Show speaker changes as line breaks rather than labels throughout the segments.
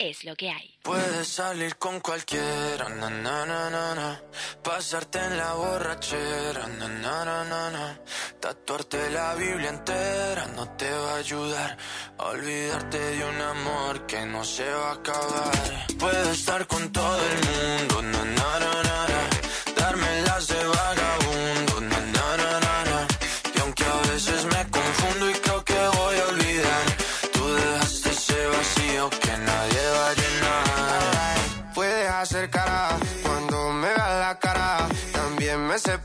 Es lo que hay.
Puedes salir con cualquiera, na, na, na, na, na. pasarte en la borrachera, na, na, na, na, na. tatuarte la Biblia entera no te va a ayudar a olvidarte de un amor que no se va a acabar. Puedes estar con todo el mundo, na, na, na, na, na. darme las de vagabundo, na, na, na, na, na. y aunque a veces me confundo y creo que voy a olvidar, tú dejaste ese vacío que nadie va a llenar.
Puedes hacer cara cuando me veas la cara. También me sé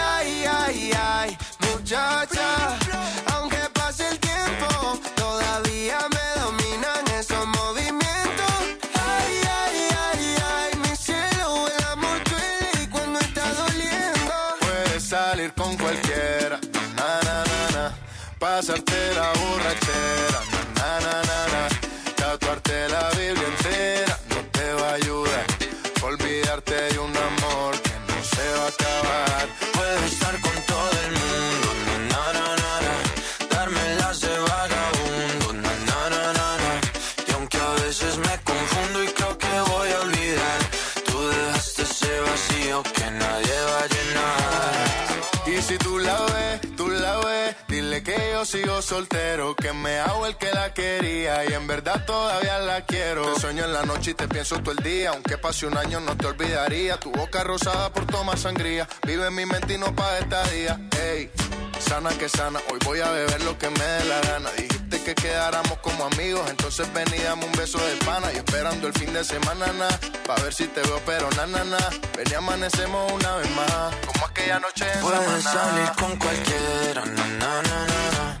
ay, ay, ay, muchacha. Aunque pase el tiempo, todavía me dominan esos movimientos. Ay, ay, ay, ay, mi cielo, el amor duele y cuando está doliendo.
Puedes salir con cualquiera, na, na, na, na. pasarte la borrachera, na, na, na, na, na. tatuarte la Biblia entera no te va a ayudar. Olvidarte de un amor que no se va a acabar.
Puedes estar con todo el mundo, na, na, na, na, na. darme las de vagabundo, na, na, na, na, na. y aunque a veces me confundo y creo que voy a olvidar, tú dejaste ese vacío que nadie va a llenar.
Y si tú la ves, tú la ves, dile que yo sigo soltero, que me hago el que la quería y en verdad todavía la quiero. Te sueño en la noche y te pienso todo el día, aunque pase un año no te olvidaría. Tu boca rosada por tomar sangría, vive en mi mente y no pa' esta día. Ey, sana que sana, hoy voy a beber lo que me dé la gana. Dijiste que quedáramos como amigos, entonces veníamos un beso de pana y esperando el fin de semana, na, pa' ver si te veo, pero na, na, na. Ven y amanecemos una vez más, como aquella noche en
Puedes
Samaná.
salir con cualquiera, na, na, na, na, na.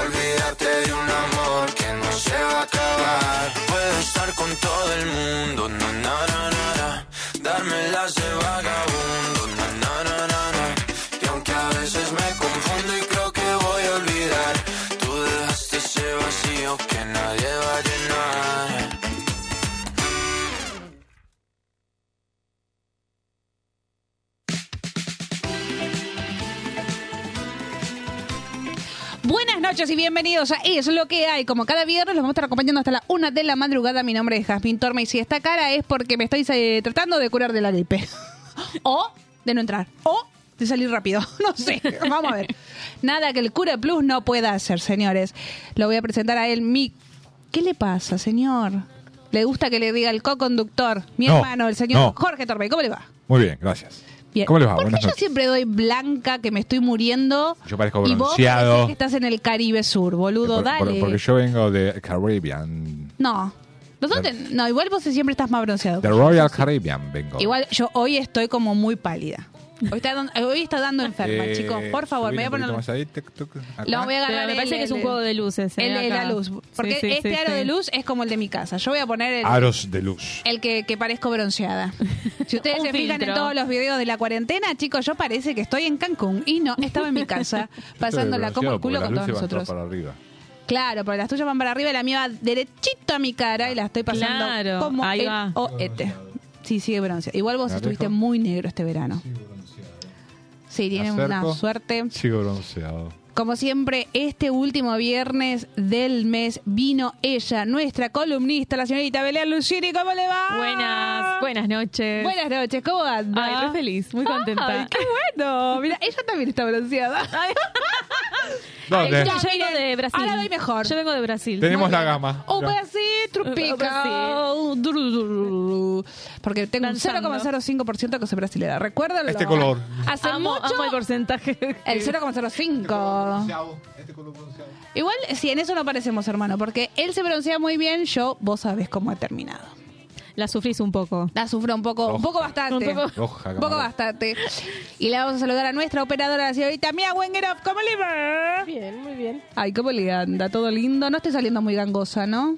Olvídate de un amor que no se va a acabar. Puedo estar con todo el mundo, na na na na na. Darme las de vagabundo, na na na na na. Y aunque a veces me confundo y creo que voy a olvidar, tú dejaste ese vacío que nadie va a llenar.
Buenas noches y bienvenidos a Es lo que hay. Como cada viernes los vamos a estar acompañando hasta la una de la madrugada. Mi nombre es Jasmine Torme y si esta cara es porque me estáis eh, tratando de curar de la gripe. o de no entrar. O de salir rápido. No sé. Vamos a ver. Nada que el cura plus no pueda hacer, señores. Lo voy a presentar a él, mi... ¿Qué le pasa, señor? Le gusta que le diga el co-conductor, mi
No,
hermano, el señor
no.
Jorge Torme. ¿Cómo le va?
Muy bien, gracias.
Bien.
¿Cómo les va?
¿Por qué
Buenas
yo
noches.
siempre doy blanca que me estoy muriendo?
Yo parezco
Y vos
bronceado.
parecés que estás en el Caribe Sur, boludo,
Por- por-
dale.
porque yo vengo de Caribbean.
No. ¿Los dos te- No, igual vos siempre estás más bronceado.
De Royal Caribbean vengo.
Igual yo hoy estoy como muy pálida. Hoy está, don- hoy está dando enferma,
Eh,
chicos. Por favor, me voy
subile
a poner.
un poquito más ahí, tic, toc, acá.
Lo voy a
Pero
agarrar.
me parece
el-
que es un
el-
juego de luces. ¿eh?
El de
Acá.
la luz. Porque
Sí, sí,
este
sí,
aro
sí.
de luz es como el de mi casa. Yo voy a poner el,
Aros de luz.
el que, que parezco bronceada. Si ustedes
Un
se fijan en
filtro.
todos los videos de la cuarentena, chicos, yo parece que estoy en Cancún y no, estaba en mi casa pasándola como el culo
Porque las
con todos
luces van
nosotros.
Para arriba.
Claro, pero las tuyas van para arriba y la mía va derechito a mi cara y la estoy pasando
Claro,
como
ahí
el
va.
oete. Sí, sigue bronceada. Igual vos
¿La
estuviste
dejo?
muy negro este verano. Sí, tienen
Me
una
acerco.
suerte.
Sigo bronceado.
Como siempre, este último viernes del mes vino ella, nuestra columnista, la señorita Belén Lucini. ¿Cómo le va?
Buenas, buenas noches.
Buenas noches, ¿cómo anda?
Ay, re feliz, muy contenta.
Ay, qué bueno. Mira, ella también está bronceada.
¿Dónde?
Yo vengo
miren,
de Brasil.
ahora doy mejor.
Yo vengo de Brasil.
Tenemos
Muy
la
bien. Oh,
gama.
Un
Ya.
Brasil tropical. Duru, duru, duru. Porque tengo
Danzando.
un 0,05% que soy brasilera. Recuérdalo.
Este color.
Hace
Amo,
mucho.
amo el porcentaje.
el 0,05. Igual, si en eso no parecemos, hermano, porque él se pronuncia muy bien, yo, vos sabés cómo ha terminado.
La sufrís un poco.
La sufro un poco, un
Roja.
poco bastante.
Un poco-
Roja,
Un poco
camarón.
bastante. Y le vamos a saludar a nuestra operadora, la señorita Mia Wengerov. ¿Cómo le va?
Bien, muy bien.
Ay, cómo le anda, todo lindo. No estoy saliendo muy gangosa, ¿no?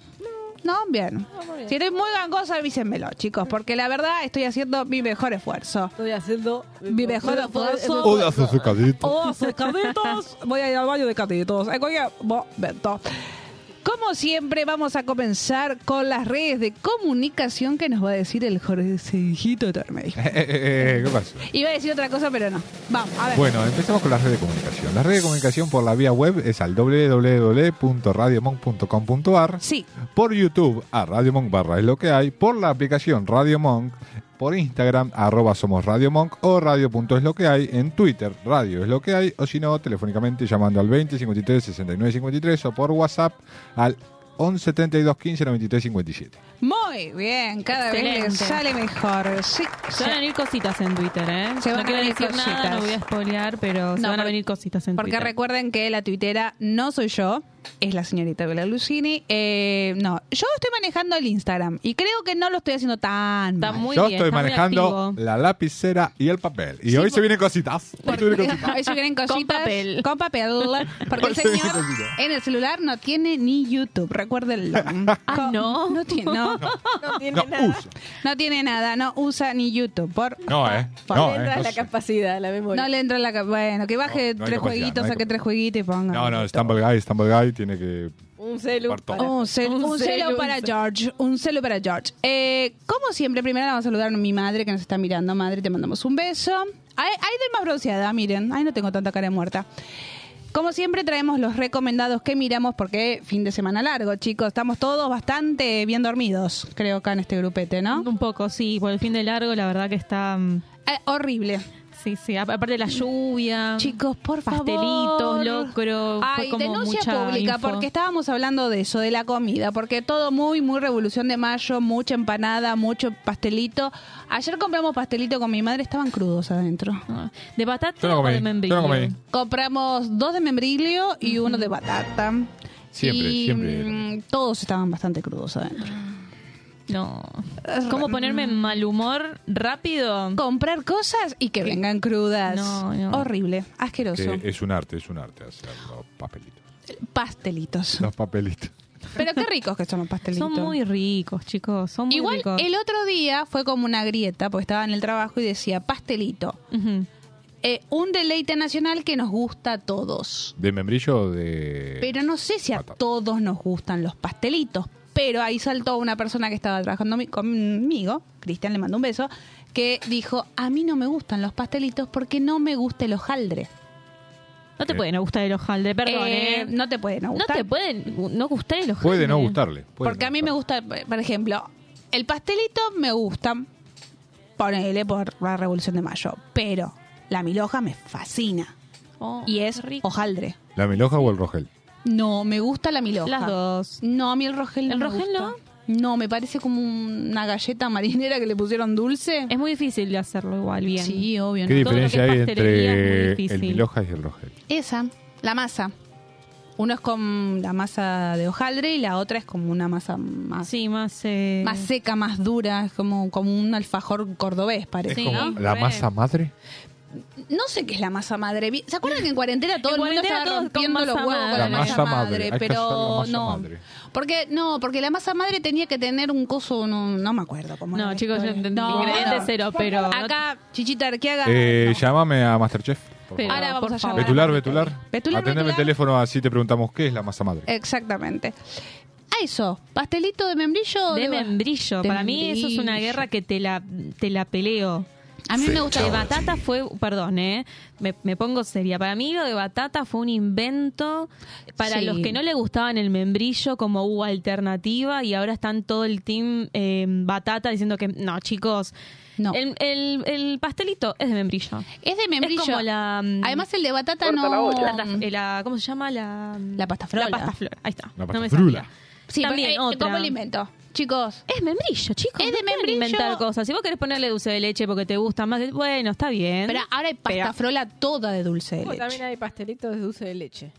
No, bien.
muy bien.
Si estoy muy gangosa, avísenmelo, chicos, porque la verdad estoy haciendo mi mejor esfuerzo.
Estoy haciendo
Mi mejor esfuerzo.
Hola, Suzucadito.
Oh, sus catitos. Voy a ir al baño de catitos. En cualquier momento. Como siempre, vamos a comenzar con las redes de comunicación que nos va a decir el Jorgecito Tormey.
Eh, eh, eh, eh, ¿Qué pasa?
Iba a decir otra cosa, pero no. Vamos, a ver.
Bueno, eh. empecemos con las redes de comunicación. La red de comunicación por la vía web es al www.radiomonk.com.ar,
Sí,
por YouTube a Radio Monk barra es lo que hay, por la aplicación Radio Monk, por Instagram arroba somos Radio Monk o radio punto es lo que hay, en Twitter radio es lo que hay, o si no, telefónicamente llamando al 20 53 69 53 o por WhatsApp al 11 32 15 93 57.
muy bien. Cada vez
Excelente.
le sale mejor. Sí,
Se
sí.
van a venir cositas en Twitter, ¿eh?
Se van a
no quiero
venir
decir nada,
cositas.
no voy a spoilear, pero se
No,
van a
por-
venir cositas en
Porque
Twitter.
recuerden que la tuitera no soy yo, es la señorita Bela Lucini. Eh, no, yo estoy manejando el Instagram y creo que no lo estoy haciendo tan
Está
mal.
muy
Yo
bien,
estoy
está muy
manejando
activo.
la lapicera y el papel. Y hoy se vienen cositas. Hoy se vienen
Porque
cositas.
hoy se vienen cositas
Con papel.
con papel, porque el
Hoy se vienen
señor
cositas.
en el celular no tiene ni YouTube, recuérdenlo.
Ah, ¿no?
No tiene, no,
No tiene
No,
nada.
uso.
no tiene nada, no usa ni YouTube. Por,
No, eh.
por-
No,
Le
eh,
entra
no
la
sé.
capacidad, la memoria.
no le entra la ca- bueno, que baje
No, no hay
tres
capacidad,
jueguitos,
no hay
saque
capacidad.
tres jueguitos y ponga.
No, no, Stumble Guy, Stumble Guy tiene que.
un celu.
Parto.
para-
Un, cel- un celo
celu
para
usa.
George, un celo para George. Eh, como siempre, primero vamos a saludar a mi madre que nos está mirando. Madre, te mandamos un beso. Ay, ay del más bronceada, miren. Ay, no tengo tanta cara de muerta. Como siempre traemos los recomendados que miramos porque fin de semana largo, chicos. Estamos todos bastante bien dormidos, creo, acá en este grupete, ¿no?
Un poco, sí, por el fin de largo, la verdad que está. mm,
Eh, horrible.
Sí, sí, a- aparte de la lluvia.
Chicos, por favor.
Pastelitos, locro. fue
Ay,
como
denuncia
mucha
pública,
info.
porque estábamos hablando de eso, de la comida, porque todo muy, muy revolución de mayo, mucha empanada, mucho pastelito. Ayer compramos pastelito con mi madre, estaban crudos adentro.
Ah, ¿De batata
Yo no
o
comí,
de membrillo?
yo no comí.
Compramos dos de membrillo y uno de batata.
Siempre,
Y,
siempre.
mm, Todos estaban bastante crudos adentro.
No. ¿Cómo ponerme
Mm.
en mal humor rápido?
Comprar cosas y que vengan crudas.
No, no.
Horrible, asqueroso.
que Eh, es un arte, es un arte hacer los papelitos.
Pastelitos.
Los papelitos.
Pero qué ricos que son los pastelitos.
Son muy ricos, chicos. Son muy
Igual
ricos.
el otro día fue como una grieta, porque estaba en el trabajo y decía pastelito.
Ujú.
Eh, un deleite nacional que nos gusta a todos.
¿De membrillo o de.?
Pero no sé si a
Batata.
todos nos gustan los pastelitos. Pero ahí saltó una persona que estaba trabajando mi- conmigo, Cristian le mandó un beso, que dijo, a mí no me gustan los pastelitos porque no me gusta el hojaldre.
No te pueden gustar el hojaldre, perdón.
Eh,
¿eh?
No te pueden
No
gustar.
te pueden no gustar el hojaldre.
Puede no gustarle. puede
Porque
no
a mí me
gustarle.
gusta, por ejemplo, el pastelito me gusta, ponele por la Revolución de Mayo, pero la milhoja me fascina
Oh,
y es
rico.
hojaldre.
¿La milhoja o el rogel?
No, me gusta la milhoja.
Las dos.
No, a mí el rogel no
¿El
me
rogel
gusta.
no?
No, me parece como una galleta marinera que le pusieron dulce.
Es muy difícil de hacerlo igual bien.
Sí, obvio.
¿Qué
¿no?
dif- Todo lo que
diferencia
es
hay
pastelería es muy
entre
difícil.
el milhoja y el rogel?
Esa, la masa. Uno es con la masa de hojaldre y la otra es como una masa más,
Sí, más... eh,
más seca, más dura, es como, como un alfajor cordobés, parece.
Sí,
¿Es como
¿no?
la
Re.
masa madre?
No sé qué es la masa madre. Vi- ¿Se acuerdan que en cuarentena todo
En
el mundo
cuarentena
estaba
todos con
rompiendo los
masa
huevos con la
madre. La
masa
masa madre,
madre?
hay que hacer la
Pero
masa
no.
madre.
Porque, no, porque la masa madre tenía que tener un coso, no, no me acuerdo cómo era
No,
la
chicos, yo
historia.
entendí.
No,
Ingrediente
no.
cero, pero.
Acá, Chichita Arqueaga.
Eh,
no.
Llámame a Masterchef. por
Pero-
favor. Ah,
Ahora vamos
por
a
favor.
llamar. a
Betular,
la-
Betular.
Betular,
Atendeme el
Betular.
teléfono así te preguntamos qué es la
Eh,
masa madre.
Exactamente. A eso, pastelito de membrillo. o
De membrillo.
De
Para mí eso es una
membrillo.
guerra que te la, te la peleo.
A mí me gusta.
De batata fue, perdón, ¿eh? me, me pongo seria. Para mí lo de batata fue un invento para
Sí.
los que no le gustaban el membrillo como uva alternativa y ahora están todo el team eh, batata diciendo que no, chicos,
No.
el, el- el pastelito es de membrillo.
Es de membrillo.
Es como la, mm,
Además, el de batata
Corta
no.
la olla.
La- eh, la- ¿Cómo se llama? La,
La pasta frola.
La pasta frola. Ahí está. no
La
me
pastafrula.
salía.
Sí,
También
eh,
otra.
¿Cómo lo invento? Chicos,
Es membrillo, chicos.
Es
no
de
pueden
membrillo.
inventar cosas. Si vos querés ponerle dulce de leche porque te gusta más, bueno, está bien.
pero ahora hay pasta
Pero-
frola toda de dulce de
Oh, También
leche.
hay pastelitos de dulce de leche.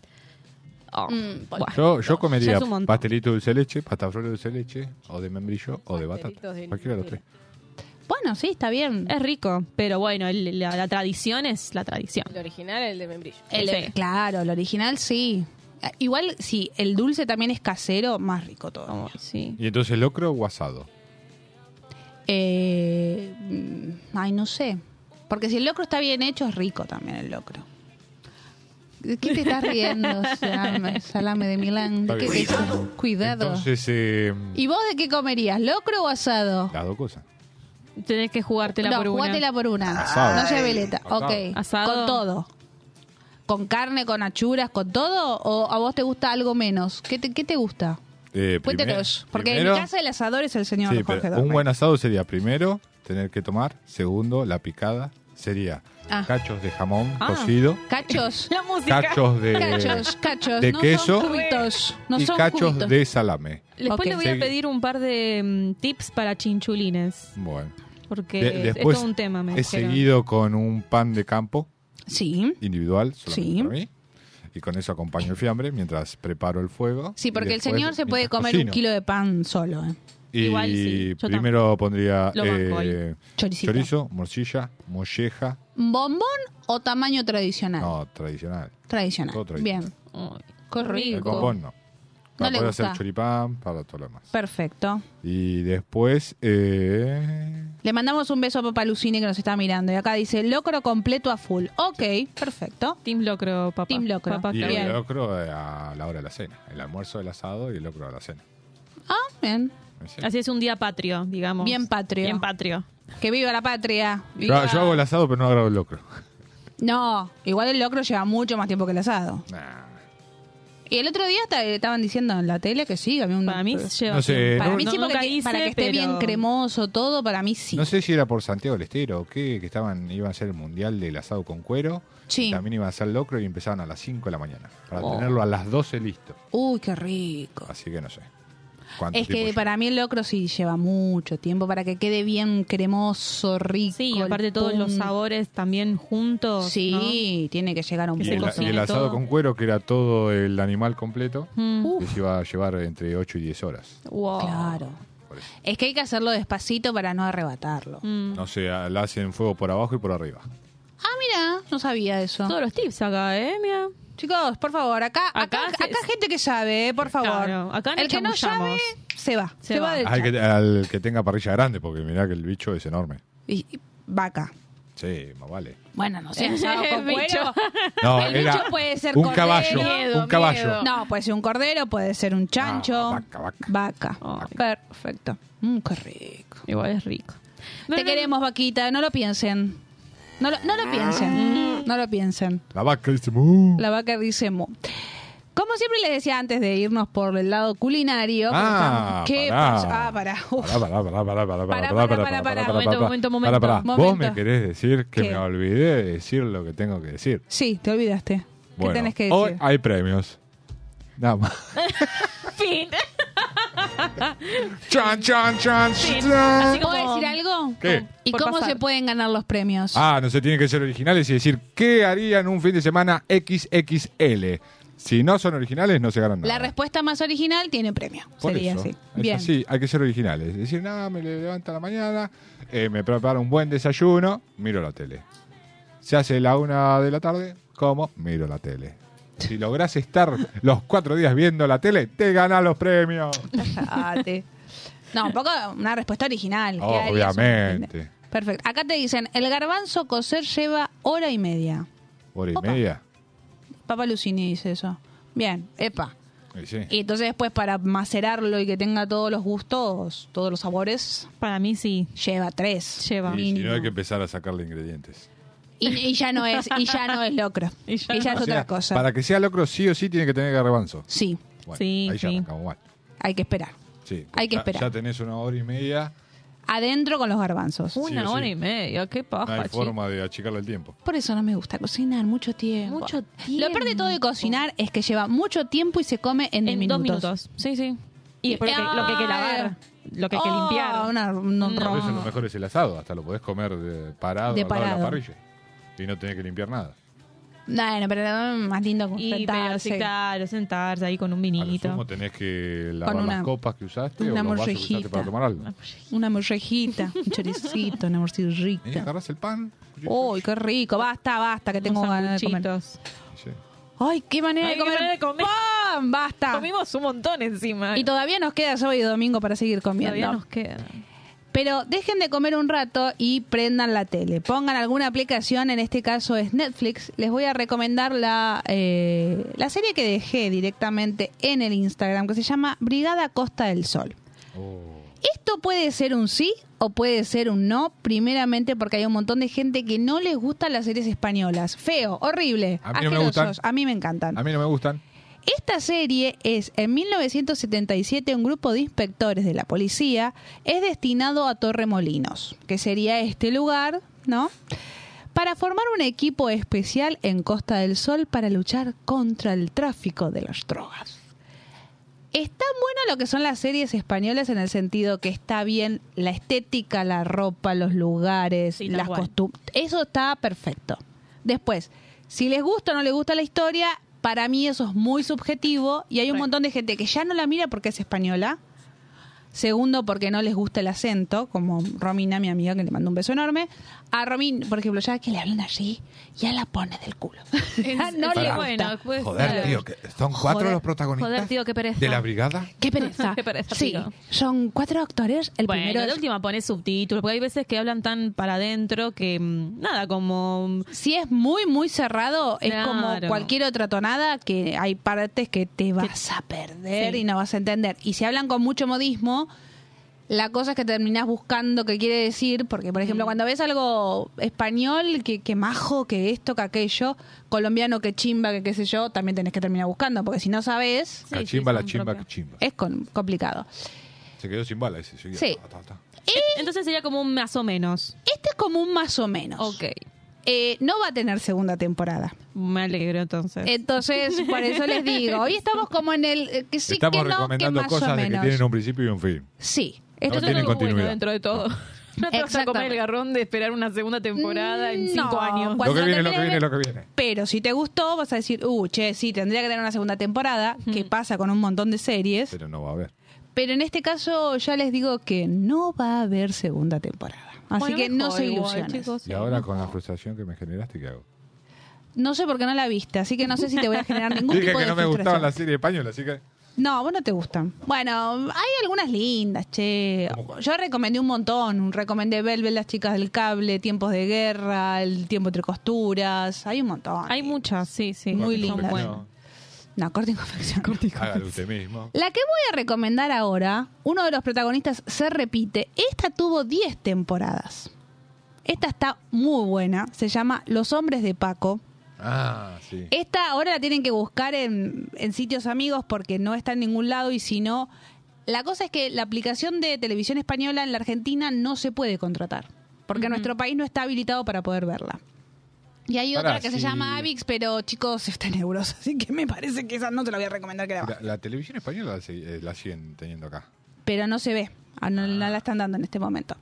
Oh.
Mm, por-
Buah.
Yo, yo
Ya
comería
es un montón.
pastelito de dulce de leche, pasta flor de dulce de leche, o de membrillo, o de batata.
Pastelitos de
Cualquiera de los tres.
Nutella.
Bueno, sí, está bien.
Es rico, pero bueno, el- la, la tradición es la tradición.
El original, el de membrillo.
El-
Sí.
Claro, el original sí. Eh, Igual, si el dulce también es casero, más rico todo.
Sí.
Y entonces locro o asado.
Eh, mm, ay, no sé. Porque si el locro está bien hecho, es rico también el locro. ¿De qué te estás riendo, salame, salame de Milán? ¿De
Está
qué te-
bien.
Cuidado.
Entonces, eh,
¿Y vos de qué comerías? ¿Locro o asado?
las dos cosas.
Tenés que jugártela
no,
por una.
jugátela por una.
Asado.
No sea veleta.
Asado.
Ok.
Asado.
Con todo. ¿Con carne, con achuras, con todo? ¿O a vos te gusta algo menos? ¿Qué te, qué te gusta?
Eh,
Cuéntanos.
primer-
Porque
primero-
en mi casa el asador es el señor
Sí, pero
Jorge
un
Dorme.
buen asado sería primero tener que tomar, segundo la picada, sería
Ah.
cachos de jamón
Ah.
cocido,
Cachos.
La música.
cachos de,
Cachos, cachos.
de
no
queso
son cubitos. No
y
son
cachos
cubitos.
de salame.
Después
Ok.
le voy a
Sí.
pedir un par de mm, tips para chinchulines.
Bueno,
Porque
De-
es-
después
es todo un tema, me
es
dijeron.
seguido con un pan de campo
Sí.
individual, solamente
Sí.
para mí. Y con eso acompaño el fiambre mientras preparo el fuego.
Sí,
y
porque el
después
señor se puede
mientras
comer
cocino.
un kilo de pan solo. eh.
Y
Igual sí, yo
primero pondría
Lo banco ahí.
eh,
Choricito.
chorizo, morcilla, molleja,
¿Bombón o tamaño tradicional?
no, tradicional.
Tradicional.
Todo tradicional.
Bien.
Ay,
Qué rico.
El bombón no. Para
le
poder hacer
gusta.
choripán, para todo lo demás.
Perfecto.
Y después, eh,
Le mandamos un beso a Papá Lucini que nos está mirando. Y acá dice, locro completo a full. Ok, perfecto.
Team Locro, papá.
Team Locro.
Papá,
y
claro.
el
Bien.
locro eh, a la hora de la cena. El almuerzo del asado y el locro a la cena.
Ah, bien.
¿Sí?
Así es un día patrio, digamos.
Bien patrio.
Bien patrio.
Que viva la patria.
Yo,
Viva.
yo hago el asado, pero no hago el locro.
No, igual el locro lleva mucho más tiempo que el asado.
Nah.
Y el otro día esta- estaban diciendo en la tele que sí, que había un...
Para mí lleva
No sé,
tiempo.
Para
no-
mí sí, porque
nunca
que-
hice,
para que esté bien
pero-
cremoso todo, para mí sí.
No sé si era por Santiago del Estero o qué, que estaban, iban a hacer el mundial del asado con cuero.
Sí.
y También iban a hacer locro y empezaban a las 5 de la mañana. Para
Oh.
tenerlo a las 12 listo.
Uy, qué rico.
Así que no sé. ¿Cuánto
Es
tiempo
que
lleva.
para mí el locro sí lleva mucho tiempo para que quede bien cremoso, rico.
Sí,
el
aparte todos los
pun-
sabores también juntos.
Sí, tiene que llegar a un
Y
se
el,
punto.
y
cocine
el asado
todo.
con cuero, que era todo el animal completo,
¿no? Mm.
que se iba a llevar entre 8 y 10 horas.
Wow.
Claro.
Por eso.
Es que hay que hacerlo despacito para no arrebatarlo.
Mm.
No sé, la hacen fuego por abajo y por arriba.
Ah, mira, no sabía eso.
Todos los tips acá, ¿eh? Mira.
Chicos, por favor, acá acá,
Acá
acá,
se-
gente que sabe, eh, por favor.
Claro, acá no
el que no sabe
chamullamos.
se va, se,
Se
va,
va.
del
Al
chat.
que, al que tenga parrilla grande, porque mirá que el bicho es enorme.
Y- y vaca.
Sí, más vale.
Bueno, no sé, asado con
Bicho.
cuero.
No,
El
era
bicho puede ser
un
cordero,
caballo,
miedo,
un caballo.
miedo.
No, puede ser un cordero, puede ser un chancho.
Ah, vaca, vaca.
Vaca.
Ah.
Perfecto. Mm, qué rico.
Igual es rico.
Te queremos, vaquita, no lo piensen. No lo,
Ah.
no lo piensen. No lo piensen.
La vaca dice "Mu".
La vaca dice mu. Como siempre les decía antes de irnos por el lado culinario,
Ah,
estamos- ¿qué
pará.
pasó? Ah, pará. Uf.
Pará, pará, pará, pará, pará,
Pará, pará,
pará, pará,
pará,
pará,
pará.
pará, pará,
Momento, momento,
pará. Pará,
momento.
pará. Vos
Momento.
me querés decir que
¿Qué?
me olvidé de decir lo que tengo que decir.
Sí, te olvidaste.
Bueno,
¿Qué tenés que
hoy
decir?
hay premios. Nada más.
Fin.
Chan, chan, chan,
Sí.
chan.
Así como-
¿Puedo decir algo?
¿Qué?
¿Y
Por
cómo
pasar.
se pueden ganar los premios?
Ah, no se tienen que ser originales y decir qué harían un fin de semana XXL. Si no son originales, no se ganan nada.
La respuesta más original tiene premio.
Por
Sería
eso,
así.
es
Bien.
así, hay que ser originales. Es Decir, nada, me levanto a la mañana, eh, me preparo un buen desayuno, miro la tele. Se hace la una de la tarde, como miro la tele. Si lográs estar los cuatro días viendo la tele, te ganás los premios.
Cállate. ah, No, un poco una respuesta original. ¿Qué harías?
Oh, Obviamente.
Perfecto. Acá te dicen, el garbanzo cocer lleva hora y media.
Hora y
Opa.
media.
Papa Lucini dice eso. Bien, epa.
Y sí.
Y entonces después para macerarlo y que tenga todos los gustos, todos los sabores,
Para mí sí,
lleva tres.
lleva.
Y si no hay que
mínimo.
empezar a sacarle ingredientes.
Y, y ya no es, y ya no es locro. Y ya, es
O sea,
otra cosa.
Para que sea locro, sí o sí tiene que tener garbanzo.
Sí,
Bueno,
Sí,
ahí ya
sí.
arrancamos mal.
hay que esperar.
Sí,
Hay que
ya-
esperar.
Ya tenés una hora y media,
Adentro con los garbanzos.
Una
sí.
hora y media, qué
no hay
paja, chico.
forma de achicarle el tiempo.
Por eso no me gusta cocinar mucho tiempo.
Mucho
Lo peor de todo de cocinar es que lleva mucho tiempo y se come en,
En dos minutos. Sí, sí. Y Ah. Oh, después lo que, lo que hay que lavar, lo que hay que
Ah,
limpiar.
una- un
No.
Por eso
ron.
lo mejor es el asado, hasta lo podés comer de- parado
De
al lado de
parado.
la parrilla. Y no tenés que limpiar nada.
Bueno, pero mm, más lindo que
Y pero sí,
sentarse.
claro, sentarse ahí con un
A lo
vinito.
sumo tenés que lavar
Con
las
una-
copas que usaste
una
o los vasos que usaste
morrejita.
para tomar algo.
Una morrejita, un choricito, una
Y
morcillita.
agarrás el pan. cuchillo,
Uy, qué rico. Basta, basta, que tengo
Unos
ganas de comer.
sanguchitos.
y sí.
Ay, qué manera
Ay,
de
qué
comer.
manera de comer.
¡Pam! Basta.
Comimos un montón encima.
Y todavía nos queda sábado y domingo para seguir comiendo.
todavía nos queda.
Pero dejen de comer un rato y prendan la tele. Pongan alguna aplicación, en este caso es Netflix. Les voy a recomendar la, eh, la serie que dejé directamente en el Instagram, que se llama Brigada Costa del Sol. Esto puede ser un sí o puede ser un no, primeramente porque hay un montón de gente que no les gustan las series españolas. Feo, horrible,
A mí no me
asquerosos.
gustan.
A mí me encantan.
A mí no me gustan.
Esta serie es en 1977 un grupo de inspectores de la policía es destinado a Torremolinos, que sería este lugar, ¿no? Para formar un equipo especial en Costa del Sol para luchar contra el tráfico de las drogas. Está buena lo que son las series españolas en el sentido que está bien la estética, la ropa, los lugares,
Sí, tal
las
cual.
costumbres. Eso está perfecto. Después, si les gusta o no les gusta la historia, para mí eso es muy subjetivo y hay un
Re.
montón de gente que ya no la mira porque es española. Segundo, porque no les gusta el acento, como Romina, mi amiga, que le mando un beso enorme. A Romina, por ejemplo, ya que le hablan así, ya la pone del culo. Ya no le gusta.
Pará.
Bueno, pues,
Joder, tío, que son cuatro
Joder,
los protagonistas
joder, tío, qué pereza. Ah,
de la brigada.
Qué pereza.
Qué pereza,
sí,
tío.
son cuatro actores. El
bueno,
primero
la
es-
última pone subtítulos, porque hay veces que hablan tan para adentro que mm, nada, como mm,
Si es muy, muy cerrado, es
Claro.
como cualquier otra tonada que hay partes que te vas a perder
Sí.
y no vas a entender. Y si hablan con mucho modismo, la cosa es que terminás buscando qué quiere decir, porque por
Mm.
ejemplo cuando ves algo español, que, que majo, que esto, que aquello, colombiano, que chimba, que qué sé yo, también tenés que terminar buscando, porque si no sabes,
Sí,
Cachimba,
sí,
la
son
chimba,
propios.
cachimba.
es con- complicado.
Se quedó sin bala ese. seguía.
Sí.
Ta, ta, ta.
E-, Entonces sería como un más o menos.
Este es como un más o menos.
Ok.
Eh, no va a tener segunda temporada.
Me alegro entonces.
Entonces, por eso les digo, hoy estamos como en el eh, que sí
Estamos
que no, que
recomendando
más o
cosas de que
menos.
tienen un principio y un fin.
Sí, esto
No tienen
es algo-
continuidad.
dentro de todo. No te vas a comer el garrón de esperar una segunda temporada en cinco
No,
años.
Cuando
lo que viene, lo que
termine-
viene, lo que viene.
Pero si te gustó, vas a decir, "Uh, che, sí, tendría que tener una segunda temporada", que pasa con un montón de series,
Pero no va a haber.
pero en este caso ya les digo que no va a haber segunda temporada. Así
Bueno,
que no
mejor
se
igual,
ilusionen.
chicos.
Y ahora con la frustración que me generaste, ¿qué hago?
No sé por qué no la viste, así que no sé si te voy a generar ningún
Dije
tipo
que
de
no me
frustración.
gustaban las series españolas, así que...
No, vos no te gustan. Bueno, hay algunas lindas, che. Yo recomendé un montón. Recomendé Velvet, Las Chicas del Cable, Tiempos de Guerra, El Tiempo entre Costuras. Hay un montón.
Hay muchas, sí, sí.
Muy
Son
lindas.
buenas.
No, corte y confección.
Hágalo usted mismo.
La que voy a recomendar ahora, uno de los protagonistas se repite. Esta tuvo 10 temporadas. Esta está muy buena. Se llama Los Hombres de Paco.
Ah, sí.
Esta ahora la tienen que buscar en, en sitios amigos porque no está en ningún lado y si no... La cosa es que la aplicación de televisión española en la Argentina no se puede contratar porque nuestro país no está habilitado para poder verla. Y hay
Pará,
otra que se
sí.
llama Avix, pero chicos, está en euros, así que me parece que esa no te la voy a recomendar que la
La,
bajes.
la televisión española la, sig- eh, la siguen teniendo acá.
Pero no se ve, ah, no, no la están dando en este momento.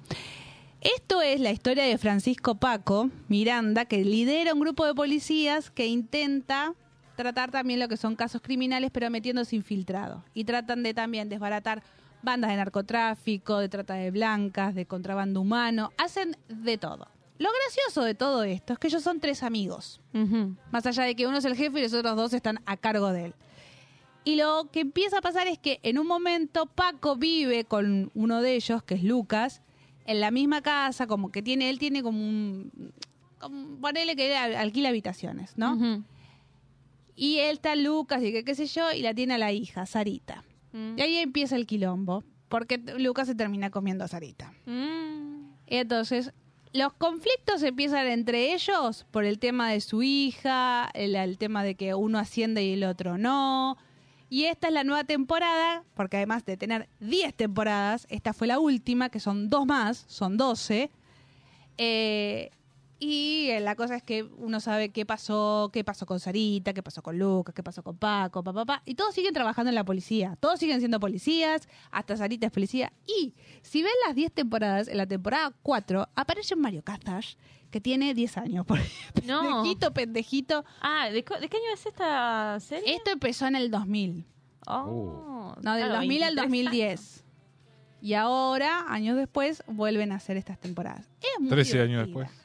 Esto es la historia de Francisco Paco Miranda, que lidera un grupo de policías que intenta tratar también lo que son casos criminales, pero metiéndose infiltrados. Y tratan de también desbaratar bandas de narcotráfico, de trata de blancas, de contrabando humano, hacen de todo. Lo gracioso de todo esto es que ellos son tres amigos.
Ujú.
Más allá de que uno es el jefe y los otros dos están a cargo de él. Y lo que empieza a pasar es que en un momento Paco vive con uno de ellos, que es Lucas, en la misma casa, como que tiene, él tiene como un... como- ponele que él alquila habitaciones, ¿no?
Ujú.
Y él está Lucas y que qué sé yo, y la tiene a la hija, Sarita.
Mm.
Y ahí empieza el quilombo, porque t- Lucas se termina comiendo a Sarita.
Mm.
Entonces, los conflictos empiezan entre ellos por el tema de su hija, el, el tema de que uno asciende y el otro no. Y esta es la nueva temporada, porque además de tener 10 temporadas, esta fue la última, que son dos más, son 12. Eh, y eh, la cosa es que uno sabe qué pasó, qué pasó con Sarita, qué pasó con Lucas, qué pasó con Paco, papá, papá. Y todos siguen trabajando en la policía. Todos siguen siendo policías, hasta Sarita es policía. Y si ven las 10 temporadas, en la temporada 4 aparece Mario Casas, que tiene 10 años. Por
No.
Pendejito, pendejito.
Ah, ¿de, co- de qué año es esta serie?
Esto empezó en el 2000.
Uh,
Oh,
No, del
claro,
2000
23
al 2010. Y ahora, años después, vuelven a hacer estas temporadas. Es muy
13
divertida.
años después.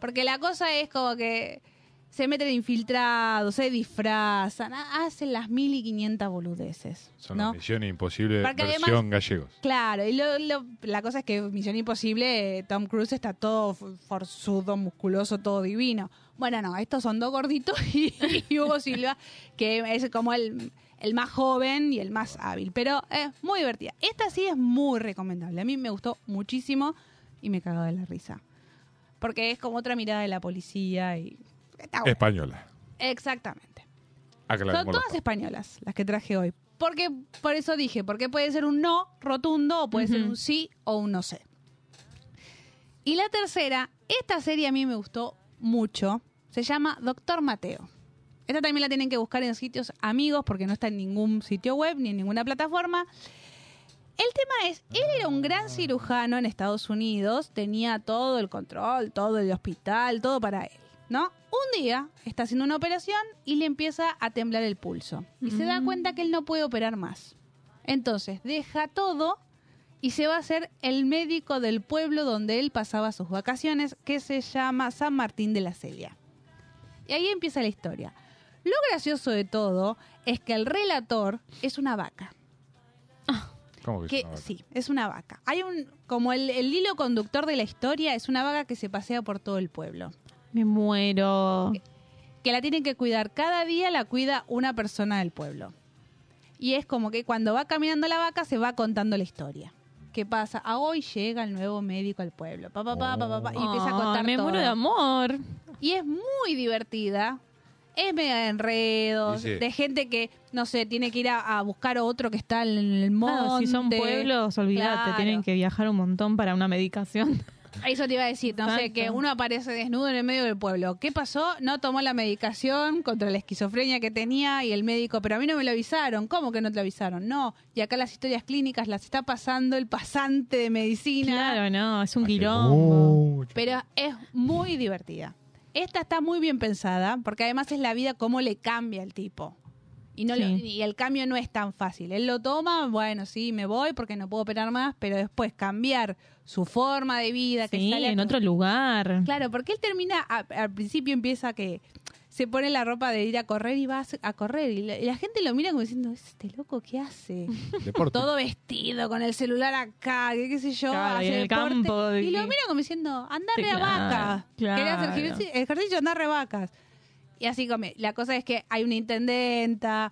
Porque la cosa es como que se meten infiltrados, se disfrazan, ha- hacen las mil y quinientas boludeces.
Son
¿no?
las misiones imposibles
Porque además-
versión gallegos.
Claro, y lo- lo- la cosa es que Misión Imposible, eh, Tom Cruise está todo f- forzudo, musculoso, todo divino. Bueno, no, estos son dos gorditos y, y Hugo Silva, que es como el, el más joven y el más hábil. Pero es muy divertida. Esta sí es muy recomendable. A mí me gustó muchísimo y me cagaba de la risa. Porque es como otra mirada de la policía y... está Ah, bueno.
Española.
Exactamente. Son
Aclaremos.
todas españolas las que traje hoy. Porque, por eso dije, porque puede ser un no rotundo o puede ser un sí o un no sé. Y la tercera, esta serie a mí me gustó mucho, se llama Doctor Mateo. Esta también la tienen que buscar en sitios amigos porque no está en ningún sitio web ni en ninguna plataforma. El tema es, él era un gran cirujano en Estados Unidos, tenía todo el control, todo el hospital, todo para él, ¿no? Un día está haciendo una operación y le empieza a temblar el pulso y se da cuenta que él no puede operar más. Entonces deja todo y se va a ser el médico del pueblo donde él pasaba sus vacaciones, que se llama San Martín de la Celia. Y ahí empieza la historia. Lo gracioso de todo es que el relator es una vaca
¿Cómo que
que
es una vaca?
sí, es una vaca. Hay un como el, el hilo conductor de la historia es una vaca que se pasea por todo el pueblo.
Me muero.
Que la tienen que cuidar cada día, la cuida una persona del pueblo. Y es como que cuando va caminando la vaca se va contando la historia. ¿Qué pasa? Ah, hoy llega el nuevo médico al pueblo. Pa, pa, pa, pa, pa, pa, y empieza a
Ay,
contar
me
todo.
muero de amor.
Y es muy divertida. Es medio de enredos,
Y sí.
de gente que, no sé, tiene que ir a, a buscar a otro que está en el monte.
Claro, Ah, si son pueblos, olvídate,
Claro.
tienen que viajar un montón para una medicación.
Ah, Eso te iba a decir, no sé,
Exacto.
que uno aparece desnudo en el medio del pueblo. ¿Qué pasó? No tomó la medicación contra la esquizofrenia que tenía y el médico, pero a mí no me lo avisaron. ¿Cómo que no te lo avisaron? No, y acá las historias clínicas las está pasando el pasante de medicina.
Claro, no, es un
Hace
quilombo.
mucho.
Pero es muy divertida. Esta está muy bien pensada, porque además es la vida cómo le cambia al tipo. Y, no
Sí.
lo- y el cambio no es tan fácil. Él lo toma, bueno, sí, me voy porque no puedo operar más, pero después cambiar su forma de vida, que
Sí,
sale a
en
tu-
otro lugar.
Claro, porque él termina, a- al principio empieza que se pone la ropa de ir a correr y va a, a correr. Y la, y la gente lo mira como diciendo, este loco, ¿qué hace?
Deporte.
Todo vestido, con el celular acá, que qué sé yo,
Claro, y
hace
en el
deporte.
campo,
Y
y-
lo mira como diciendo, anda
Sí,
re a
claro,
vaca. Querés hacer
claro.
ejercicio, ejercicio, anda re vacas. Y así come. La cosa es que hay una intendenta.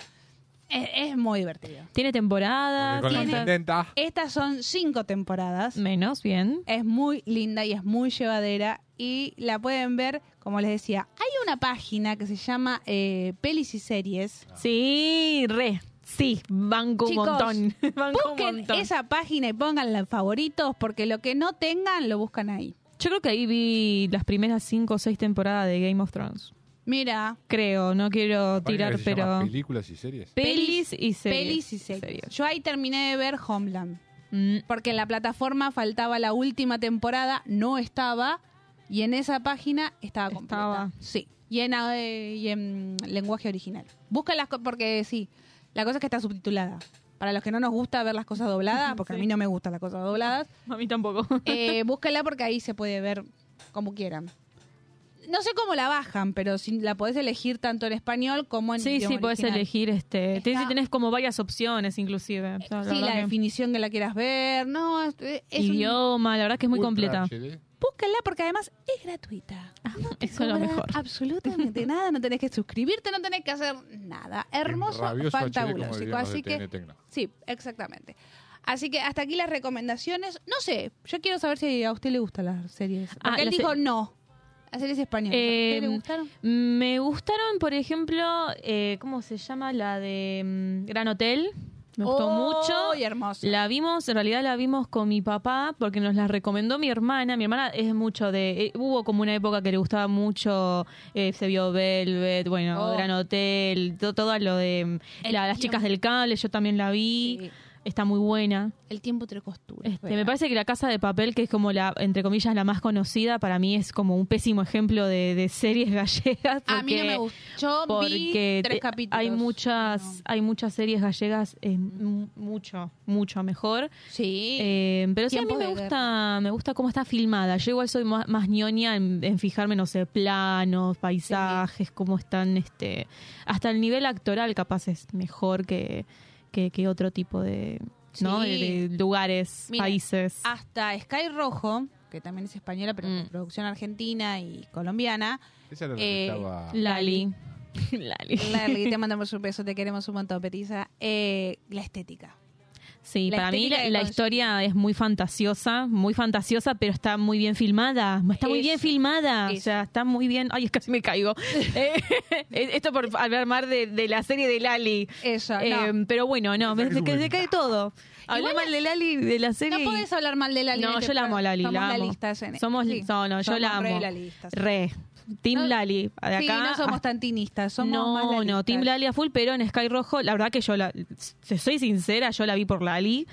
Es, es muy divertido.
Tiene
Porque
temporadas.
con la
tiene-
intendenta.
Estas son cinco temporadas.
Menos, bien.
Es muy linda y es muy llevadera. Y la pueden ver, como les decía, hay una página que se llama eh, Pelis y Series.
Ah.
Sí, re. Sí, banco un
Chicos,
montón. Banco un
Busquen
montón.
esa página y pónganla en favoritos, porque lo que no tengan lo buscan ahí.
Yo creo que ahí vi las primeras cinco o seis temporadas de Game of Thrones.
Mira,
Creo, no quiero tirar,
Se llama
pero.
Películas y series.
Pelis y series.
Pelis y Series. Yo ahí terminé de ver Homeland,
Mm,
porque en la plataforma faltaba la última temporada, no estaba, y en esa página estaba completa.
Estaba.
Sí, y en, eh, y en lenguaje original. Búscalas co- porque sí, la cosa es que está subtitulada. Para los que no nos gusta ver las cosas dobladas, porque a mí no me gustan las cosas dobladas,
a mí tampoco.
eh, búscala porque ahí se puede ver como quieran. No sé cómo la bajan, pero si la podés elegir tanto en español como en
Sí,
idioma
sí, puedes
original.
elegir este.
Está- Eh,
Tienes, tenés como varias opciones, inclusive. O sea, la
Sí,
verdad
la
que-
definición que la quieras ver. No, es, es un-
idioma, la verdad que es muy
Ultra
completa.
HD.
Búscala porque además es gratuita. No
Ah,
te
eso es lo
cobra
mejor.
Absolutamente nada, no tenés que suscribirte, no tenés que hacer nada. Hermoso,
rabioso HD, como
fantabuloso.
dirían los
Así
de
que
TNT, ¿no?
sí, exactamente. Así que hasta aquí las recomendaciones. No sé, yo quiero saber si a usted le gustan las series. Porque
Ah,
él
las
dijo
se-
no. Las series españolas. ¿A usted le
Eh,
gustaron?
me gustaron, por ejemplo, eh, ¿cómo se llama? La de mm, Gran Hotel. Me gustó mucho.
Muy Oh, hermoso.
La vimos, en realidad la vimos con mi papá porque nos la recomendó mi hermana. Mi hermana es mucho de. eh, hubo como una época que le gustaba mucho. eh, se vio Velvet, bueno,
Oh.
Gran Hotel, to- todo lo de mm,
El
la- las
guión.
chicas del cable. Yo también la vi.
Sí.
Está muy buena.
El tiempo entre costuras.
Ah. Este, me
¿verdad?
parece que La Casa de Papel, que es como la, entre comillas, la más conocida, para mí es como un pésimo ejemplo de, de series gallegas.
A mí no
porque-
me gusta. Yo vi
porque
tres
te-
capítulos.
hay muchas
No. Mm.
hay muchas series gallegas eh, mu- mucho mucho mejor
Sí.
Eh, pero sí a mí
Tiempos
me
de
gusta
guerra.
me gusta cómo está filmada yo igual soy más, más ñoña en, en fijarme no sé planos paisajes cómo están este hasta el nivel actoral capaz es mejor que que, que otro tipo de ¿no?
Sí.
de, de lugares
Mira,
países
Hasta Sky Rojo, que también es española, pero
Mm.
con producción argentina y colombiana.
Esa era la
Eh,
que estaba.
Lali Lali
Larry, te mandamos un beso, te queremos un montón, Petisa. Eh, la estética.
Sí,
La
para mí
estética
la,
que
la
consigue.
historia es muy fantasiosa, muy fantasiosa, pero está muy bien filmada. Está muy bien
Eso,
filmada.
eso.
O sea, está muy bien. Ay, casi me caigo. Eh, esto por hablar más de, de la serie de Lali.
Eso,
Eh,
no.
Pero bueno, no, me,
Pensá que
me-
es
me cae todo. Hablé
Igual
mal de Lali, de la
No
serie. y-
podés hablar mal de Lali. en
no,
este
yo la amo a
programa.
Lali,
Somos
la amo.
lalistas en-
somos,
sí.
no, no, yo
Somos
la amo.
Re lalistas.
Re. Team
No,
Lali. De
sí,
acá
no somos
hasta-
tantinistas, somos
no,
más lalistas.
no, Team Lali a full, pero en Sky Rojo, la verdad que yo la, si soy sincera, yo la vi por Lali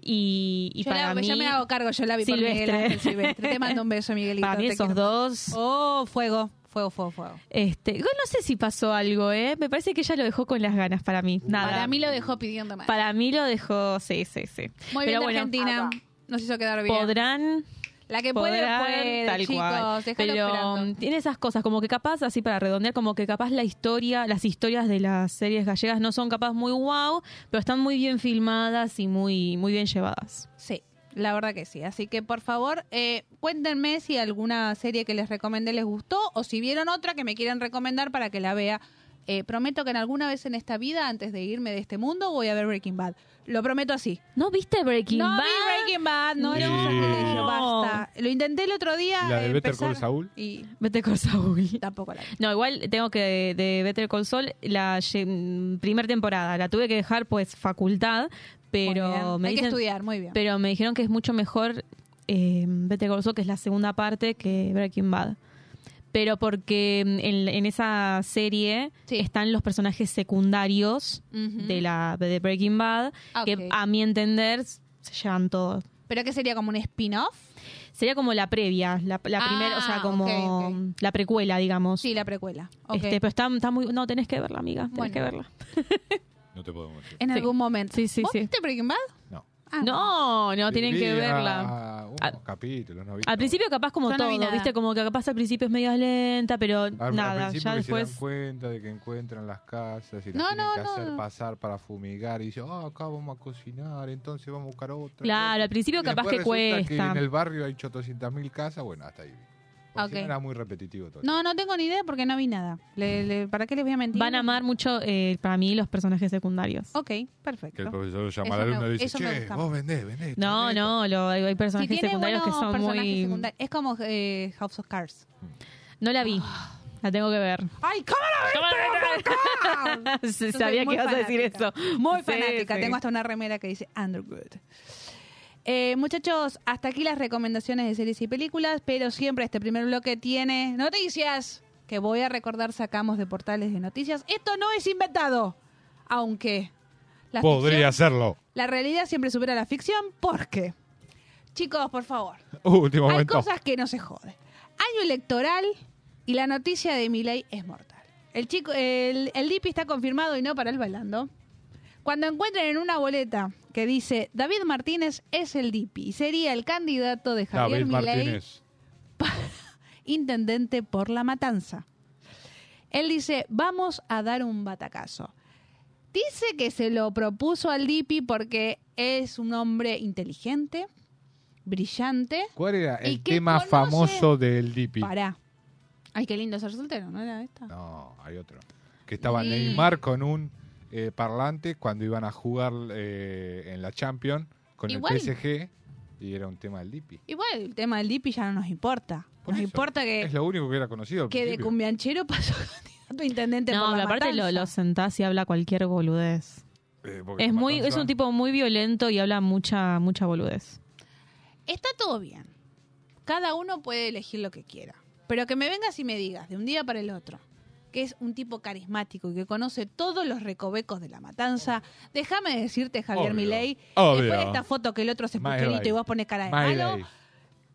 y, y
Yo,
para
la,
mí,
yo me hago cargo, yo la vi por
Silvestre.
Miguel Ángel Silvestre. Te mando un beso, Miguelito.
para mí
te
esos
quiero.
dos,
Oh, fuego, fuego, fuego, fuego.
este, yo no sé si pasó algo, eh, me parece que ella lo dejó con las ganas para mí, nada,
Para mí lo dejó pidiendo más.
para mí lo dejó, sí, sí, sí,
Muy
pero
bien,
bueno,
Argentina. Nos hizo quedar bien.
podrán
La que puede,
podrán,
puede,
tal
chicos.
cual.
Dejalo
Pero um,
esperando.
tiene esas cosas, como que capaz, así para redondear, como que capaz la historia, las historias de las series gallegas no son capaz muy wow, pero están muy bien filmadas y muy, muy bien llevadas.
Sí, la verdad que sí. Así que, por favor, eh, cuéntenme si alguna serie que les recomendé les gustó o si vieron otra que me quieren recomendar para que la vea. Eh, prometo que en alguna vez en esta vida, antes de irme de este mundo, voy a ver Breaking Bad. Lo prometo así.
¿No viste Breaking
no
Bad?
vi Breaking Bad, no era un
Sí.
sacrilegio, basta. Lo intenté el otro día.
¿La de
eh,
Better Call
empezar,
Saul?
Y
Vete con Saúl.
tampoco la vi.
No, igual tengo que de Better Call Saul la lle- primer temporada la tuve que dejar pues facultad,
Muy
pero
bien.
me
Hay que
dicen-
estudiar, muy bien.
Pero me dijeron que es mucho mejor eh, Better Call Saul, que es la segunda parte, que Breaking Bad. Pero porque mm, en, en esa serie
Sí.
están los personajes secundarios
Ujú.
de la de Breaking Bad,
Ah, ok.
que a mi entender s- se llevan todos.
¿Pero qué sería como un spin-off?
Sería como la previa, la, la
Ah,
primera, o sea, como
ok, ok.
la precuela, digamos.
Sí, la precuela. Ok.
Este, pero está, está muy... No, tenés que verla, amiga, tenés
Bueno.
que verla.
No te podemos decir.
En
Sí.
algún momento.
Sí, sí,
¿Vos
sí.
viste Breaking Bad?
No.
Ah,
No, no, tienen que
Vi a-
verla.
unos
Al-
capítulos, no vi
Al
todo.
principio capaz como
Yo no
todo,
vi nada.
viste, como que capaz al principio es media lenta, pero
Ah, Al- al
nada,
principio
ya
que se
después...
dan cuenta de que encuentran las casas y las
No,
tienen
no,
que
no,
hacer
no.
pasar para fumigar y dice, ah, acá vamos a cocinar, entonces vamos a buscar otra.
Claro,
cosa".
al principio
Y
capaz
después
que
resulta
cuesta.
en el barrio hay 800.000 casas, bueno, hasta ahí. Porque si
Ok.
no era muy repetitivo todo.
No, no tengo ni idea porque no vi nada. Le- le- ¿Para qué les voy a mentir?
Van a amar mucho eh, para mí los personajes secundarios.
Ok, perfecto.
profesor
llama al Eso me- alumno y dice, eso me "Che, gusta. vos
vendés, vendés.
No, no, lo- hay, hay
Si
personajes
tiene
secundarios
buenos
que son
personajes
muy...
secundarios. Es como eh, House of Cards. Ah.
No la vi, la tengo que ver.
¡Ay, cámara!
Sí, Sabía que ibas a decir eso.
Muy
Sí,
fanática.
sí.
Tengo hasta una remera que dice Andrew Good. Eh, muchachos, hasta aquí las recomendaciones de series y películas, pero siempre este primer bloque tiene noticias que voy a recordar sacamos de portales de noticias. Esto no es inventado, aunque la
Podría
ficción-
serlo.
La realidad siempre supera la ficción porque, chicos, por favor,
Último
hay
este momento.
cosas que no se joden. Año electoral y la noticia de Milei es mortal. El chico, el, el Dipi está confirmado y no para el bailando. Cuando encuentren en una boleta que dice David Martínez es el Dipi y sería el candidato de Javier
David
Milei
Martínez.
intendente por la matanza. Él dice, vamos a dar un batacazo. Dice que se lo propuso al Dipi porque es un hombre inteligente, brillante.
¿Cuál era
¿Y
el
qué
tema
conoce?
famoso del Dipi?
Pará. Ay, qué lindo ser soltero, ¿no era esta?
No, hay otro. Que estaba
Mm.
Neymar con un eh, parlante cuando iban a jugar eh, en la Champions con
Igual.
el PSG y era un tema del Dipi.
Igual el tema del Dipi ya no nos importa.
Por
Nos
eso,
importa
Es
que,
lo único que era conocido. al
que de
principio.
cumbianchero pasó candidato a intendente
No,
por
pero
la
aparte lo,
matanza.
lo sentás y habla cualquier boludez.
Eh, porque
Es
con
muy, es
Matanza-
un tipo muy violento y habla mucha, mucha boludez.
Está todo bien. Cada uno puede elegir lo que quiera. Pero que me vengas y me digas de un día para el otro que es un tipo carismático y que conoce todos los recovecos de la matanza. Déjame decirte, Javier
Obvio.
Milei,
Obvio.
después de esta foto que el otro se
My
pucherito
day.
y vos pones cara de
My
malo,
day.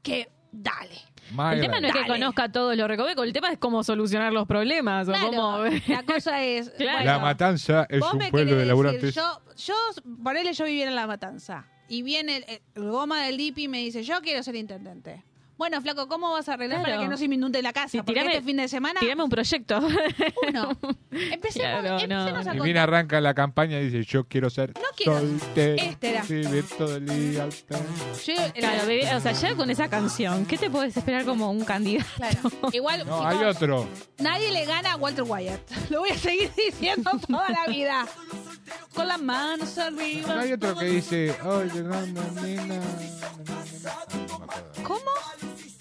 que dale.
My
El tema
day.
no es que
Dale.
conozca todos los recovecos, el tema es cómo solucionar los problemas.
Claro,
o cómo...
la cosa es...
Claro.
bueno,
La Matanza es
Vos
un
me
pueblo
querés
de
decir,
laburantes.
Yo, yo, ponele, yo viviera en La Matanza. Y viene el, el goma del DIPI y me dice, yo quiero ser intendente. Bueno, flaco, ¿cómo vas a arreglar
Claro.
para que no se me inunde la casa?
Sí,
Porque
tirame-
este fin de semana,
Tirame un proyecto.
uno. Empecemos,
Claro, no.
empecemos a
Y
contar.
bien arranca la campaña y dice, yo quiero ser
quiero.
soltero.
Este era.
vivir todo el día al sol".
Yo-
Claro, bebé, o sea, ya con esa canción, ¿qué te puedes esperar como un candidato?
Claro. Igual,
No,
chicos,
hay otro.
nadie le gana a Walter Wyatt. Lo voy a seguir diciendo toda la vida. Con las manos
No
arriba.
hay otro que dice, hoy llegando nena.
¿Cómo?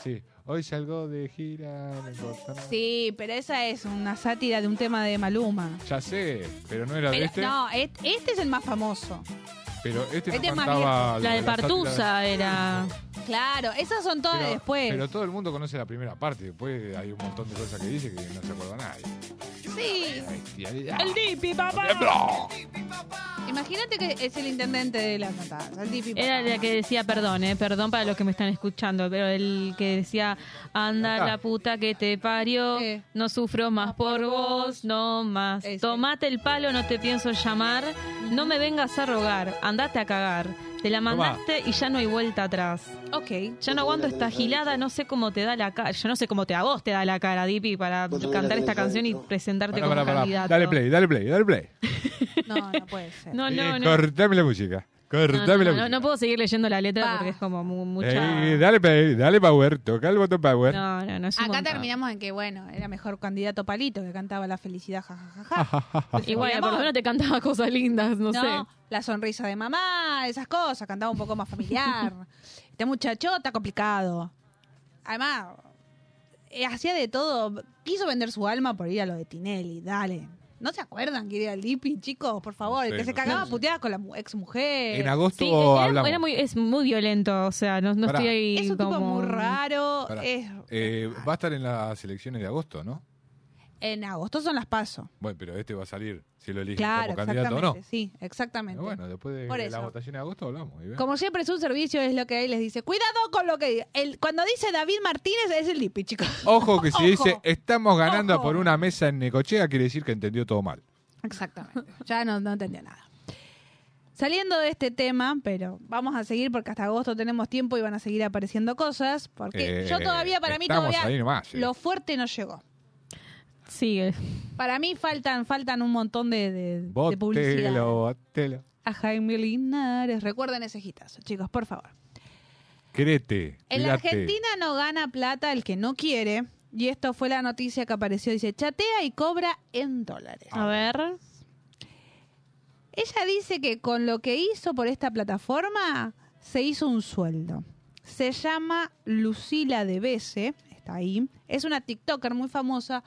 Sí, hoy salgo de gira. no importa nada.
Sí, pero esa es una sátira de un tema de Maluma.
Ya sé, pero no era de
Pero-
este.
No, et- este es el más famoso.
Pero este,
este
no
es más
La
cantaba
de
las sátiras.
Partusa era.
Claro, esas son todas
Pero,
de después.
pero todo el mundo conoce la primera parte. Después hay un montón de cosas que dice que no se acuerda nadie. ah.
sí.
El
Dipi, papá! Este
Imagínate que es el intendente de la matanza, el típico.
Era la que decía, perdón, eh, perdón para los que me están escuchando, pero el que decía, anda
Acá.
la puta que te parió,
Eh.
no sufro más por vos, no más.
Eh,
Ese.
Tomate el palo, no te pienso llamar, no me vengas a rogar, andate a cagar. Te la
Tomá.
mandaste y ya no hay vuelta atrás.
Ok.
Ya no aguanto esta gilada, no sé cómo te da la cara. Yo no sé cómo te a vos te da la cara, Dipi, para cantar esta canción y presentarte
Pará,
como
pará, pará.
candidato.
Dale play, dale play, dale play.
No, no puede ser.
No,
Eh,
no, no.
Cortame la música.
No,
Cortame
no,
la
no,
música.
no puedo seguir leyendo la letra
Pa.
porque es como mu- mucha.
Eh, dale play, dale power, toca el botón power.
No, no, no es un
Acá
montón.
terminamos en que, bueno, era mejor candidato Palito que cantaba la felicidad, jajajaja.
Y bueno, por lo
Amor.
menos te cantaba cosas lindas, no, sé.
la sonrisa de mamá, esas cosas, cantaba un poco más familiar. este muchacho está complicado. Además, eh, hacía de todo. Quiso vender su alma por ir a lo de Tinelli, dale. ¿No se acuerdan que era el Lipi, chicos? Por favor,
No
el
sé,
que se
no
cagaba
sé.
a puteadas con la mu- ex mujer.
En agosto
Eh, Sí, era,
hablamos.
era muy, es muy violento, o sea, no, no
Pará.
estoy ahí
Es un
como...
tipo muy raro.
Pará.
es-
Eh, va a estar en las elecciones de agosto, ¿no?
en agosto son las pasos.
Bueno, pero este va a salir si lo eligen
Claro,
como candidato o no.
exactamente. Sí,
Pero
exactamente.
bueno, después de,
Por
de la
eso.
votación de agosto hablamos. y vemos.
Como siempre, su servicio es lo que ahí les dice. Cuidado con lo que diga. El, cuando dice David Martínez es el Lipi, chicos.
Ojo que si
Ojo.
dice eh, estamos ganando
Ojo.
por una mesa en Necochea, quiere decir que entendió todo mal.
Exactamente. Ya no, no entendió nada. Saliendo de este tema, pero vamos a seguir porque hasta agosto tenemos tiempo y van a seguir apareciendo cosas. Porque
Eh,
yo todavía, para mí
estamos
todavía,
ahí nomás, eh. sí.
lo fuerte no llegó.
Sigue.
Para mí faltan, faltan un montón de, de- de publicidad.
Botelo, botelo.
A Jaime Linares. Recuerden ese hitazo, chicos, por favor.
Crete.
En la
cuídate.
Argentina no gana plata el que no quiere. Y esto fue la noticia que apareció. Dice, chatea y cobra en dólares.
A ver.
Ella dice que con lo que hizo por esta plataforma se hizo un sueldo. Se llama Lucila de Bese, está ahí. Es una TikToker muy famosa.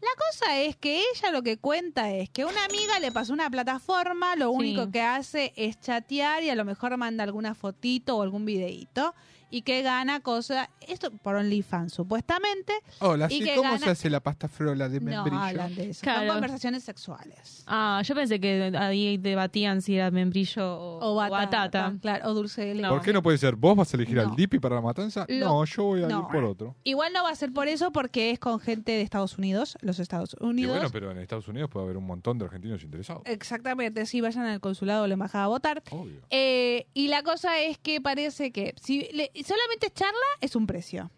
La cosa es que ella lo que cuenta es que una amiga le pasó una plataforma, lo
Sí.
único que hace es chatear y a lo mejor manda alguna fotito o algún videíto y que gana cosas, esto por OnlyFans supuestamente.
Hola,
Y
¿sí
que
¿cómo
gana-
se hace la pasta frola de
No
membrillo?
hablan de eso, son
Claro.
conversaciones sexuales.
Ah, yo pensé que ahí debatían si era membrillo o,
O
o
batata,
batata.
claro, o dulce de leche.
¿Por qué no puede ser? ¿Vos vas a elegir
No.
al Dipi para la matanza?
Lo-
No, yo voy a
no.
ir por otro.
Igual no va a ser por eso porque es con gente de Estados Unidos, los Estados
Y
Unidos.
bueno, pero en Estados Unidos puede haber un montón de argentinos interesados.
Exactamente, sí, vayan al consulado o la embajada a votar.
Obvio.
Eh, y la cosa es que parece que si le- solamente charla es un precio.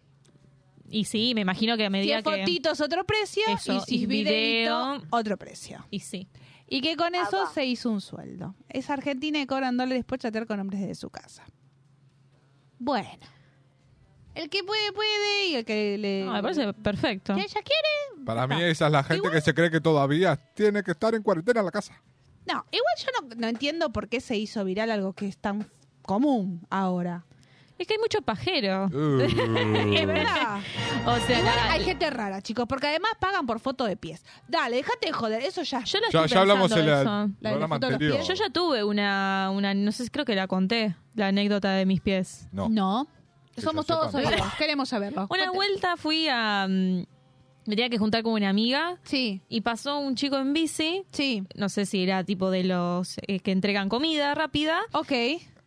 Y sí, me imagino que a
Si
medida
es
que...
fotitos, otro precio.
Eso,
y si
y
es videito,
video.
otro precio.
Y sí.
Y que con eso se hizo un sueldo. Es argentina y cobran dólares por chatear con hombres desde su casa. Bueno. El que puede, puede. Y el que le...
No, me parece perfecto.
que ella quiere.
Para
Eh, está.
mí esa es la gente
Igual-
que se cree que todavía tiene que estar en cuarentena en la casa.
No, igual yo no, no entiendo por qué se hizo viral algo que es tan común ahora.
Es que hay mucho pajero.
Es verdad.
O sea,
Igual
la-
hay gente rara, chicos, porque además pagan por foto de pies. Dale, déjate de joder, eso ya.
yo la
ya,
estoy
ya hablamos en
pensando
la-
eso.
el programa
foto de los
anterior.
pies.
Yo ya tuve una, una, no sé, creo que la conté, la anécdota de mis pies.
No. Que
Somos
yo
todos
sepa.
oídos, queremos saberlo.
Una
Cuente-
vuelta fui a... mm, me tenía que juntar con una amiga
Sí,
y pasó un chico en bici,
sí.
no sé si era tipo de los eh, que entregan comida rápida,
Ok.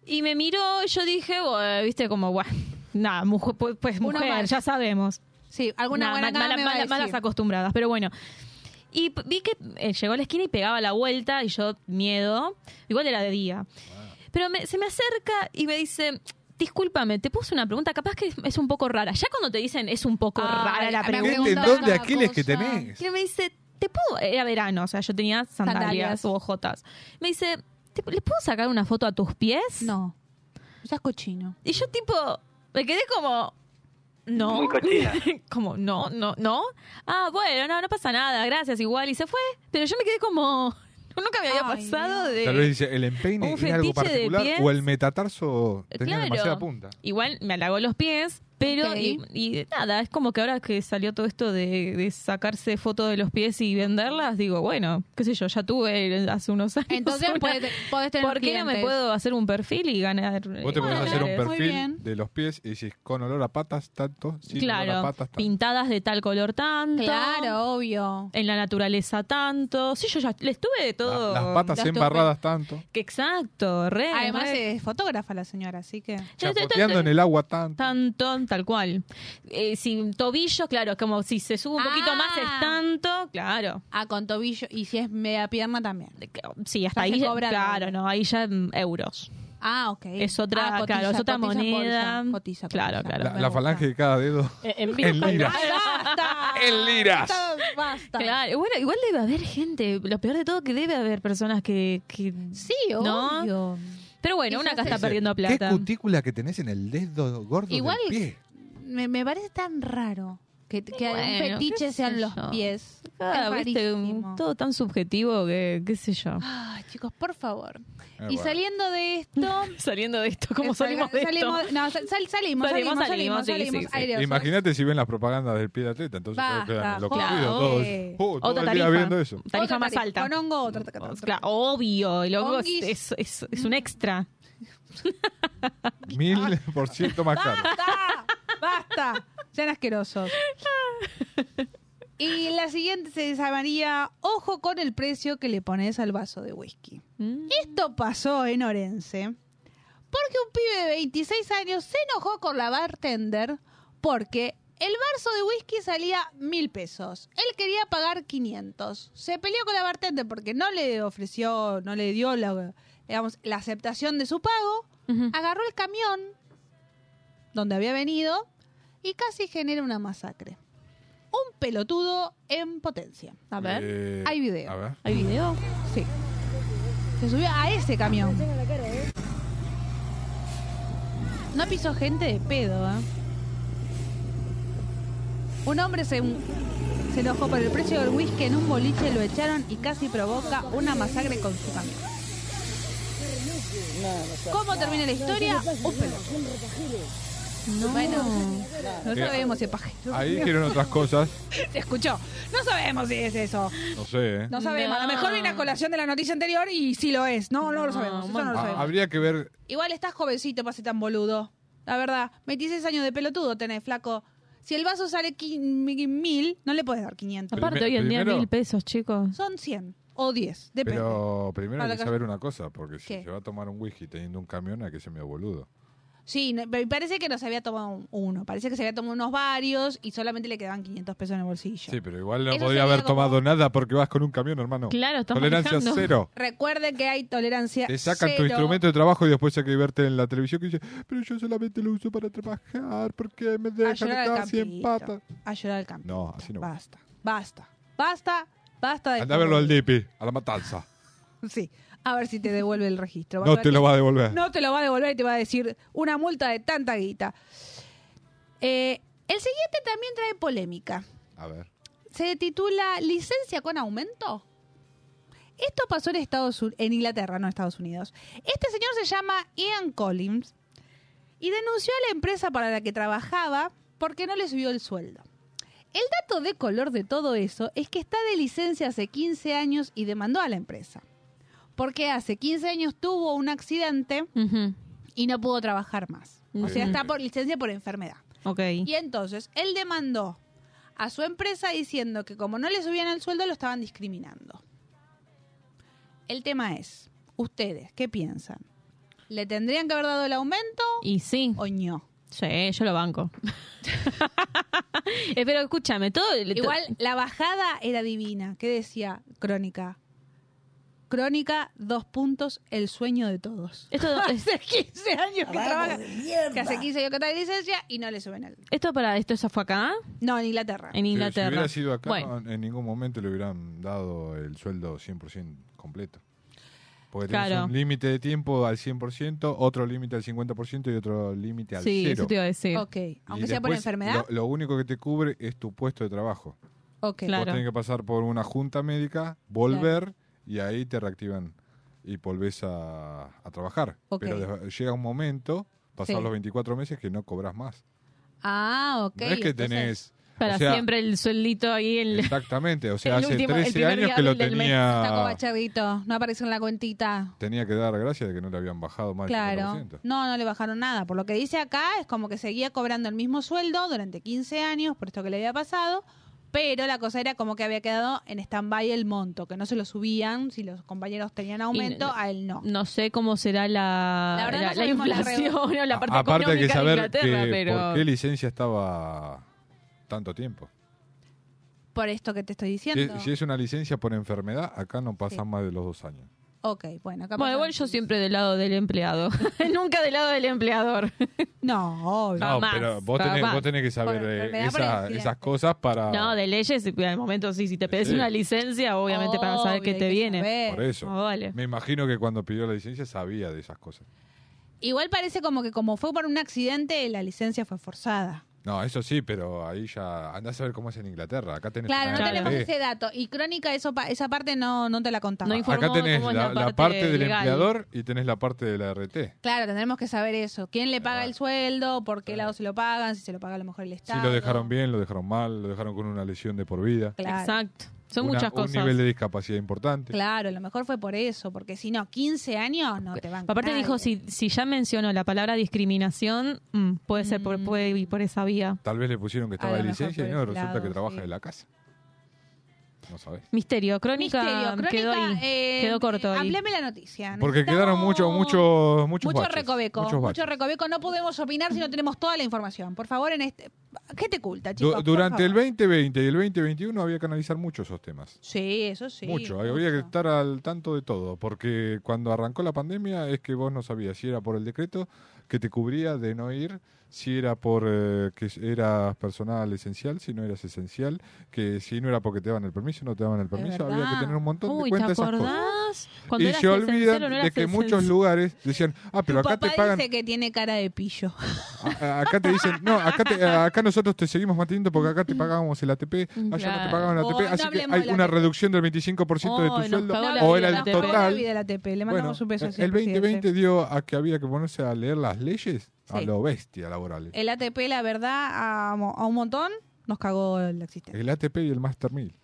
y me miró y yo dije, "Buah", viste, como, bueno, nada, mujer, pues, pues
Uno
mujer,
más.
ya sabemos.
Sí, alguna
Nah,
buena
ma-
cara
mala-
me va a
mala- malas
decir.
acostumbradas, pero bueno. Y p- vi que eh, llegó a la esquina y pegaba la vuelta y yo, miedo, igual era de día. Pero me- se me acerca y me dice, discúlpame, te puse una pregunta, capaz que es, es un poco rara. Ya cuando te dicen es un poco
Ay,
rara la
me
pregunta.
¿Qué
preguntaba
tendón de
cada
Aquiles que
cosa.
tenés?
Y me dice, ¿te puedo? Era verano, o sea, yo tenía sandalias,
Sandalias.
u ojotas. Me dice, "¿Te- ¿le puedo sacar una foto a tus pies?
No. Seas cochino.
Y yo tipo, me quedé como, no.
Muy cochina.
como, no, no, no. Ah, bueno, no, no pasa nada, gracias, igual. Y se fue. Pero yo me quedé como, nunca me había
Ay,
pasado
Dios.
de...
Tal vez dice, el empeine
un
era algo
fetiche de
particular
pies.
o el metatarso tenía
Claro.
demasiada punta.
Igual me halagó los pies, pero
Ok.
y, y nada, es como que ahora que salió todo esto de, de sacarse fotos de los pies y venderlas, digo, bueno, qué sé yo, ya tuve hace unos años.
Entonces
una-
puede- podés tener
¿Por qué no me
clientes?
puedo hacer un perfil y ganar?
Vos te
eh,
pones a hacer un
dólares?
Muy bien.
perfil de los pies y decís con olor a patas tanto, sin olor a
Claro,
patas tanto.
pintadas de tal color tanto.
Claro, obvio.
en la naturaleza tanto. Sí, yo ya les tuve de todo.
La- las patas
Oh, Las tuve.
embarradas tanto,
Que Exacto, re.
Además
re.
es fotógrafa la señora, así que...
Yo estoy-
chapoteando en el agua tanto.
Tanto, tal cual. Eh, sin tobillos, claro, como si se sube un poquito
Ah.
más es tanto, claro.
Ah, con tobillo. Y si es media pierna también.
De que- Sí, hasta
Ya se
ahí. ya-
cobra
Claro, no, ahí ya mm, euros.
Ah, ok.
Es otra,
Ah, cotiza,
claro, es otra
cotiza en
moneda.
bolsa, cotiza,
Claro,
cotiza.
claro.
La,
Me
la
gusta.
falange de cada dedo.
Eh, En
En
vivo.
liras.
¡Ay, basta!
En liras.
Basta, Basta.
Claro, bueno, igual debe haber gente. Lo peor de todo que debe haber personas que. que-
Sí,
¿No?
obvio.
Pero bueno,
Quizás
una acá
es-
está
Dice,
perdiendo
¿Qué
plata.
cutícula que tenés en el dedo gordo
Igual-
del pie?
Me, me parece tan raro que, que
Bueno,
un
qué
fetiche
sé
sean los
yo.
pies.
Ah,
es
viste,
rarísimo.
todo tan subjetivo que, qué sé yo.
Ay, chicos, por favor.
Ah,
y
bueno.
saliendo de esto...
Saliendo de esto, ¿cómo
eh,
salimos de esto?
salimos- no, sal- sal-
Salimos,
salimos, salimos, salimos,
salimos,
salimos,
sí, sí, sí.
Aireoso.
Imagínate si ven las propagandas del pie de atleta, entonces todos
Basta,
quedan
joder.
enloquecidos, todos. Oh, todo
Otra
el día
tarifa.
viendo eso.
Tarifa
Otra
más
tarifa,
alta.
Con hongo, otra, otra, otra.
Claro, obvio, el hongo es,
Honguis.
es- es- es un extra.
Mil por ciento más caro.
¡Basta! ¡Basta! Sean asquerosos. Y la siguiente se llamaría Ojo con el precio que le pones al vaso de whisky.
Mm.
Esto pasó en Orense porque un pibe de 26 años se enojó con la bartender porque el vaso de whisky salía mil pesos. Él quería pagar 500. Se peleó con la bartender porque no le ofreció, no le dio la, digamos, la aceptación de su pago.
Ujú.
Agarró el camión donde había venido y casi genera una masacre. Un pelotudo en potencia.
A ver.
Eh,
Hay video.
A ver.
¿Hay video?
Sí. Se subió a ese camión. No pisó gente de pedo, ¿eh? Un hombre se, se enojó por el precio del whisky en un boliche, lo echaron y casi provoca una masacre con su camión. ¿Cómo termina la historia? Un pelotudo. Bueno, no
Mira.
sabemos si es pajero.
Eh, Ahí dijeron otras cosas.
Se escuchó. No sabemos si es eso.
No sé, ¿eh?
No sabemos. A lo
No.
mejor viene a colación de la noticia anterior y sí lo es. No, no, lo
No,
sabemos. Eso no
bueno.
lo
Ah,
sabemos.
habría que ver.
Igual estás jovencito para ser tan boludo. La verdad. 26 años de pelotudo tenés, flaco. Si el vaso sale qui- mi- mil, no le puedes dar 500.
Aparte,
Prime-
hoy en día
primero-
mil pesos, chicos.
Son 100 o 10. Depende.
Pero primero
Para
hay
la
que
calle.
saber una cosa, porque si
¿Qué?
se va a tomar un whisky teniendo un camión, hay que ser medio boludo.
Sí, no- me parece que no se había tomado un- uno. Parece que se había tomado unos varios y solamente le quedaban 500 pesos en el bolsillo.
Sí, pero igual no
Eso sería
podría haber
como-
tomado nada porque vas con un camión, hermano.
Claro, estás
Tolerancia
manejando.
cero.
Recuerden que hay tolerancia.
Te sacan tu
cero.
instrumento de trabajo y después hay que verte en la televisión que dice, pero yo solamente lo uso para trabajar porque me
a
dejan
llorar al
acá cien
campito.
patas.
A llorar al campito.
No, así no.
Basta, basta, basta, basta. de-
Anda a verlo al DIPI, a la matanza.
Sí, a ver si te devuelve el registro. Vas a
No
ver
te
que-
lo va a devolver.
No te lo va a devolver y te va a decir una multa de tanta guita. Eh, el siguiente también trae polémica.
A ver.
Se titula Licencia con aumento. Esto pasó en Estados Un- en Inglaterra, no en Estados Unidos. Este señor se llama Ian Collins y denunció a la empresa para la que trabajaba porque no le subió el sueldo. El dato de color de todo eso es que está de licencia hace 15 años y demandó a la empresa. Porque hace 15 años tuvo un accidente
Ujú.
y no pudo trabajar más. O sea,
Ujú.
está por licencia por enfermedad.
Ok.
Y entonces él demandó a su empresa diciendo que como no le subían el sueldo lo estaban discriminando. El tema es, ustedes, ¿qué piensan? ¿Le tendrían que haber dado el aumento
Y sí.
o no?
Sí, yo lo banco. Eh, pero escúchame, todo. to-
Igual la bajada era divina. ¿Qué decía Crónica? Crónica, dos puntos, el sueño de todos.
Esto es-
Hace 15 años que trabaja, que hace 15 años que está de licencia y no le suben el...
esto para esto ya fue acá,
No, en Inglaterra.
en Inglaterra.
Eh, Si hubiera sido acá,
bueno,
no, en ningún momento le hubieran dado el sueldo 100% completo. Porque
Claro.
tenés un límite de tiempo al 100%, otro límite al 50% y otro límite al
sí,
cero.
eso te iba a decir.
Ok, aunque
Y
sea por
después,
enfermedad.
Lo, lo único que te cubre es tu puesto de trabajo.
ok.
Claro.
Vos tenés que pasar por una junta médica, volver y ahí te reactivan y volvés a, a trabajar.
Ok.
Pero después llega un momento, pasados
Sí.
los 24 meses, que no cobras más.
Ah, ok.
no es que
entonces-
tenés...
Para
o sea,
siempre el sueldito ahí en la-
Exactamente, o sea,
El
hace
último- el
13
primer
años
día
que lo
del mes.
Sacó
tenía...
bachadito, no apareció en la cuentita.
Tenía que dar gracias de que no le habían bajado más
Claro.
del 50%.
No, no le bajaron nada. Por lo que dice acá, es como que seguía cobrando el mismo sueldo durante 15 años por esto que le había pasado. Pero la cosa era como que había quedado en stand-by el monto, que no se lo subían si los compañeros tenían aumento,
no-
a él no.
No sé cómo será
La
la,
verdad no sabemos Ah, la
inflación o la parte
A- Aparte hay que
económica de
saber
Inglaterra,
que
pero.
por qué licencia estaba tanto tiempo.
Por esto que te estoy
Si,
diciendo.
si es una licencia por enfermedad, acá no pasan
Sí.
más de los dos años.
Ok, bueno, acá
Bueno,
pasaron
igual yo
quince.
siempre del lado del empleado. Nunca del lado del empleador.
No, obvio.
No,
Jamás,
pero vos tenés,
jamás.
vos tenés que saber
Por
eh,
enfermedad, por
esas-
accidente.
esas cosas para...
No, de leyes, en el momento sí, si te pedís
Sí.
una licencia, obviamente para saber
Obvio,
qué
hay
te viene.
saber.
Por eso.
Ah, vale.
Me imagino que cuando pidió la licencia sabía de esas cosas.
Igual parece como que como fue por un accidente, la licencia fue forzada.
No, eso sí, pero ahí ya andás a ver cómo es en Inglaterra. Acá tenés
Claro,
una
no
Claro.
tenemos
ART.
ese dato. Y Crónica, eso pa- esa parte no, no te la contaba.
No informa.
Acá
informó
tenés
cómo es
la,
la
la parte,
parte
del
legal.
empleador y tenés la parte de la RT.
claro, tendremos que saber eso. ¿Quién le paga el sueldo? ¿Por qué lado se lo pagan? Si se lo paga a lo mejor el
Si
Estado.
lo dejaron bien, lo dejaron mal, lo dejaron con una lesión de por vida.
Claro,
Exacto. Son
una-
muchas cosas.
Un nivel de discapacidad importante.
claro, a lo mejor fue por eso. Porque si no, 15 años no te van
Aparte dijo, si, si ya mencionó la palabra discriminación, mm, puede ser por, puede ir por esa vía.
Tal vez le pusieron que estaba
lo
de
mejor
licencia y
por
no,
ese
resulta
lado,
que trabaja
sí.
de la casa. No sabés.
Misterio, crónica,
Misterio, Crónica,
quedó ahí.
eh,
quedó corto
eh,
ahí.
ampliame la noticia.
Porque quedaron muchos,
Necesitamos-
muchos, muchos
Mucho
baches,
recoveco,
muchos
mucho
baches.
recoveco. No podemos opinar si no tenemos toda la información. Por favor, en este... ¿Qué te culta,
Du-
chicos? Por
durante el
favor.
2020 y el 2021 había que analizar mucho esos temas.
Sí, eso sí.
mucho, eh, había que estar al tanto de todo, porque cuando arrancó la pandemia es que vos no sabías si era por el decreto que te cubría de no ir, si era por eh, que eras personal esencial, si no eras esencial, que si no era porque te daban el permiso, no te daban el permiso, había que
verdad.
tener un montón de
Uy, ¿te
cuentas esas cosas.
acordás? Cuando
y
eras
se
esencial o
olvidan
no
de
eras
que muchos
esencial.
lugares decían, ah, pero
tu
acá te
papá
pagan,
dice que tiene cara de pillo.
a- a- acá te dicen, no, acá, te- eh, acá nosotros te seguimos manteniendo porque acá te pagábamos el ATP, allá no te
Claro.
pagaban el
Oh,
ATP,
no
así que
hablemos
hay
del
una
ATP.
reducción del 25% de
Oh,
tu
nos
sueldo,
cagó la
o
vida
era
el
el
ATP.
total.
vida la TP. Le
Bueno, eh,
mandamos un beso.
el 2020 dio a que había que ponerse a leer las leyes a
Sí. Eh,
lo bestia laborales.
El ATP, la verdad, a, mo- a un montón nos cagó la existencia.
El ATP y el Master 1000.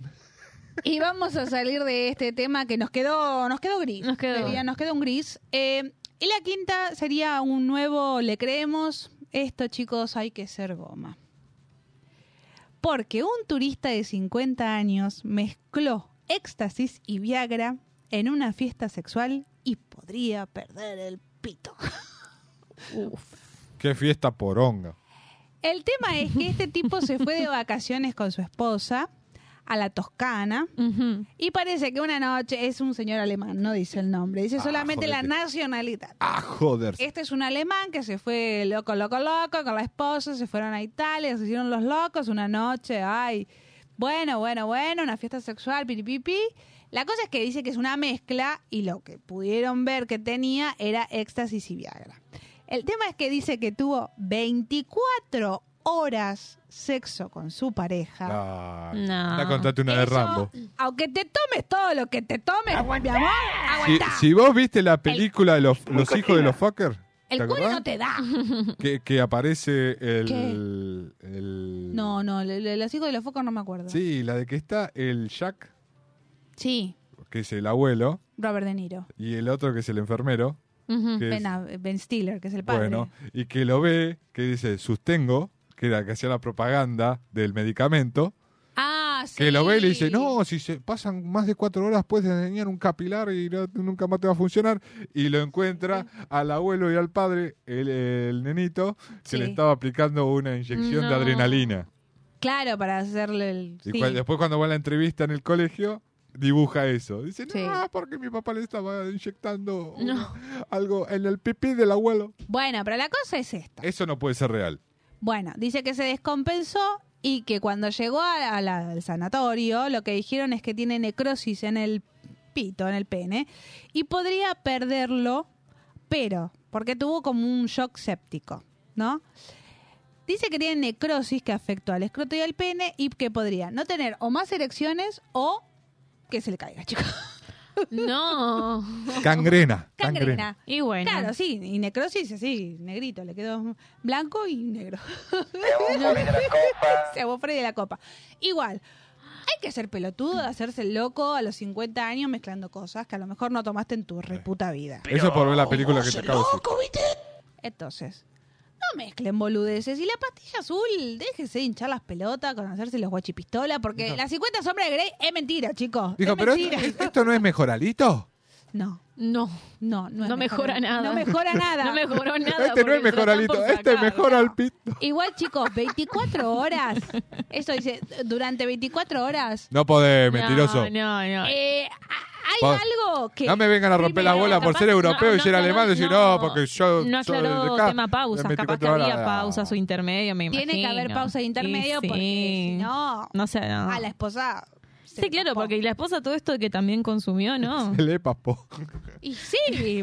Y vamos a salir de este tema que nos quedó, nos quedó gris.
Nos quedó.
Sería- nos quedó un gris. Eh, y la quinta sería un nuevo, le creemos, esto chicos hay que ser goma. Porque un turista de 50 años mezcló éxtasis y Viagra en una fiesta sexual y podría perder el pito.
Qué fiesta poronga.
El tema es que este tipo se fue de vacaciones con su esposa a la Toscana
Ujú.
y parece que una noche es un señor alemán, no dice el nombre, dice
Ah,
solamente la
jodete.
nacionalidad.
Ah, joder.
Este es un alemán que se fue loco, loco, loco con la esposa, se fueron a Italia, se hicieron los locos una noche, ay, bueno, bueno, bueno, una fiesta sexual, piripipi. La cosa es que dice que es una mezcla y lo que pudieron ver que tenía era éxtasis y Viagra. El tema es que dice que tuvo 24 horas sexo con su pareja.
Ay,
No.
Ya contate una de
Eso,
Rambo.
Aunque te tomes todo lo que te tomes, mi amor,
Si,
aguantá.
si vos viste la película de los, los
cochina.
hijos de los fuckers, ¿te
el culo
acordás?
no te da.
que, que aparece el, el-
No, no, le- le- los hijos de los focos no me acuerdo.
Sí, la de que está el Jack,
Sí,
que es el abuelo,
Robert De Niro.
y el otro que es el enfermero.
Ujú.
que es-
Ben, Af- Ben Stiller, que es el padre.
bueno, y que lo ve, que dice sustengo, que era el que hacía la propaganda del medicamento,
Ah, sí.
que lo ve y le dice, no, si se pasan más de cuatro horas puedes dañar un capilar y no- nunca más te va a funcionar. Y lo encuentra al abuelo y al padre, el, el nenito, que
Sí.
le estaba aplicando una inyección de
No.
adrenalina.
Claro, para hacerle el.
Y
sí.
cua- después cuando va a la entrevista en el colegio, dibuja eso. Dice,
Sí.
no, porque mi papá le estaba inyectando
No.
una- algo en el pipí del abuelo.
Bueno, pero la cosa es esta.
Eso no puede ser real.
Bueno, dice que se descompensó y que cuando llegó a- a la- al sanatorio, lo que dijeron es que tiene necrosis en el pito, en el pene, y podría perderlo, pero, porque tuvo como un shock séptico, ¿no? Dice que tiene necrosis que afectó al escroto y al pene y que podría no tener o más erecciones o que se le caiga, chicos.
No.
Cangrena.
Cangrena.
Y bueno.
Claro, sí, y necrosis así, negrito, le quedó blanco y negro. Se ahogó Freddy de la copa. Igual, hay que ser pelotudo, hacerse el loco a los 50 años mezclando cosas que a lo mejor no tomaste en tu reputa vida.
Eso por ver la película que te acabo de decir.
Entonces, no mezclen boludeces. Y la pastilla azul, déjese de hinchar las pelotas con hacerse los guachipistola, porque las 50 sombras de Grey es mentira, chicos.
Dijo,
es
pero
mentira.
esto, esto no es mejoralito.
No,
No.
no, no. es
No mejora nada.
No mejora nada.
No mejoró nada.
este no
porque
es mejoralito,
tratan por
este es
sacar.
mejor al pito.
Igual, chicos, 24 horas. Eso dice, durante 24 horas.
No podés,
No,
mentiroso. No,
No, no.
eh, ha- hay
Pa-
algo que.
me vengan a romper la
Primero,
bola por
capaz-
ser europeo y
no,
ser
no,
alemán.
no,
decir,
no.
no, porque yo.
No
soy de
aclaró
acá,
tema pausas.
en
Capaz que
24
había
horas".
pausas o intermedio, me imagino.
Tiene que haber pausa de intermedio
Y
porque
sí.
si no,
No sé, no.
a la esposa. se
Sí, claro,
tapó.
porque y la esposa todo esto que también consumió, ¿no?
Se le papó.
Y sí,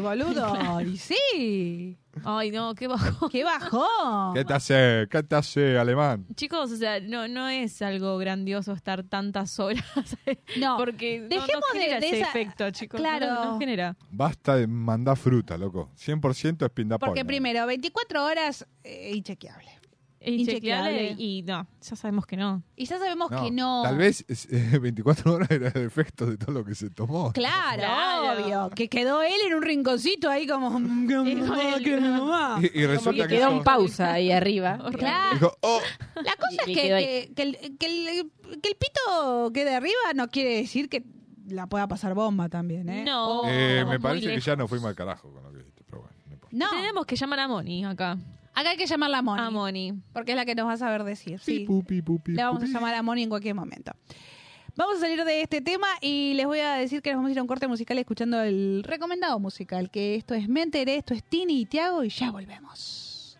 boludo. Y sí.
Ay, no, qué bajo.
¡Qué bajón!
¿Qué te hace? ¿Qué te hace, alemán?
Chicos, o sea, no, no es algo grandioso estar tantas horas.
No,
porque no- no,
dejemos de-
genera
de
ese
esa-
efecto, chicos.
claro.
No, no genera.
Basta de mandar fruta, loco. 100% es pindapolla.
Porque primero, 24 horas eh, inchequeable.
Es
Inchequeable.
inchequeable y no, ya sabemos que no.
Y ya sabemos que no.
Tal vez eh, 24 horas era el efecto de todo lo que se tomó.
Claro,
Claro.
obvio. Que quedó él en un rinconcito ahí como. "Mm,
él.
que mamá.
Y, y
Como
resulta
que
que.
quedó
eso-
en pausa ahí arriba.
Claro.
dijo, oh,
La cosa es
Y
que,
quedó ahí.
que, que el, que el- que el pito quede arriba no quiere decir que la pueda pasar bomba también, ¿eh?
No. Oh,
eh,
muy
me parece que
lejos.
ya no fuimos al carajo con lo que dijiste, pero bueno, no importa.
No,
Tenemos que llamar a Moni acá.
acá hay que llamarla a Moni.
A Moni.
Porque es la que nos va a saber decir. Sí.
Pipu, pipu, pipu,
Le vamos a
pipu.
llamar a Moni en cualquier momento. Vamos a salir de este tema y les voy a decir que nos vamos a ir a un corte musical escuchando el recomendado musical, que esto es Me enteré, esto es Tini y Tiago y ya volvemos.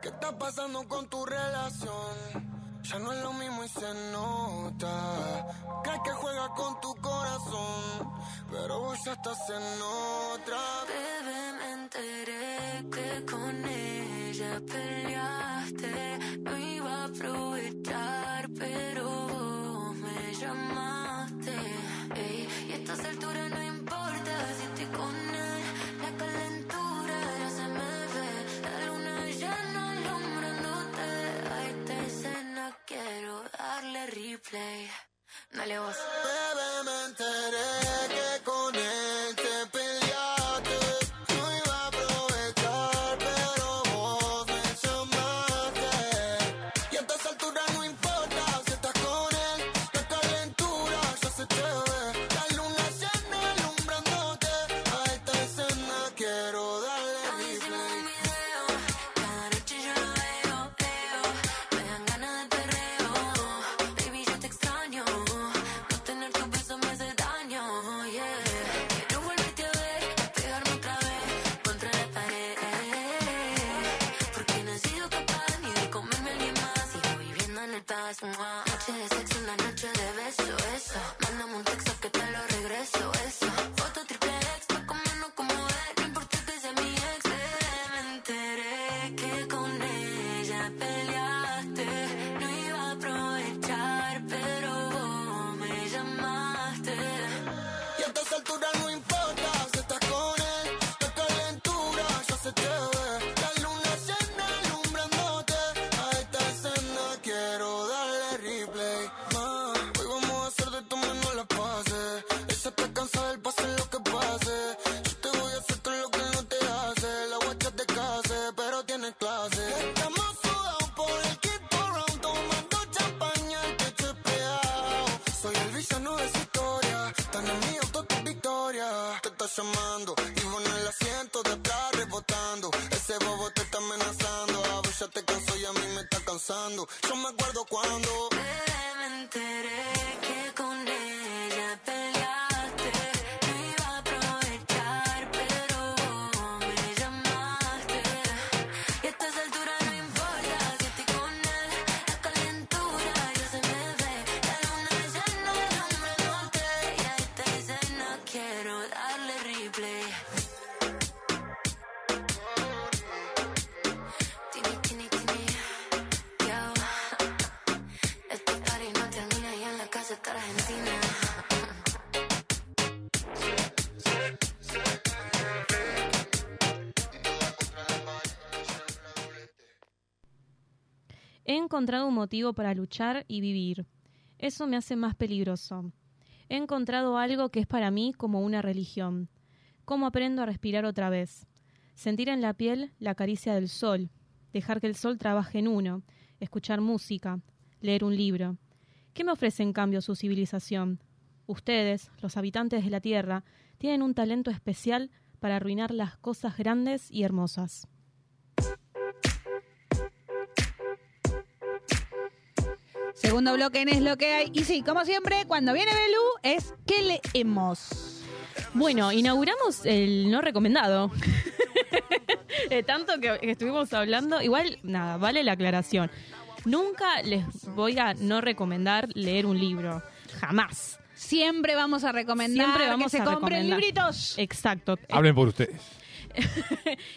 ¿Qué está pasando con tu relación? Ya no es lo mismo y se nota. Crees que juega con tu corazón, pero vos ya estás en otra.
Bebé, me enteré que con ella peleaste. Lo iba a aprovechar, pero vos me llamaste. Ey, y a estas alturas no importa si estoy con él. La calentura ya se me ve. La luna ya no alumbrándote. A esta escena quiero darle replay. Dale vos.
Bebé, me enteré que con este él te peleaste. No iba a aprovechar, pero vos me llamaste.
altura no importa, si estás con él, la calentura ya
ah. eh,
se te ve. La luna llena alumbrándote, a esta escena quiero darle replay. Ma, hoy vamos a hacer de tu mano la pase. Esa está cansada del pase lo que pase. Yo te voy a hacer todo lo que no te hace. La guacha te case, pero tienes clase. Estamos sudados por el quinto round, tomando champaña y te chepeado. Soy el villano de esa historia. Tan enemigo toda tu victoria. Te está llamando y vos en el asiento te está rebotando. Ese bobo te está amenazando. A vos ya te cansó y a mí me está cansando. Yo me acuerdo cuando.
Me enteré que con ella peleaste. No iba a aprovechar, pero vos me llamaste. Y a estas alturas no importa si estoy con él. La calentura ya se me ve. La luna llena de hombre norte. Y a esta escena quiero darle replay. Tini, tini, tini. Yo. Este party no termina y en la calle está Argentina.
He encontrado un motivo para luchar y vivir. Eso me hace más peligroso. He encontrado algo que es para mí como una religión. ¿Cómo aprendo a respirar otra vez? Sentir en la piel la caricia del sol, dejar que el sol trabaje en uno, escuchar música, leer un libro. ¿Qué me ofrece en cambio su civilización? Ustedes, los habitantes de la Tierra, tienen un talento especial para arruinar las cosas grandes y hermosas.
Segundo bloque en Es lo que hay. Y sí, como siempre, cuando viene Belú es que leemos.
Bueno, inauguramos el no recomendado. De tanto que que estuvimos hablando, igual, nada, vale la aclaración. Nunca les voy a no recomendar leer un libro. Jamás.
Siempre vamos a recomendar
Siempre vamos
que se
a
compren
recomendar.
libritos.
Exacto.
Hablen por ustedes.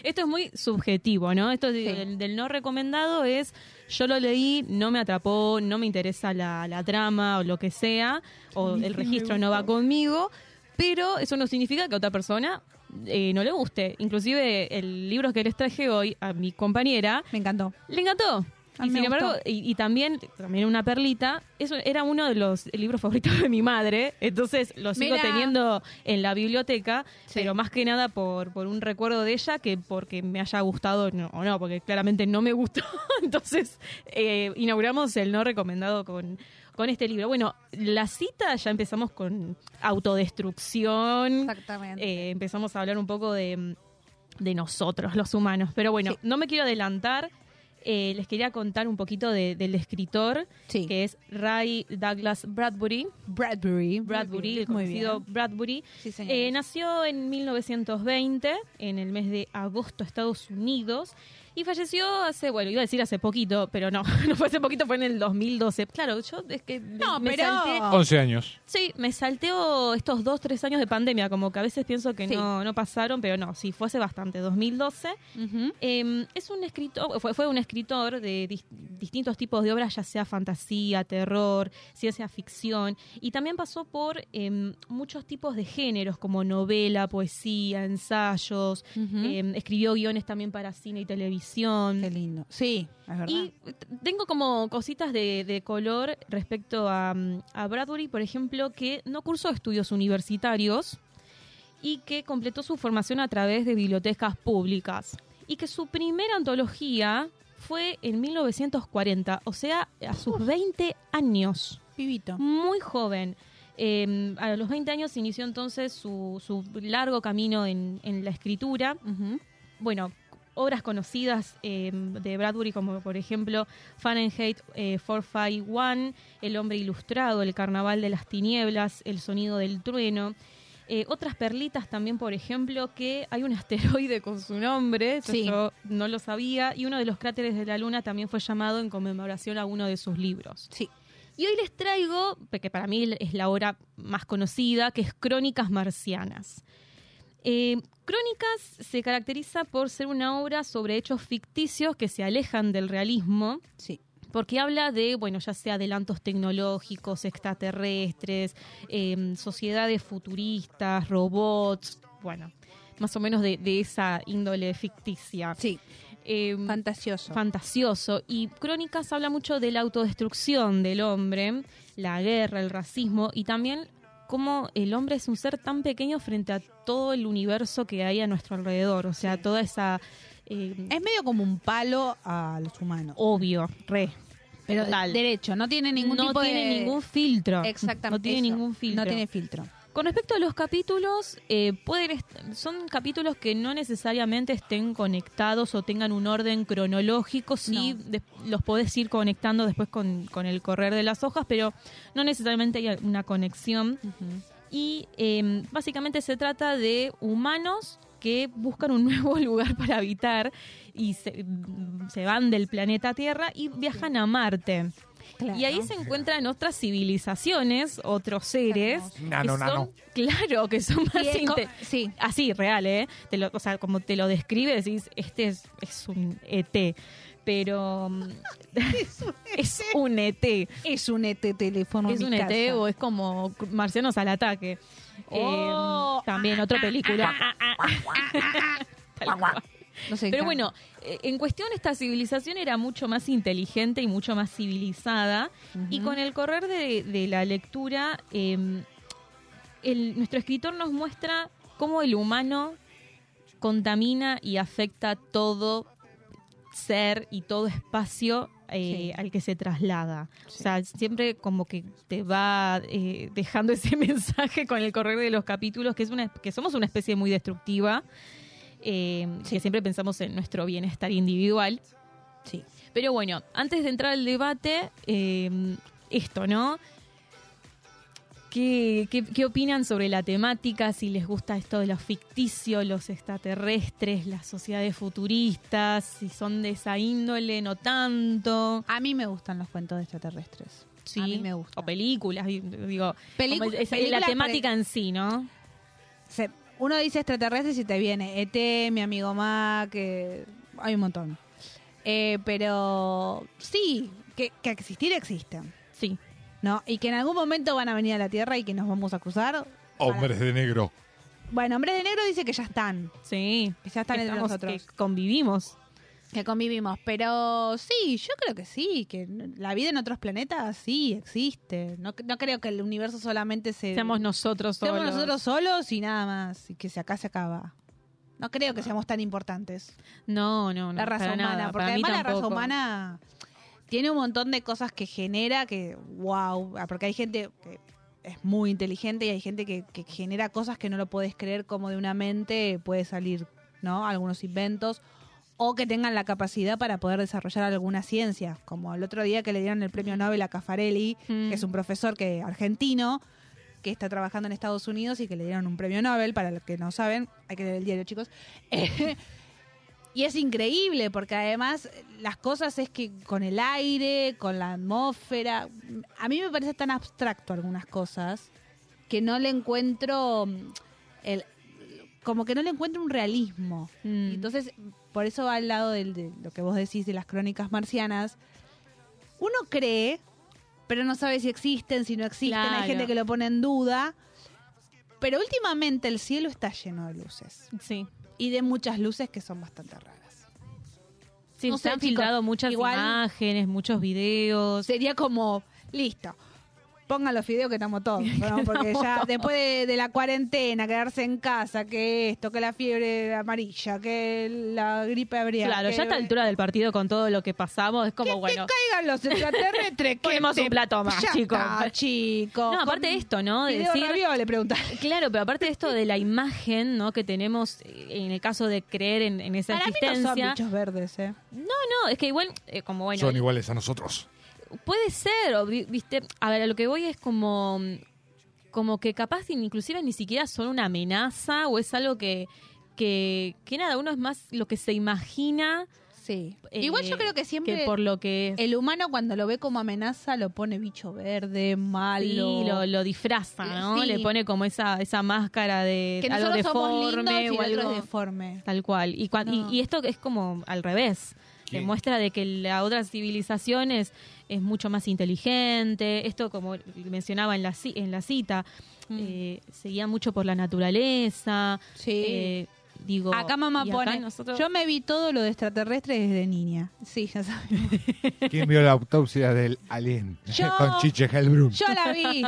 Esto es muy subjetivo, ¿no? Esto de- del, del no recomendado es yo lo leí, no me atrapó, no me interesa la, la trama o lo que sea, o el registro no va conmigo, pero eso no significa que a otra persona eh, no le guste. Inclusive el libro que les traje hoy a mi compañera
Me encantó.
le encantó.
A
Y
mí me
sin embargo,
gustó.
y, y también, también una perlita, eso era uno de los libros favoritos de mi madre, entonces lo sigo
Mirá.
teniendo en la biblioteca,
Sí.
pero más que nada por, por un recuerdo de ella que porque me haya gustado no, o no, porque claramente no me gustó. Entonces, eh, inauguramos el no recomendado con, con este libro. Bueno, la cita ya empezamos con autodestrucción,
Exactamente.
eh, empezamos a hablar un poco de, de nosotros, los humanos. Pero bueno,
Sí.
no me quiero adelantar. Eh, les quería contar un poquito de- del escritor,
Sí.
que es Ray Douglas Bradbury.
Bradbury.
Bradbury, el
Muy
conocido
bien.
Bradbury.
Sí, señor.
Eh, nació en 1920, en el mes de agosto, Estados Unidos, y falleció hace, bueno, iba a decir hace poquito, pero no, no fue hace poquito, fue en el 2012. Claro, yo es que
No,
me
pero-
salté-
11 años.
Sí, me salteo estos dos, tres años de pandemia, como que a veces pienso que
Sí.
no, no pasaron, pero no, sí, fue hace bastante, 2012.
Ujú.
Eh, es un escritor, fue, fue un escritor de dis- distintos tipos de obras, ya sea fantasía, terror, ciencia ficción, y también pasó por eh, muchos tipos de géneros, como novela, poesía, ensayos,
Ujú.
eh, escribió guiones también para cine y televisión.
Qué lindo. Sí, es verdad.
Y t- tengo como cositas de, de color respecto a, mm, a Bradbury, por ejemplo, que no cursó estudios universitarios y que completó su formación a través de bibliotecas públicas. Y que su primera antología fue en 1940, o sea, a sus 20 años
Pibito.
muy joven. Eh, a los 20 años inició entonces su, su largo camino en, en la escritura. Bueno, obras conocidas eh, de Bradbury como por ejemplo Fahrenheit eh, 451, El hombre ilustrado, El carnaval de las tinieblas, El sonido del trueno. Eh, otras perlitas también, por ejemplo, que hay un asteroide con su nombre, eso
Sí.
yo no lo sabía, y uno de los cráteres de la luna también fue llamado en conmemoración a uno de sus libros.
Sí.
Y hoy les traigo, que para mí es la obra más conocida, que es Crónicas Marcianas. Eh, Crónicas se caracteriza por ser una obra sobre hechos ficticios que se alejan del realismo,
Sí.
porque habla de, bueno, ya sea adelantos tecnológicos, extraterrestres, eh, sociedades futuristas, robots, bueno, más o menos de, de esa índole ficticia.
Sí.
fantasioso. Fantasioso. Y Crónicas habla mucho de la autodestrucción del hombre, la guerra, el racismo y también cómo el hombre es un ser tan pequeño frente a todo el universo que hay a nuestro alrededor. O sea, toda esa... em,
Es medio como un palo a los humanos.
Obvio, re.
Pero
Total.
derecho, no tiene ningún
No
tipo de...
tiene ningún filtro.
Exactamente.
No tiene
eso.
ningún filtro.
No tiene filtro.
Con respecto a los capítulos, eh, pueden est- son capítulos que no necesariamente estén conectados o tengan un orden cronológico, sí de- los podés ir conectando después con, con el correr de las hojas, pero no necesariamente hay una conexión. Y eh, básicamente se trata de humanos que buscan un nuevo lugar para habitar y se, se van del planeta Tierra y viajan a Marte. Y ahí se encuentran otras civilizaciones, otros seres.
Nano,
que son-
nano.
Claro, que son más...
es co-
inte- Así, real, ¿eh? Te lo- o sea, como te lo describe, decís, este es, es un ET. Pero... mm, es un ET.
E Es un ET teléfono.
Es
en
un
mi
ET
casa.
o es como Marcianos al ataque.
Oh. ah,
Eh, también otra película. Tal cual. Pero bueno, eh, en cuestión esta civilización era mucho más inteligente y mucho más civilizada. Y con el correr de, de la lectura, eh, el- nuestro escritor nos muestra cómo el humano contamina y afecta todo ser y todo espacio eh, al que se traslada. O sea, siempre como que te va eh, dejando ese mensaje con el correr de los capítulos, que, es una, que somos una especie muy destructiva, eh, que siempre pensamos en nuestro bienestar individual.
Sí.
Pero bueno, antes de entrar al debate, eh, esto, ¿no? ¿Qué, qué, qué opinan sobre la temática? Si les gusta esto de los ficticios, los extraterrestres, las sociedades futuristas, si son de esa índole, no tanto.
A mí me gustan los cuentos de extraterrestres.
Sí.
A mí me gusta.
O películas, di- digo.
Pelicu-
como es- es la
películas
temática
pre-
en sí, ¿no?
Se- uno dice extraterrestres y te viene ET, mi amigo Mac, que hay un montón. Eh, pero sí, que, que existir existen.
Sí.
¿No? Y que en algún momento van a venir a la Tierra y que nos vamos a cruzar.
Hombres de negro.
Bueno, Hombres de Negro dice que ya están.
Sí.
Que ya están entre
Estamos-
nosotros.
que convivimos.
Que convivimos. Pero sí, yo creo que sí. Que la vida en otros planetas sí existe. No, no creo que el universo solamente se.
Seamos nosotros solos.
Eh, Seamos nosotros solos y nada más. Y que se acá se acaba. No creo que seamos tan importantes.
No, no, no.
la raza
para
humana.
nada,
porque
para mí
además la raza
tampoco.
humana tiene un montón de cosas que genera que, wow. Porque hay gente que es muy inteligente y hay gente que, que genera cosas que no lo podés creer como de una mente puede salir, ¿no? Algunos inventos. O que tengan la capacidad para poder desarrollar alguna ciencia. Como el otro día que le dieron el premio Nobel a Caffarelli,
Mm.
que es un profesor que argentino que está trabajando en Estados Unidos y que le dieron un premio Nobel, para los que no saben, hay que leer el diario, chicos. Eh, y es increíble, porque además las cosas es que con el aire, con la atmósfera, a mí me parece tan abstracto algunas cosas que no le encuentro mm, el como que no le encuentro un realismo.
Mm.
Entonces, por eso va al lado del- de lo que vos decís de las crónicas marcianas. Uno cree, pero no sabe si existen, si no existen.
Claro.
Hay gente que lo pone en duda. Pero últimamente el cielo está lleno de luces.
Sí.
Y de muchas luces que son bastante raras.
Sí,
No
se
sé,
han
chicos,
filtrado muchas
igual-
imágenes, muchos videos.
Sería como, listo, pongan los videos que estamos todos. ¿no? Porque ya después de, de la cuarentena, quedarse en casa, que esto, que la fiebre amarilla, que la gripe habría.
Claro, ya a esta altura del partido con todo lo que pasamos es como, bueno,
caigan los extraterrestres. que
Ponemos
te-
un plato más,
ya
chicos.
está, chicos.
No, aparte de esto, ¿no? De decir-
le preguntar.
Claro, pero aparte de esto de la imagen, ¿no? Que tenemos eh, en el caso de creer en, en esa
Para mí no
existencia.
son bichos verdes, ¿eh?
no, no, es que igual, eh, como bueno,
Son iguales a nosotros.
puede ser, o vi- viste, a ver, a lo que voy es como, como que capaz inclusive ni siquiera son una amenaza o es algo que, que, que nada, uno es más lo que se imagina.
Sí.
eh,
Igual yo creo que siempre
por lo que es.
el humano cuando lo ve como amenaza lo pone bicho verde, malo.
Sí, lo, lo disfraza, ¿no?
Sí.
Le pone como esa, esa máscara de
que
algo
nosotros somos lindos
deforme
y el
o
otro
algo
es deforme.
tal cual. Y, cuan- y-
No.
y esto es como al revés. Te muestra de que la otra civilización es, es mucho más inteligente. Esto, como mencionaba en la, ci- en la cita, eh, se guía mucho por la naturaleza.
Mm. Sí.
eh, digo,
acá mamá
y acá
pone,
nosotros-
yo me vi todo lo de extraterrestre desde niña. Sí, ya sabes.
¿Quién vio la autopsia del alien
Yo-
con Chiche Helbrum?
Yo la vi. Yo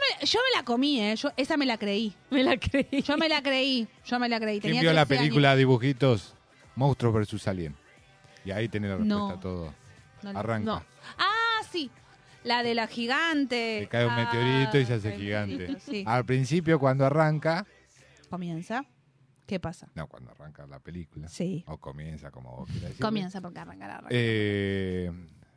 me, yo me la comí, ¿eh? Yo, esa me la creí.
Me la creí.
Yo me la creí. Yo me la creí.
¿Quién
Tenía
vio la
13
película
años.
Dibujitos Monstruos versus Alien? Y ahí tenés la respuesta
No.
a todo.
No, no.
Arranca.
No. Ah, sí. La de la gigante.
Le cae un
Ah,
meteorito y se hace
el
gigante. Ah.
meteorito, sí.
Al principio, cuando arranca.
Comienza. ¿Qué pasa?
No, cuando arranca la película.
Sí.
O comienza, como vos quieras decirlo.
Comienza porque arranca la arranca.
Eh,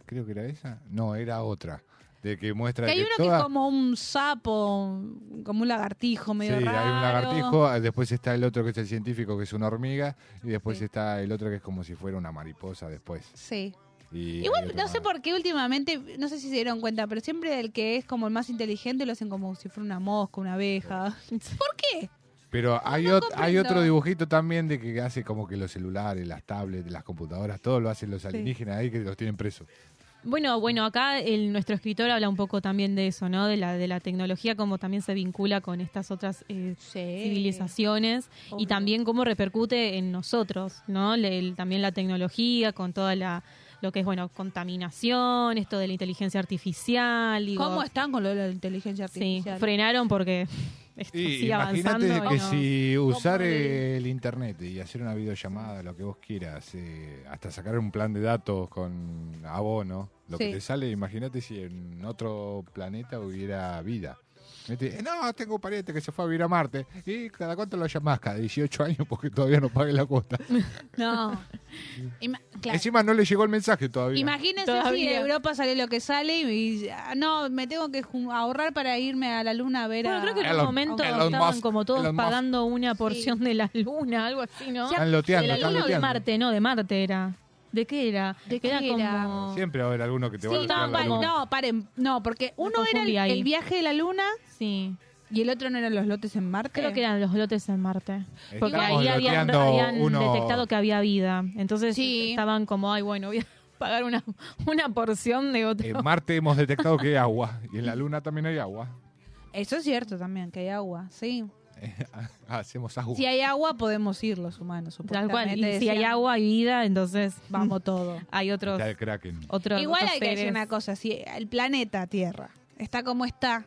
creo que era esa. No, era otra. De que muestra
Que hay
que
uno que
toda-
es como un sapo, como un lagartijo medio
sí,
raro.
hay un lagartijo, ah, después está el otro que es el científico, que es una hormiga, y después
Sí.
está el otro que es como si fuera una mariposa después.
Sí.
Y hay
Igual
otro
no sé
más.
por qué últimamente, no sé si se dieron cuenta, pero siempre el que es como el más inteligente lo hacen como si fuera una mosca, una abeja. ¿Por qué?
Pero hay,
no
ot- hay
comprendo.
otro dibujito también de que hace como que los celulares, las tablets, las computadoras, todo lo hacen los alienígenas ahí que los tienen presos.
Bueno, bueno, acá el, nuestro escritor habla un poco también de eso, ¿no? De la, de la tecnología, cómo también se vincula con estas otras eh, civilizaciones y
Obvio.
también cómo repercute en nosotros, ¿no? Le- el- también la tecnología, con toda la lo que es, bueno, contaminación, esto de la inteligencia artificial. Digo,
¿Cómo están con lo de la inteligencia
Sí,
artificial?
frenaron porque esto
Y
sigue avanzando.
imagínate
y
que
no-
si usar
¿Cómo le-
el internet y hacer una videollamada, lo que vos quieras, eh, hasta sacar un plan de datos con abono, lo que
Sí.
te sale, imagínate si en otro planeta hubiera vida. Viste, eh, No, tengo un pariente que se fue a vivir a Marte. ¿Y cada cuánto lo llamás? Cada 18 años porque todavía no pague la cuota.
No. Ima- claro.
Encima no le llegó el mensaje todavía.
Imagínense si
Todavía.
de Europa sale lo que sale y, y, ah, no, me tengo que ju- ahorrar para irme a la luna a ver
Bueno,
a-
creo que en un
Elon-
momento
Elon
estaban
Musk,
como todos
Elon Musk.
pagando una porción de la luna, algo así, ¿no?
Están loteando,
¿De la
están
luna o de
loteando.
Marte? No, de Marte era. ¿De qué era?
¿De
Que
qué era?
como-
Siempre va a haber alguno que te va a
Sí,
bloquear
no,
la
paren,
luna.
no, paren. No, porque uno era
confundí
el,
ahí.
el viaje de la luna
Sí.
y el otro no eran los lotes en Marte.
Creo que eran los lotes en Marte. Porque
Estamos
ahí habían,
loteando
habían
uno-
detectado que había vida. Entonces
Sí.
estaban como, ay, bueno, voy a pagar una, una porción de otro.
En Eh, Marte hemos detectado que hay agua y en la Luna también hay agua.
Eso es cierto también, que hay agua, sí.
Hacemos agua.
Si hay agua, podemos ir los humanos,
Tal
supuestamente.
cual. Y si
decían,
hay agua y vida, entonces
Vamos todo.
hay otros.
Está el Kraken.
otros
Igual
otros
hay que decir
seres.
una cosa, si el planeta Tierra está como está,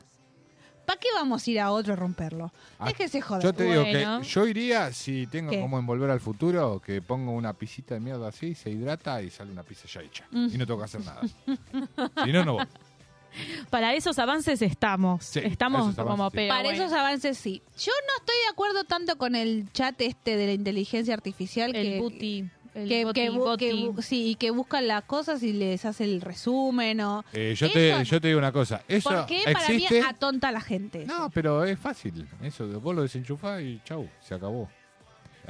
¿para qué vamos a ir a otro a romperlo?
Ah,
Déjese joder.
Yo te digo
Bueno.
que yo iría si tengo
¿Qué?
como envolver al futuro, que pongo una pisita de mierda así, se hidrata y sale una pizza ya hecha.
Mm.
Y no tengo que hacer nada. si no, no voy.
Para esos avances estamos.
Sí,
estamos
esos
como
avances, sí.
pero
Para
bueno.
esos avances sí. Yo no estoy de acuerdo tanto con el chat este de la inteligencia artificial que,
el booty. El
que,
boti,
que bu-
boti.
que bu- sí, y que buscan las cosas y les hace el resumen o...
Eh, yo, te,
Eso-
yo te digo una cosa. Eso
Porque para mí
Eh, existe.
atonta a la gente.
no, pero es fácil. Eso, vos lo desenchufás y chau, se acabó.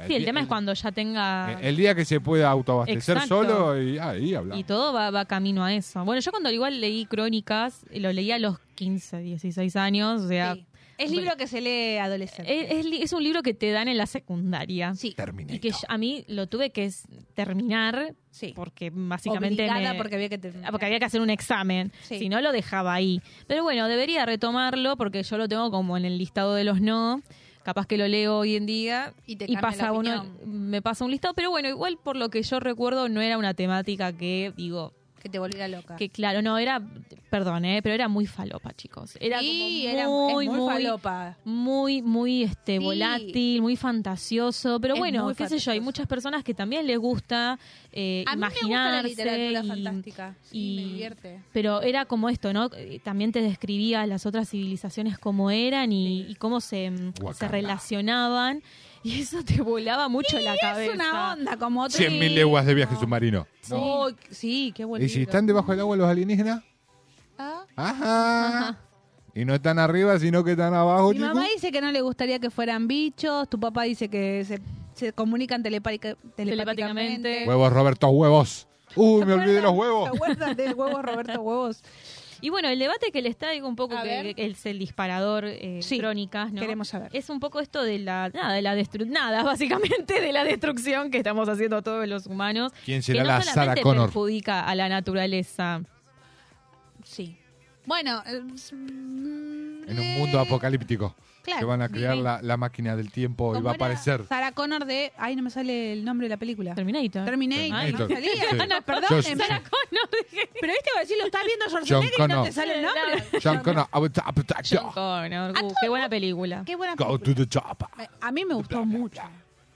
Sí, el
día-
tema es cuando ya tenga...
eh, El día que se pueda autoabastecer
Exacto.
solo y ahí hablamos.
Y todo va, va camino a eso. Bueno, yo cuando igual leí crónicas, eh, lo leí a los 15, 16 años, o sea...
Sí. Es libro que se lee adolescente.
Es, es li- es un libro que te dan en la secundaria.
sí,
Y que yo- a mí lo tuve que s- terminar
sí.
porque básicamente...
Obligada
me-
porque había que
Ah, porque había que hacer un examen.
Sí.
Si no, lo dejaba ahí. Pero bueno, debería retomarlo porque yo lo tengo como en el listado de los no. Capaz que lo leo hoy en día
Y te cambia
pasa
la
uno,
opinión.
me pasa un listado. Pero bueno, igual por lo que yo recuerdo, no era una temática que, digo,
que te volviera loca.
que claro, no, era, perdón, eh, pero era muy falopa, chicos. Era
Sí,
como
era-
muy,
es muy,
muy,
falopa.
muy, muy, este,
Sí.
volátil, muy fantasioso. Pero
Es
bueno,
muy
qué sé yo, hay
fantasioso.
muchas personas que también les gusta eh,
A mí me gusta la
imaginarse
literatura
y-
fantástica. Sí, me divierte.
Pero era como esto, ¿no? Eh, También te describía las otras civilizaciones cómo eran y, y cómo se, mm,
Wakanda.
se relacionaban. Y eso te volaba mucho la cabeza.
Es una onda como otra.
100.000 leguas de viaje submarino.
Sí, Oh, sí, qué buen
¿Y si
libro.
están debajo del agua los alienígenas?
Ah.
Ajá. Y no están arriba, sino que están abajo,
Mi mamá
chicos.
dice que no le gustaría que fueran bichos. Tu papá dice que se, se comunican telepática- telepáticamente.
Telepáticamente.
Huevos, Roberto, huevos. Uy, me olvidé de los
¿Se
huevos.
acuerdan del huevo Roberto Huevos?
Y bueno, el debate que le está, digo, un poco
A
que,
ver.
que es el disparador eh, crónicas, ¿no?
queremos saber.
Es un poco esto de la, nada, de la destru nada, básicamente, de la destrucción que estamos haciendo todos los humanos.
¿Quién será
que
la
no
Sarah
solamente
Connor?
perjudica a la naturaleza.
Sí. Bueno, eh, s- mm,
En un mundo apocalíptico.
claro,
que van a crear
vive-
la, la máquina del tiempo y
¿cómo
va a
era?
aparecer.
Sarah Connor de. Ay, no me sale el nombre de la película.
Terminator.
Terminator.
Ay,
no
sí.
salía.
Sí.
Ah, no,
Yo-
perdón. Sarah
Connor.
Pero viste, voy a decir, lo estás viendo a
John
Schwarzenegger y no
Connor.
te sale el nombre. Ah,
John Connor. I will tap, tap,
John Connor. Uh, qué buena película.
Qué buena
Go to
película.
the top.
Me- Eh, A mí me gustó mucho.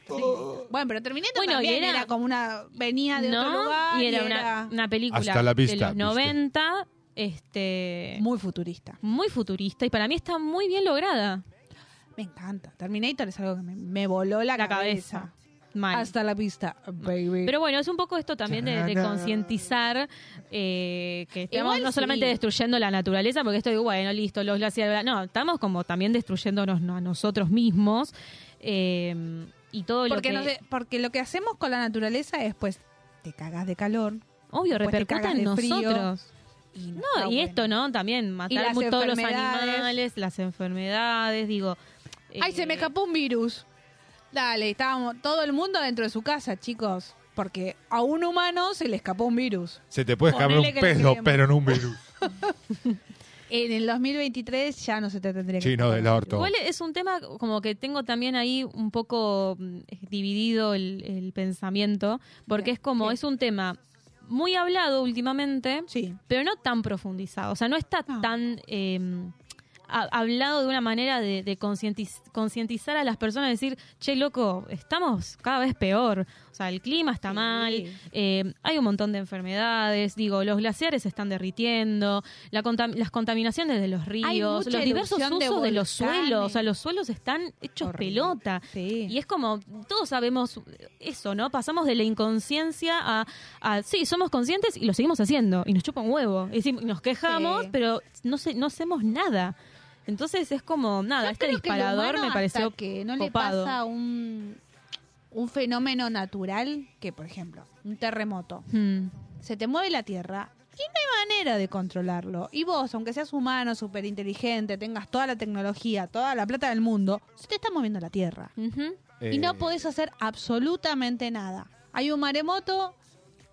Oh.
Sí. Bueno, pero Terminator
Bueno,
también
y
era,
era-
como una venía de otro
¿No?
lugar
y era una, una película
Hasta la vista,
de los
viste.
90, este, muy,
muy futurista.
futurista y para mí está muy bien lograda
Me encanta. Terminator es algo que me, me voló la,
la cabeza. Mal.
Hasta la pista, baby.
Pero bueno, es un poco esto también de, de concientizar eh, que estamos
Igual
no
sí.
solamente destruyendo la naturaleza, porque esto digo, bueno, listo, los glaciares, bla, no, estamos como también destruyéndonos a nosotros mismos eh, y todo
porque,
lo
no
que...
sé- porque lo que hacemos con la naturaleza es pues te cagas de calor
obvio,
después pues te
repercuta
cagas
en
de frío.
nosotros.
y no,
No,
está
y
bueno.
esto, ¿no? También matar
las
mu- todos los
enfermedades.
animales, las enfermedades, digo.
Ay,
eh,
se me escapó un virus. Dale, estábamos todo el mundo dentro de su casa, chicos. Porque a un humano se le escapó un virus.
Se te puede escapar
Ponele
un
que lo
pedo,
queremos.
pero no un virus.
En el 2023 ya no se te tendría que
Chino del orto.
Igual es un tema como que tengo también ahí un poco mm, dividido el, el pensamiento, porque
Bien,
es como,
sí.
es un tema muy hablado últimamente,
Sí. Ah.
pero no tan profundizado. O sea, no está
No.
tan eh, ha- hablado de una manera de, de concientiz- concientizar a las personas, decir, che, loco, estamos cada vez peor. O sea, el clima está
Sí.
mal, eh, hay un montón de enfermedades, digo, los glaciares se están derritiendo, la contam- las contaminaciones de los ríos,
mucha
los diversos
erupción
usos
de
de, los
volcanes.
suelos. O sea, los suelos están hechos
Horrible.
pelota.
Sí.
Y es como, todos sabemos eso, ¿no? Pasamos de la inconsciencia a, a, sí, somos conscientes y lo seguimos haciendo. Y nos chupa un huevo. Y decimos, nos quejamos,
Sí.
pero no, se, no hacemos nada. Entonces es como, nada,
Yo
este
creo que el
disparador
humano
me
hasta
pareció
que no
copado.
le pasa un un fenómeno natural que por ejemplo un terremoto
Hmm.
se te mueve la tierra y no hay manera de controlarlo y vos aunque seas humano súper inteligente tengas toda la tecnología toda la plata del mundo se te está moviendo la tierra
Ujú.
y no
Eh,
podés hacer absolutamente nada hay un maremoto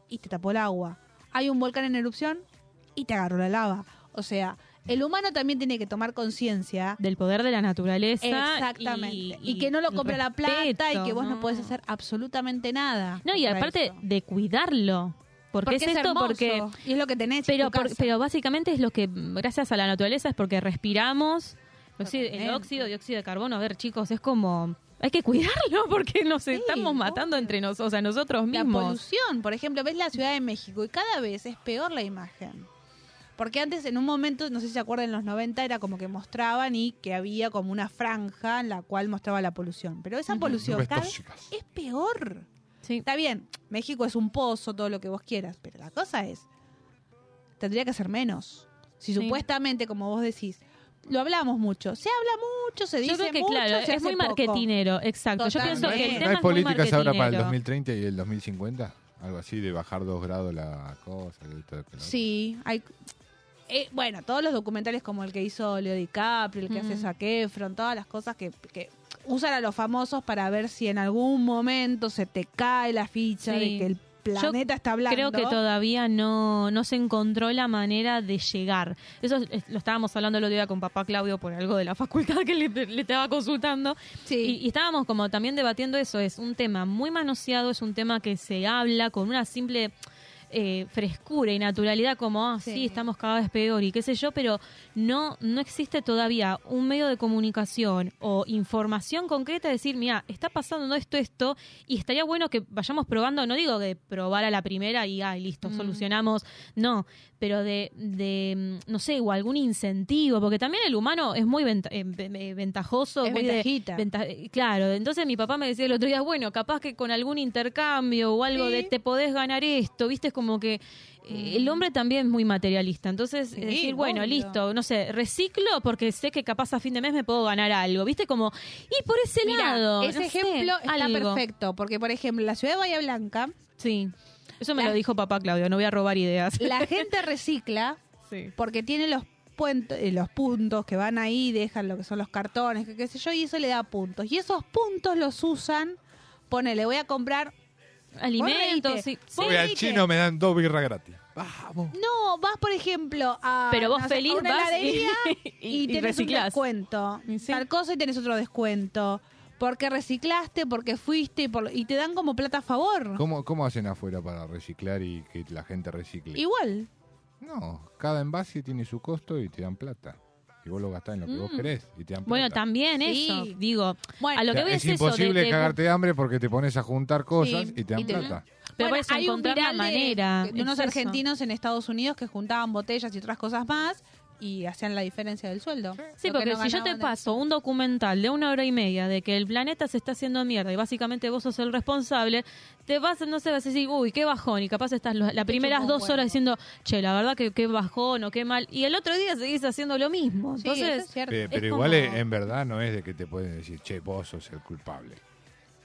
y te tapó el agua hay un volcán en erupción y te agarró la lava o sea el humano también tiene que tomar conciencia
Del poder de la naturaleza.
Exactamente. Y, que no lo compra la plata y
respeto,
que vos no,
¿no?
podés hacer absolutamente nada.
No, y
contra
aparte
eso.
de cuidarlo. Porque,
Porque
es, esto,
hermoso,
porque
y es lo que tenés. en
Pero,
tu casa.
por- pero básicamente es lo que, mm, gracias a la naturaleza, es porque respiramos oxi- el
Totalmente.
óxido, dióxido de carbono. A ver, chicos, es como. Hay que cuidarlo porque nos estamos matando entre nosotros, o sea, nosotros
la
mismos.
polución, por ejemplo, ves la Ciudad de México y cada vez es peor la imagen. Porque antes, en un momento, no sé si se acuerdan, en los 90 era como que mostraban y que había como una franja en la cual mostraba la polución. Pero esa polución
Nubes
cada vez
tóxicas.
es peor.
Sí.
Está bien, México es un pozo, todo lo que vos quieras, pero la cosa es, tendría que ser menos. Si
Sí.
supuestamente, como vos decís, lo hablamos mucho, se habla mucho, se dice
Yo creo que,
mucho,
claro,
se
es
hace
muy
poco.
marketinero, exacto. Yo pienso
Totalmente.
que el
¿No
tema
hay
es muy
políticas ahora para el
marketinero.
2030 y el 2050? Algo así de bajar dos grados la cosa. que esto, que lo otro.
Sí, hay... eh, bueno, todos los documentales como el que hizo Leo DiCaprio, el que hace
Ujú.
Zac Efron, todas las cosas que, que usan a los famosos para ver si en algún momento se te cae la ficha
Sí.
de que el planeta está hablando.
Creo que todavía no, no se encontró la manera de llegar. Eso es- es- lo estábamos hablando el otro día con papá Claudio por algo de la facultad que le, le estaba consultando.
Sí.
Y, y estábamos como también debatiendo eso. Es un tema muy manoseado, es un tema que se habla con una simple eh, frescura y naturalidad, como, ah, sí.
Sí.
estamos cada vez peor y qué sé yo, pero no, no existe todavía un medio de comunicación o información concreta de decir, mira, está pasando esto, esto, y estaría bueno que vayamos probando, no digo de probar a la primera y, ay, listo, solucionamos, no, pero de, de, mm, no sé, o algún incentivo, porque también el humano es muy venta- eh, ve- ve- ventajoso,
Es
muy de-
ventajita.
venta- eh, claro, entonces mi papá me decía el otro día, bueno, capaz que con algún intercambio o algo de te podés ganar esto, viste, es como que eh, el hombre también es muy materialista, entonces
Mm. Sí,
es decir, bueno,
obvio.
listo, no sé, reciclo porque sé que capaz a fin de mes me puedo ganar algo, viste, como, y por ese
Mirá,
lado,
ese
no sé,
ejemplo está
algo.
perfecto, porque por ejemplo, en la ciudad de Bahía Blanca,
Sí. Eso me
La-
lo dijo papá Claudio, no voy a robar ideas.
la gente recicla
Sí.
Porque tiene los, puent- eh, los puntos que van ahí, dejan lo que son los cartones, que qué sé yo, y eso le da puntos. Y esos puntos los usan, ponele, voy a comprar...
Alimentos,
Vos reíte,
sí,
vos
Voy al
reíte.
chino, me dan dos birras gratis. Vamos.
No, vas, por ejemplo, a,
Pero vos
no sé, a
feliz
una
vas y-
heladería y,
y- y
tenés un
reciclás.
descuento. Tal cosa y tenés otro descuento. Porque reciclaste, porque fuiste y, por- y te dan como plata a favor.
¿Cómo, ¿Cómo hacen afuera para reciclar y que la gente recicle?
Igual.
No, Oh, cada envase tiene su costo y te dan plata. Y vos lo gastás en lo que vos
Mm.
querés y te dan plata.
Bueno, también
Sí.
eso, digo.
Bueno.
a lo
O sea,
que voy
es
es, eso. de-
imposible
de-
cagarte de hambre porque te pones a juntar cosas
Sí,
y te dan
y te-
plata.
Pero
Bueno,
por eso,
hay un
encontrar la
viral de-
manera.
de, unos
es eso.
argentinos en Estados Unidos que juntaban botellas y otras cosas más y hacían la diferencia del sueldo.
Sí,
Lo que
porque
no
si yo te
ganaban
paso un documental de una hora y media de que el planeta se está haciendo mierda y básicamente vos sos el responsable, te vas, no sé, vas a decir, uy, qué bajón, y capaz estás lo- las primeras
chupa un
dos horas
huevo.
diciendo, che, la verdad que qué bajón o qué mal, y el otro día seguís haciendo lo mismo.
en- Sí, eso
Entonces,
es cierto.
Pe-
Es
pero
como-
igual eh, en verdad no es de que te pueden decir, che, vos sos el culpable.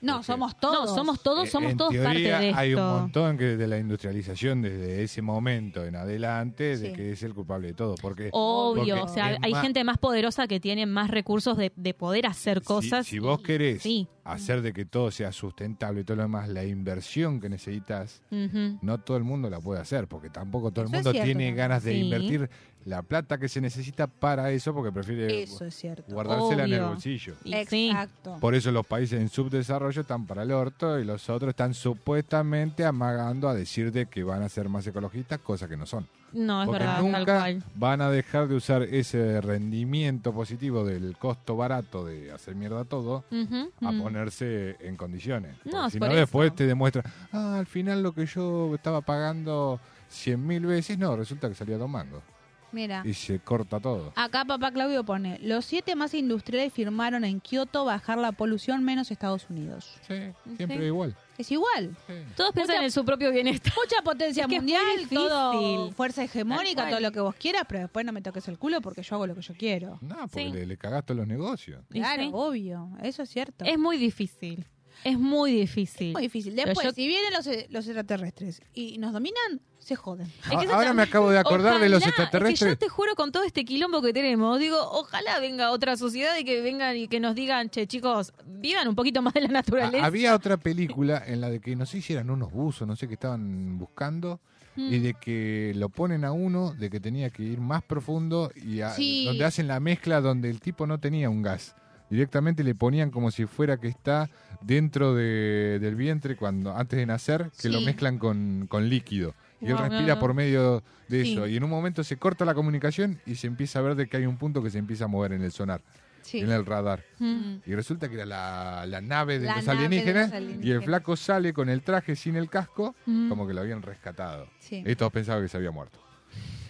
no,
porque-
somos todos.
no, somos todos,
Eh,
somos
en
todos
teoría,
parte de esto.
Hay un montón que de la industrialización desde ese momento en adelante de
Sí.
que es el culpable de todo. Porque
Obvio,
Eh, porque
o sea,
es
hay
más-
gente más poderosa que tiene más recursos de, de poder hacer
si-
cosas.
Si, vos
y-
querés
Sí.
hacer de que todo sea sustentable y todo lo demás, la inversión que necesitas
Ujú.
no todo el mundo la puede hacer, porque tampoco todo el
Mm. Eso es
mundo
cierto,
tiene
¿no?
ganas de
Sí.
invertir la plata que se necesita para eso, porque prefiere
Eso es cierto.
guardársela en el
Obvio.
bolsillo.
Y sí.
Exacto.
Por eso los países en subdesarrollo están para el orto y los otros están supuestamente amagando a decir de que van a ser más ecologistas, cosa que no son.
No, es
porque
verdad, tal
nunca
cual.
van a dejar de usar ese rendimiento positivo del costo barato de hacer mierda todo
Ujú,
a
mm.
ponerse en condiciones.
No,
Porque
es
si
por
no, después
eso.
te demuestra, ah, al final lo que yo estaba pagando cien mil veces, no, resulta que salía tomando.
Ah.
Mira.
Y se corta todo.
Acá papá Claudio pone, los siete más industriales firmaron en Kioto bajar la polución menos Estados Unidos.
Sí, siempre
siempre Sí.
igual.
Es igual.
Todos piensan en su propio bienestar.
Mucha potencia
Es que es muy
mundial,
difícil.
todo fuerza
Tal
hegemónica,
cual.
todo lo que vos quieras, pero después no me toques el culo porque yo hago lo que yo quiero.
No, porque
Sí.
le, le cagaste los negocios.
Y
Claro,
sí.
obvio, eso es cierto.
Es muy difícil. Es muy difícil.
muy difícil.
Pero
Después,
yo-
si vienen los, los extraterrestres y nos dominan, se joden.
Es que eso
Ahora
ya-
me acabo de acordar de
Ojalá,
los
es que
extraterrestres.
yo te juro con todo este quilombo que tenemos, digo, ojalá venga otra sociedad y que vengan y que nos digan, che, chicos, vivan un poquito más de la
Ha-
naturaleza.
Había otra película en la de que no sé si eran unos buzos, no sé qué estaban buscando,
Hmm.
y de que lo ponen a uno, de que tenía que ir más profundo, y a-
Sí.
donde hacen la mezcla donde el tipo no tenía un gas. Directamente le ponían como si fuera que está dentro de- del vientre cuando antes de nacer, que lo
Sí.
mezclan con, con líquido. Y él
Guau,
respira
guau.
por medio de
Sí.
eso. Y en un momento se corta la comunicación y se empieza a ver de que hay un punto que se empieza a mover en el sonar,
Sí. Hmm.
en el radar.
Mm.
Y resulta que era la, la nave de
La
los
nave de
alienígenas.
los alienígenas.
Y el flaco sale con el traje sin el casco,
Mm.
como que lo habían rescatado.
Sí.
Y todos pensaban que se había muerto.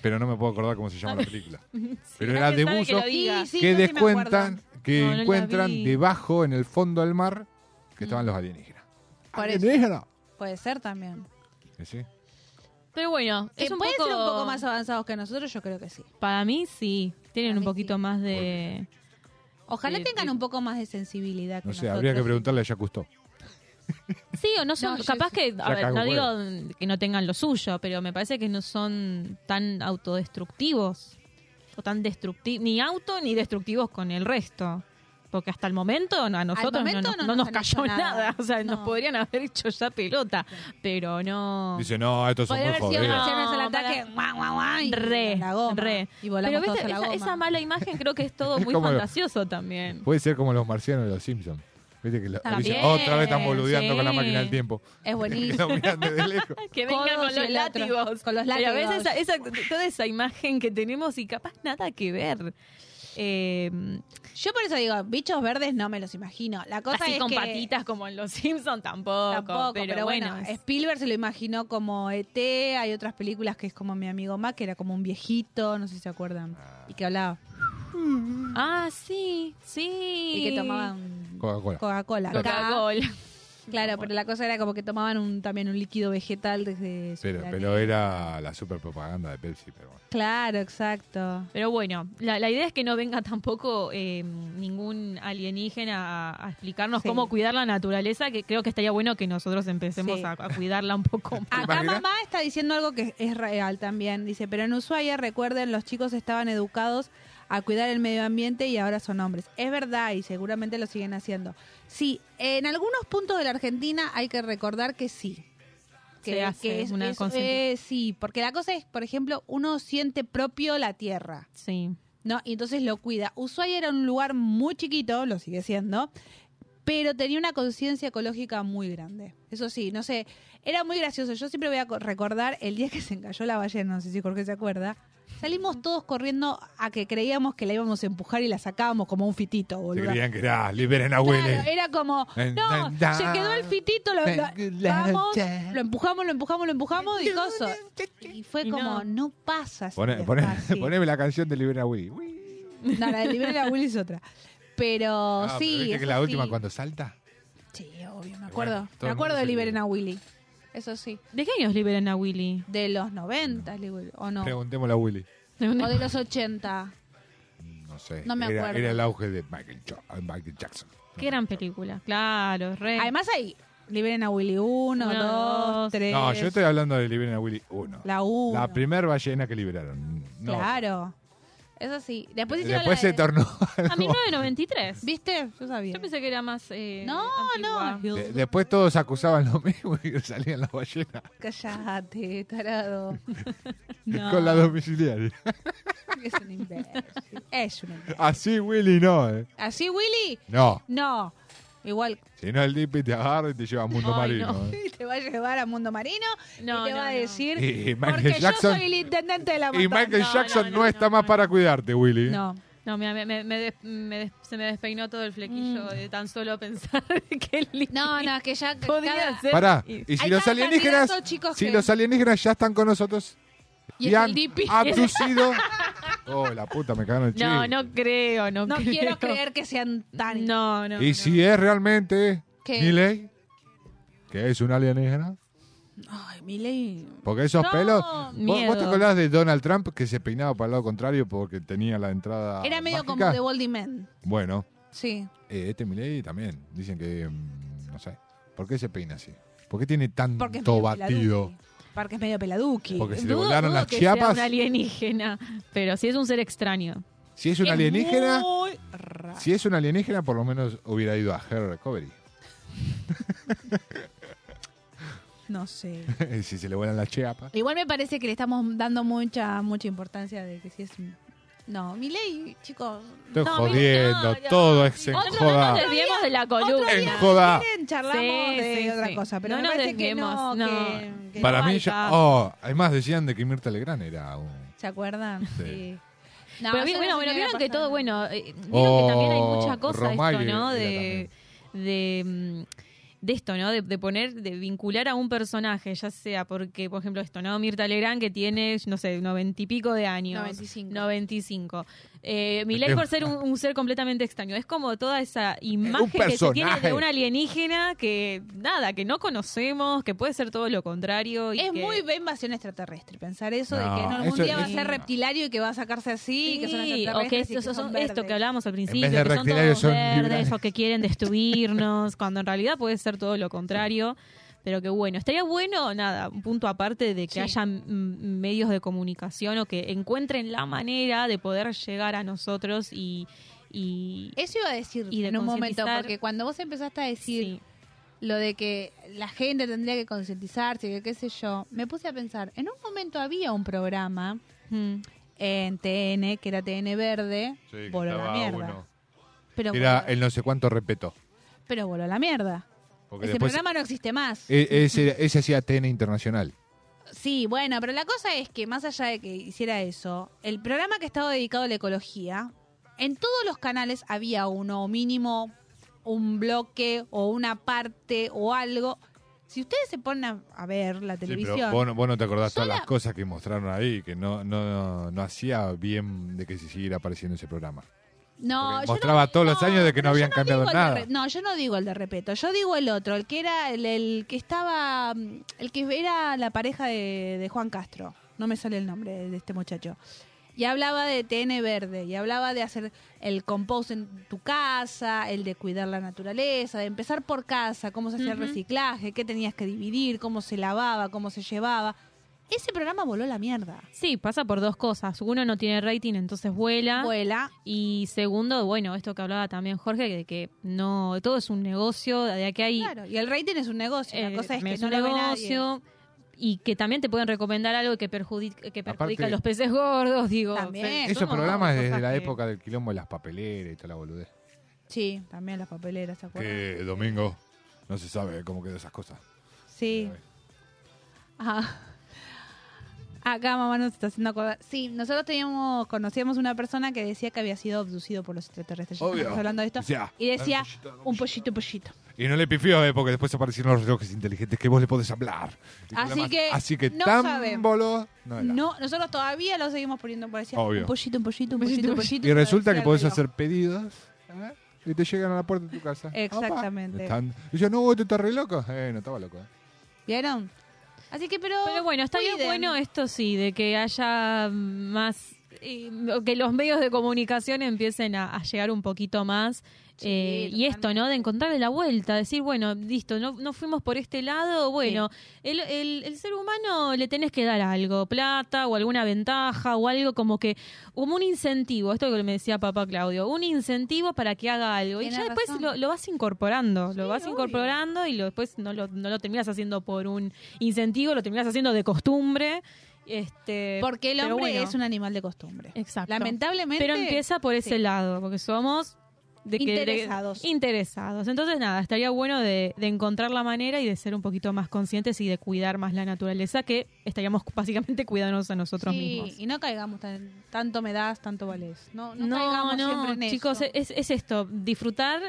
Pero no me puedo acordar cómo se llama la película. Pero era de
Nadie sabe que
buzos
lo diga.
Sí, sí,
que
no, sí me acuerdo.
descuentan, que
No, no la
encuentran
vi.
debajo, en el fondo del mar, que estaban los alienígenas.
Por eso.
¡Alienígena!
Puede ser también.
¿Sí?
Pero bueno,
¿Que
es un
Eh, pueden
poco...
ser un poco más avanzados que nosotros? Yo creo que sí.
Para mí sí, tienen
Para
un
mí
poquito
sí.
más de...
Ojalá
Sí,
tengan
sí.
un poco más de sensibilidad.
No
que
sé, habría que
nosotros.
preguntarle a Yacustó.
Sí, o no son...
No, yo-
capaz que...
Ya
A ver,
cago
no digo
huevo.
que no tengan lo suyo, pero me parece que no son tan autodestructivos. O tan destructivos. Ni auto ni destructivos con el resto. Porque hasta el momento a nosotros no
momento
nos-
no
no
nos
nos
han
cayó
hecho
nada.
nada.
O sea, nos
No.
podrían haber hecho ya pelota. Pero no...
Dice, no, estos son
Podría
muy
haber sido
jodidos.
No,
una el
para-
ataque. guau, guau, guau, y
Re,
la goma.
re.
Y volamos
Pero viste,
todos a
esa,
la goma.
esa mala imagen creo que es todo
Es
muy
como-
fantasioso también.
Puede ser como los marcianos de los Simpsons. Viste que lo-
También,
dicen, otra vez están boludeando con la
sí.
máquina del tiempo.
Es
Lo
buenísimo.
miran desde lejos.
Que vengan
Codos
con
y
los
el otro,
látigos.
con los
Pero a
látigos.
veces esa- esa- toda esa imagen que tenemos y capaz nada que ver. Eh,
Em, Yo por eso digo, bichos verdes no me los imagino. La cosa
así
es
con
que
patitas como en Los Simpsons tampoco.
Tampoco, pero, bueno,
es-
Spielberg se lo imaginó como ET, hay otras películas que es como mi amigo Mac, que era como un viejito, no sé si se acuerdan, y que hablaba,
Ah, sí, sí.
y que tomaba un
Coca-Cola.
Coca-Cola. Acá,
Coca-Cola.
Claro, pero la cosa era como que tomaban un, también un líquido vegetal desde su
Pero,
planeta.
pero era la super propaganda de Pepsi, pero bueno.
Claro, exacto.
Pero bueno, la, la idea es que no venga tampoco eh, ningún alienígena a, a explicarnos
Sí.
cómo cuidar la naturaleza, que creo que estaría bueno que nosotros empecemos
Sí.
a, a cuidarla un poco más.
Acá mamá está diciendo algo que es real también. Dice, pero en Ushuaia, recuerden, los chicos estaban educados a cuidar el medio ambiente y ahora son hombres. Es verdad y seguramente lo siguen haciendo. Sí, en algunos puntos de la Argentina hay que recordar que sí.
Se hace una concientización.
eh, Sí, porque la cosa es, por ejemplo, uno siente propio la tierra.
Sí.
¿no? Y entonces lo cuida. Ushuaia era un lugar muy chiquito, lo sigue siendo, pero tenía una conciencia ecológica muy grande. Eso sí, no sé, era muy gracioso. Yo siempre voy a co- recordar el día que se encalló la ballena, no sé si Jorge se acuerda. Salimos todos corriendo a que creíamos que la íbamos a empujar y la sacábamos como un fitito,
Se
boludo.
creían que era, liberen a Willy.
Claro, era como,
Ven,
no,
ven, da.
se quedó el fitito, lo, lo-
Ven,
vamos,
da.
lo empujamos, lo empujamos, lo empujamos y coso. Y fue
Y no.
como, no pasa así
Poné-
de
poné-
fácil.
poneme la canción de Libera a Willy.
No, la de Libera a Willy es otra. Pero
Ah, pero
sí.
¿viste que
eso
la
sí.
última cuando salta?
Sí, obvio, me acuerdo.
Bueno,
me
todo el
acuerdo
mundo
de
se
Liberen
libera.
a Willy. Eso sí.
¿De qué años liberan a Willy?
De los 90, Liber- o no.
Preguntémosle a Willy.
De una-
O de los 80.
No sé.
No me
era,
acuerdo.
era el auge de Michael, Jo- eh, Michael Jackson.
Qué gran película. Claro, re.
Además hay Liberen a Willy 1,
Uno,
2,
dos.
3.
No, yo estoy hablando de Liberen a Willy 1.
Eh, La 1.
La primera ballena que liberaron. No.
Claro. Eso sí. Después hicieron
Después
la
se
de-
tornó.
A 1993.
¿Viste? Yo sabía.
Yo pensé que era más. eh,
No,
antigua.
no.
De- después todos acusaban lo mismo y salían las ballenas
Callate, tarado. No.
con la domiciliaria.
Es un imbécil. Es un imbécil.
Así Willy no, ¿eh?
¿Así, Willy?
No.
No. Igual
Si no, el Dipi te agarra y te lleva a Mundo
Ay,
Marino.
no.
¿eh?
Y te va a llevar a Mundo Marino
No,
y te va
no,
a
no.
decir
Y- y Michael
porque
Jackson-
yo soy el intendente de la
Y
montaña".
Michael
no,
Jackson no,
no, no,
está
no,
más
no.
para cuidarte, Willy.
No.
No, mira, me, me- me des- me des- se me despeinó todo el flequillo de tan solo pensar que el Lili
Mm. No, no, que ya
podía
cada-
ser.
Pará,
Y-
y si
Hay
los
cada
alienígenas,
candidato, chicos,
si
que-
los alienígenas ya están con nosotros
Y
y,
es el
han
Dipi.
abducido. Oh, la puta, me cagaron el chiste.
No, no creo, no,
No
creo.
quiero creer que sean tan
No, no.
Y
no.
si es realmente
¿Qué?
Miley, que es un alienígena,
Ay, Milei.
porque esos
No,
pelos. ¿Vos,
miedo.
vos te acordás de Donald Trump que se peinaba para el lado contrario porque tenía la entrada.
Era medio
Ah, mágica?
como de Boldy Man.
Bueno,
Sí.
eh, este Miley también. Dicen que. mm, no sé. ¿Por qué se peina así? ¿Por qué tiene tanto
Porque es medio
batido?
peladuqui. Porque es medio peladuki.
Porque si le
Dudo-
volaron
dudo
las
que
chiapas.
sea un alienígena, pero si es un ser extraño.
Si es un alienígena.
Muy raro.
Si es un alienígena, por lo menos hubiera ido a Hair Recovery.
No sé.
si se le vuelan las chiapas.
Igual me parece que le estamos dando mucha mucha importancia de que si es un- No, Milei, chicos.
Estoy
no,
jodiendo,
no, ya.
todo es en
Otro
joda.
no nos desviemos de la columna.
En joda.
Miren, charlamos
Sí,
de
sí,
otra
sí.
cosa, pero
No
me
nos
parece que
desviemos,
no,
no.
que- que-
Para mí
Igual,
ya.
ya.
Oh, además decían de que Mirta Legrand era un.
¿Se acuerdan?
Sí.
Sí. No,
pero
yo
bien, bueno,
no sé
bueno,
qué
vieron que
pasando.
todo, bueno, eh, vieron
Oh,
que también hay mucha cosa
Romay
esto, ¿no?
era
De, de, mm, de esto, ¿no? De, de poner, de vincular a un personaje, ya sea porque, por ejemplo, esto, ¿no? Mirta Legrand que tiene, no sé, noventa y pico de años.
95.
95. Eh, Milei por ser un, un ser completamente extraño. Es como toda esa imagen que se
Eh, personaje.
tiene de un alienígena que, nada, que no conocemos, que puede ser todo lo contrario. Y
Es
que-
muy ve invasión extraterrestre, pensar eso de que
No,
no, algún
eso
día va a
es-
ser reptilario y que va a sacarse así, que son
Sí, o
extraterrestres.
que
y
esto,
son
son-
verdes.
esto que hablábamos al principio, que
de
son
reptilianos,
todos
son liberales.
verdes o que quieren destruirnos, cuando en realidad puede ser todo lo contrario. Pero que bueno, estaría bueno, nada, un punto aparte de que
Sí.
haya mm, medios de comunicación o que encuentren la manera de poder llegar a nosotros y... y
Eso iba a decir
Y de
en un momento,
concientizar-
porque cuando vos empezaste a decir
sí.
lo de que la gente tendría que concientizarse, que qué sé yo, me puse a pensar, en un momento había un programa
Mm.
en TN, que era TN Verde, voló la mierda. Pero,
Era
voló,
el no sé cuánto respeto.
pero voló la mierda.
Porque
Ese
después.
programa no existe más.
e- Ese, ese hacía TN Internacional.
Sí, bueno, pero la cosa es que más allá de que hiciera eso, el programa que estaba dedicado a la ecología, en todos los canales había uno, o mínimo un bloque o una parte o algo. Si ustedes se ponen a, a ver la
Sí,
televisión,
pero vos, no- vos no te acordás
Sola-
todas las cosas que mostraron ahí, que no, no, no hacía bien de que se siguiera apareciendo ese programa.
No,
Porque
yo
mostraba
no-
todos los años de que no
pero yo
habían cambiado
digo el de
nada.
re- no, yo no digo el de Repeto, yo digo el otro, el que era el, el que estaba, mm, el que era la pareja de, de Juan Castro. No me sale el nombre de este muchacho. Y hablaba de TN Verde, y hablaba de hacer el compost en tu casa, el de cuidar la naturaleza, de empezar por casa, cómo se hacía el
Ujú.
reciclaje, qué tenías que dividir, cómo se lavaba, cómo se llevaba. Ese programa voló la mierda.
Sí, pasa por dos cosas. Uno, no tiene rating, entonces vuela.
Vuela.
Y segundo, bueno, esto que hablaba también Jorge, de que no, todo es un negocio, de aquí hay...
Claro, y el rating es un negocio, la
eh,
cosa es que
es
no
un
lo ve
negocio y que también te pueden recomendar algo que perjudica, que perjudica
Aparte-
a los peces gordos, digo.
También.
Sí,
Esos
son un
programas
montón de
desde
cosas
la
que-
época del quilombo de las papeleras y toda la boludez.
Sí, también las papeleras, ¿se acuerdan?
Que domingo no se sabe cómo quedó esas cosas.
Sí. Ajá. Acá mamá nos está haciendo acordar. Sí, nosotros teníamos, conocíamos una persona que decía que había sido abducido por los extraterrestres. Ya
Obvio.
estamos hablando de esto.
Decía,
y decía, un pollito, un pollito.
Y no le pifió, eh, porque después aparecieron los relojes inteligentes que vos le podés hablar. Y todo lo
Así
demás.
que,
Así que
no
tan
sabemos.
bolo no era.
No, nosotros todavía lo seguimos poniendo por decía,
Obvio.
un pollito, un pollito, un pollito, un pollito.
Y resulta que
Claro,
podés
digo.
hacer pedidos ¿eh? y te llegan a la puerta de tu casa.
Exactamente.
Están- Y yo, no, vos te estás re loco. Eh, no estaba loco. eh.
¿Vieron? Así que, pero.
Pero bueno, está bien
cuiden.
bueno esto sí, de que haya más, eh, que los medios de comunicación empiecen a, a llegar un poquito más. eh, y esto, ¿no? De encontrarle la vuelta, decir, bueno, listo, no, no fuimos por este lado, bueno, el, el- el ser humano le tenés que dar algo, plata o alguna ventaja o algo como que, como un incentivo, esto que me decía papá Claudio, un incentivo para que haga algo. Y
Tenés
ya después
razón.
lo, lo vas incorporando, lo vas
obvio.
incorporando y lo, después no lo, no lo terminas haciendo por un incentivo, lo terminas haciendo de costumbre. Este,
Porque el
pero
hombre
bueno,
es un animal de costumbre.
Exacto.
Lamentablemente.
Pero empieza por ese
sí.
lado, porque somos de que- de-
Interesados.
interesados. Entonces, nada, estaría bueno de, de encontrar la manera y de ser un poquito más conscientes y de cuidar más la naturaleza, que estaríamos básicamente cuidándonos a nosotros
Sí,
mismos.
Y no caigamos tan, tanto me das, tanto valés. No, no,
No,
caigamos
no,
siempre en
chicos,
eso.
Es, es esto, disfrutar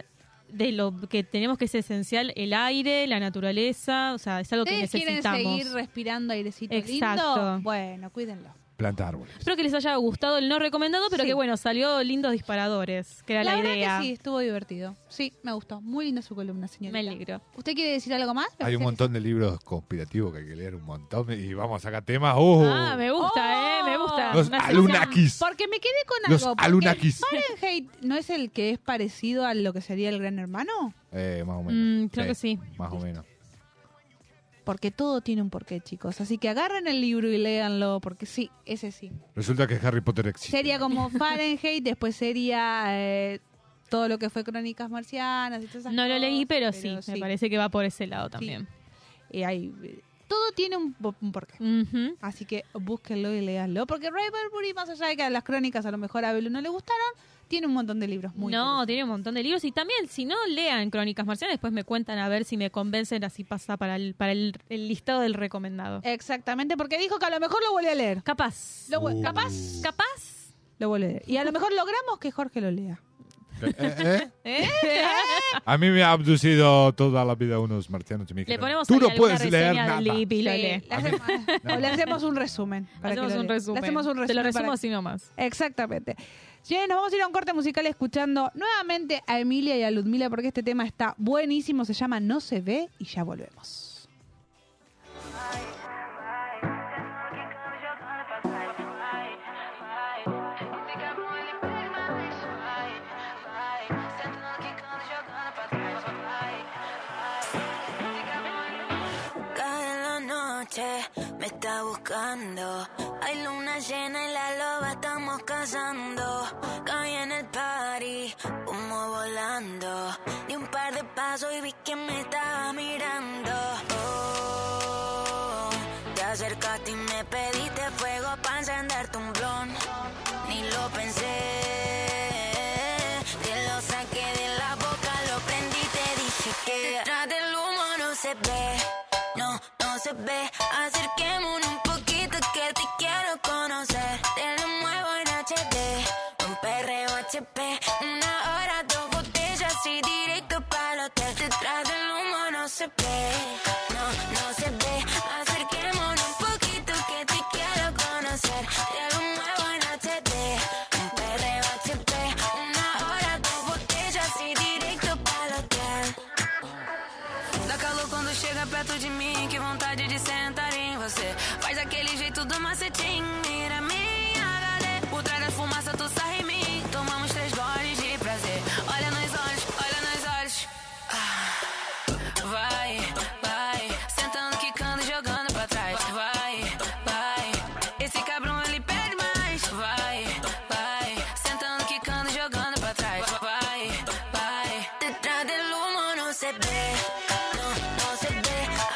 de lo que tenemos que es esencial, el aire, la naturaleza, o sea, es algo que
¿Ustedes quieren
necesitamos.
seguir respirando airecito
Exacto.
lindo? Bueno, cuídenlo.
Planta árboles.
Espero que les haya gustado el no recomendado, pero que bueno, salió lindos disparadores, que era la,
verdad
idea.
que sí, estuvo divertido. Sí, me gustó. Muy linda su columna, señorita.
Me alegro.
¿Usted quiere decir algo más? Me
Hay un
parece
montón de libros conspirativos que hay que leer, un montón. Y vamos a sacar temas. ¡Uh!
Ah, me gusta, eh, me gusta.
Los
Me hace-
alunakis.
Oh. Porque me quedé con
Los
algo. porque
alunakis.
Fahrenheit no es el que es parecido a lo que sería el Gran Hermano.
Eh, más o menos.
Mm, creo que
Más o menos.
Porque todo tiene un porqué, chicos. Así que agarren el libro y léanlo, porque sí, ese sí.
Resulta que Harry Potter existe.
Sería como Fahrenheit, después sería eh, todo lo que fue Crónicas Marcianas y todas esas
No lo
cosas,
leí, pero, sí, me
sí.
parece que va por ese lado también.
Y hay, eh, todo tiene un, po- un porqué.
Ujú.
Así que búsquenlo y léanlo. Porque Ray Bradbury, más allá de que a las crónicas a lo mejor a Belu no le gustaron, tiene un montón de libros muy
No, tiene un montón de libros y también si no lean Crónicas Marcianas, después me cuentan a ver si me convencen, así pasa para el, para el, el listado del recomendado.
Exactamente, porque dijo que a lo mejor lo vuelve a leer.
Capaz.
Lo vu-
Uh.
Capaz,
Capaz.
lo vuelve a leer. Y a lo mejor logramos que Jorge lo lea.
Eh, eh, eh.
¿Eh?
A mí me ha abducido toda la vida unos marcianos. Y me
Le
dijeron,
ponemos
Tú
ahí
no
alguna
puedes leer
reseña
nada.
del IP y lo lee.
Le hacemos, o le hacemos un resumen. para que
Hacemos
lo
un
lea.
resumen.
Le hacemos un resumen.
Te lo resumo
para que-
así nomás.
Exactamente. Bien, nos vamos a ir a un corte musical escuchando nuevamente a Emilia y a Ludmila porque este tema está buenísimo, se llama No se ve y ya volvemos.
Cae la noche, me está buscando. Hay luna llena y la loba estamos cazando. Caí en el party, humo volando. Di un par de pasos y vi que me estaba mirando. Oh, te acercaste y me pediste fuego para encenderte un blon. Ni lo pensé. Te lo saqué de la boca, lo prendí y te dije que detrás del humo no se ve. No, no se ve. Acerquémonos un poquito que te quiero conocer. Te lo muevo en HD, un perreo HP. Una hora, dos botellas y directo para el hotel. Detrás del humo no se ve. No, no se ve. Acerquémonos un poquito que te quiero conocer. Te lo muevo en HD, un perreo HP. Una hora gostoso quando chega perto de mim. Que vontade de sentar em você. Faz aquele jeito do macetinho. Mira minha HD. Por trás da fumaça, tu sarra em mim. Tomamos três goles de prazer. Olha nos olhos, olha nos olhos. Vai, vai, sentando, quicando, e jogando pra trás. Vai, vai, esse cabrão ele perde mais. Vai, vai, sentando, quicando, e jogando pra trás. Vai, vai, detrás del humo não se vê. não, não se vê.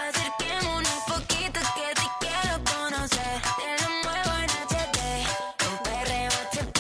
Acerquémonos poquito que te quiero conocer. Te lo muevo en HD, un perreo HP.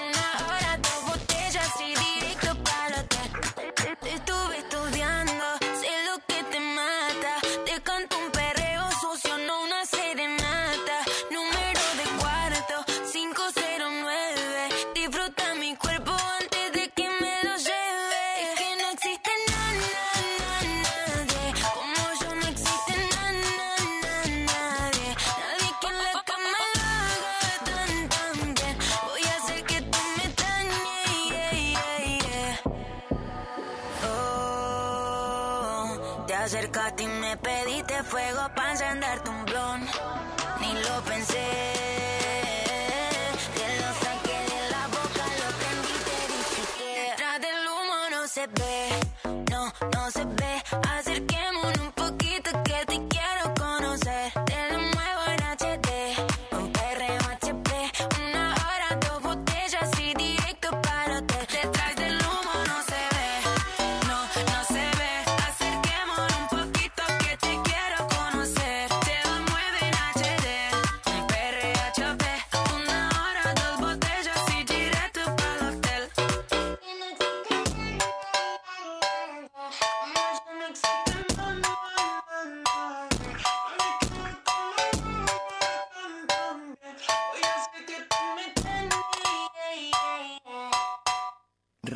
Una hora, dos botellas y directo para atrás. Te estuve estudiando, sé lo que te mata. Te canto un perreo sucio, no una serenata. Número de cuarto, 509. Disfruta mi cuerpo antes de que me lo lleve. Es que no existe na, na, na, nadie. Como yo no existe na, na, na, nadie. Nadie que en la cama lo haga tan, tan bien. Voy a hacer que tú me dañes, yeah, yeah, yeah. Oh, te acercaste y me pediste fuego para encender tu blon. Ni lo pensé. Te lo saqué de la boca, lo prendí, te dije que detrás del humo no se ve. No, no se ve. Acerquémonos un poquito que te quiero conocer. Te lo muevo en HD, un perreo HP. Una hora, dos botellas y directo para el hotel. Detrás del humo no se ve. No, no se ve. Acerquémonos un poquito que te quiero conocer. Te lo muevo en HD, un perreo HP. Una hora, dos botellas y directo para el hotel.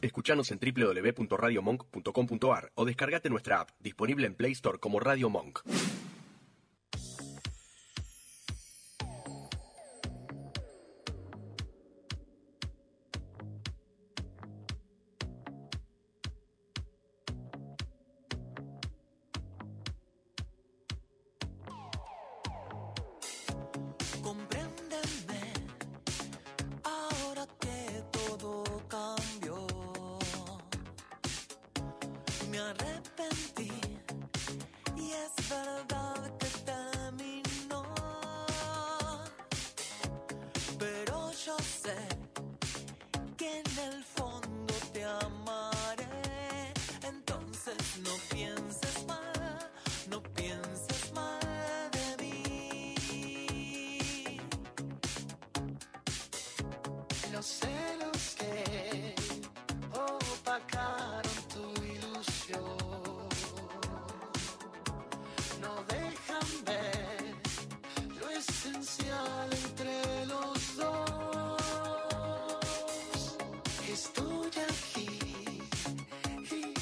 Escuchanos en www.radiomonk.com.ar o descargate nuestra app, disponible en Play Store como Radio Monk.
Compréndeme, ahora que todo cambió. Me arrepentí y es verdad que terminó. Pero yo sé que en el fondo te amaré. Entonces no pienses mal, no pienses mal de mí. Los celos que opacaron tu ilusión no dejan ver lo esencial entre los dos. Estoy aquí y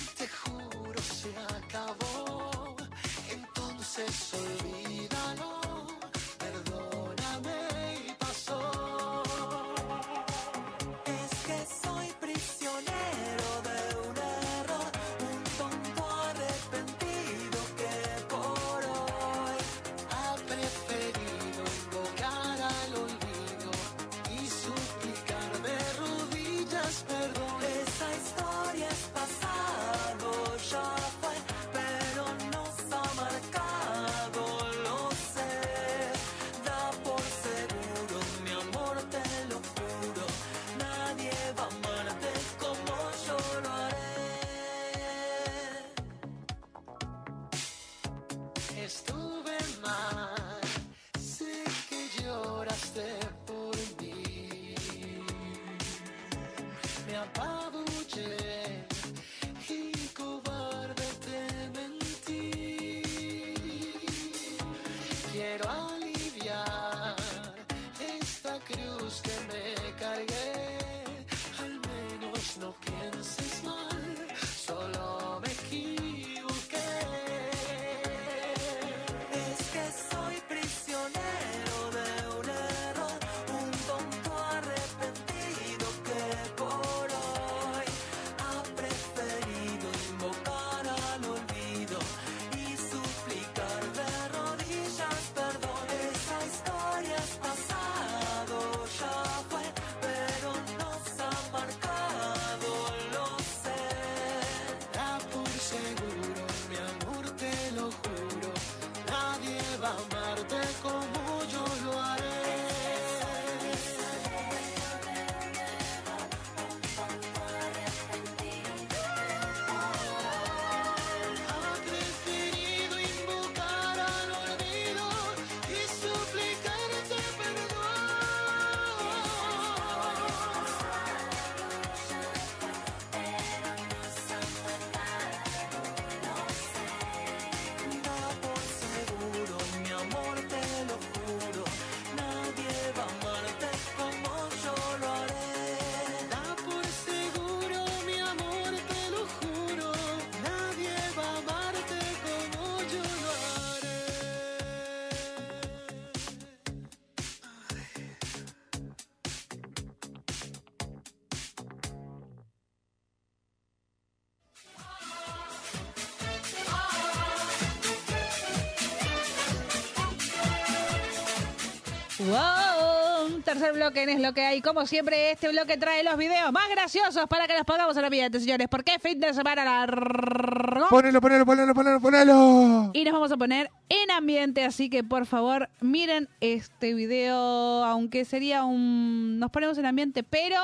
Wow, tercer bloque en es lo que hay. Como siempre, este bloque trae los videos más graciosos para que los pongamos en ambiente, señores. Porque es fin de semana largo.
Ponelo, ponelo, ponelo, ponelo, ponelo.
Y nos vamos a poner en ambiente, así que por favor miren este video, aunque sería un... Nos ponemos en ambiente, pero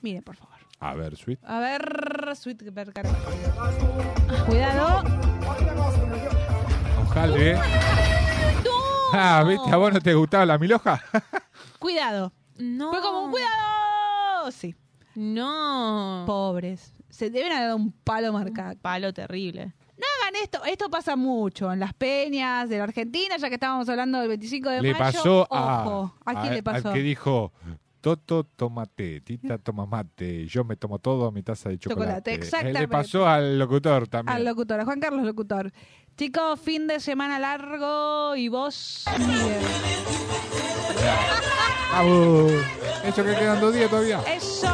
miren por favor.
A ver, Sweet.
A ver, Sweet Vergara. Cuidado.
Ojalá. eh. Ah, ¿viste? ¿A vos no te gustaba la miloja?
Cuidado. No. Fue como un cuidado. Sí. No. Pobres. Se deben haber dado un palo marcado. palo terrible. No hagan esto. Esto pasa mucho en las peñas de la Argentina, ya que estábamos hablando del 25 de
le
mayo.
pasó a,
Ojo. ¿A, quién le pasó?
al que dijo Toto tomate, Tita toma mate, yo me tomo todo a mi taza de
Chocolate,
chocolate. Eh,
exactamente.
Le pasó al locutor también.
Al locutor, a Juan Carlos Locutor. Chicos, fin de semana largo y vos...
Bravo. Eso que quedan dos días todavía.
¡Eso!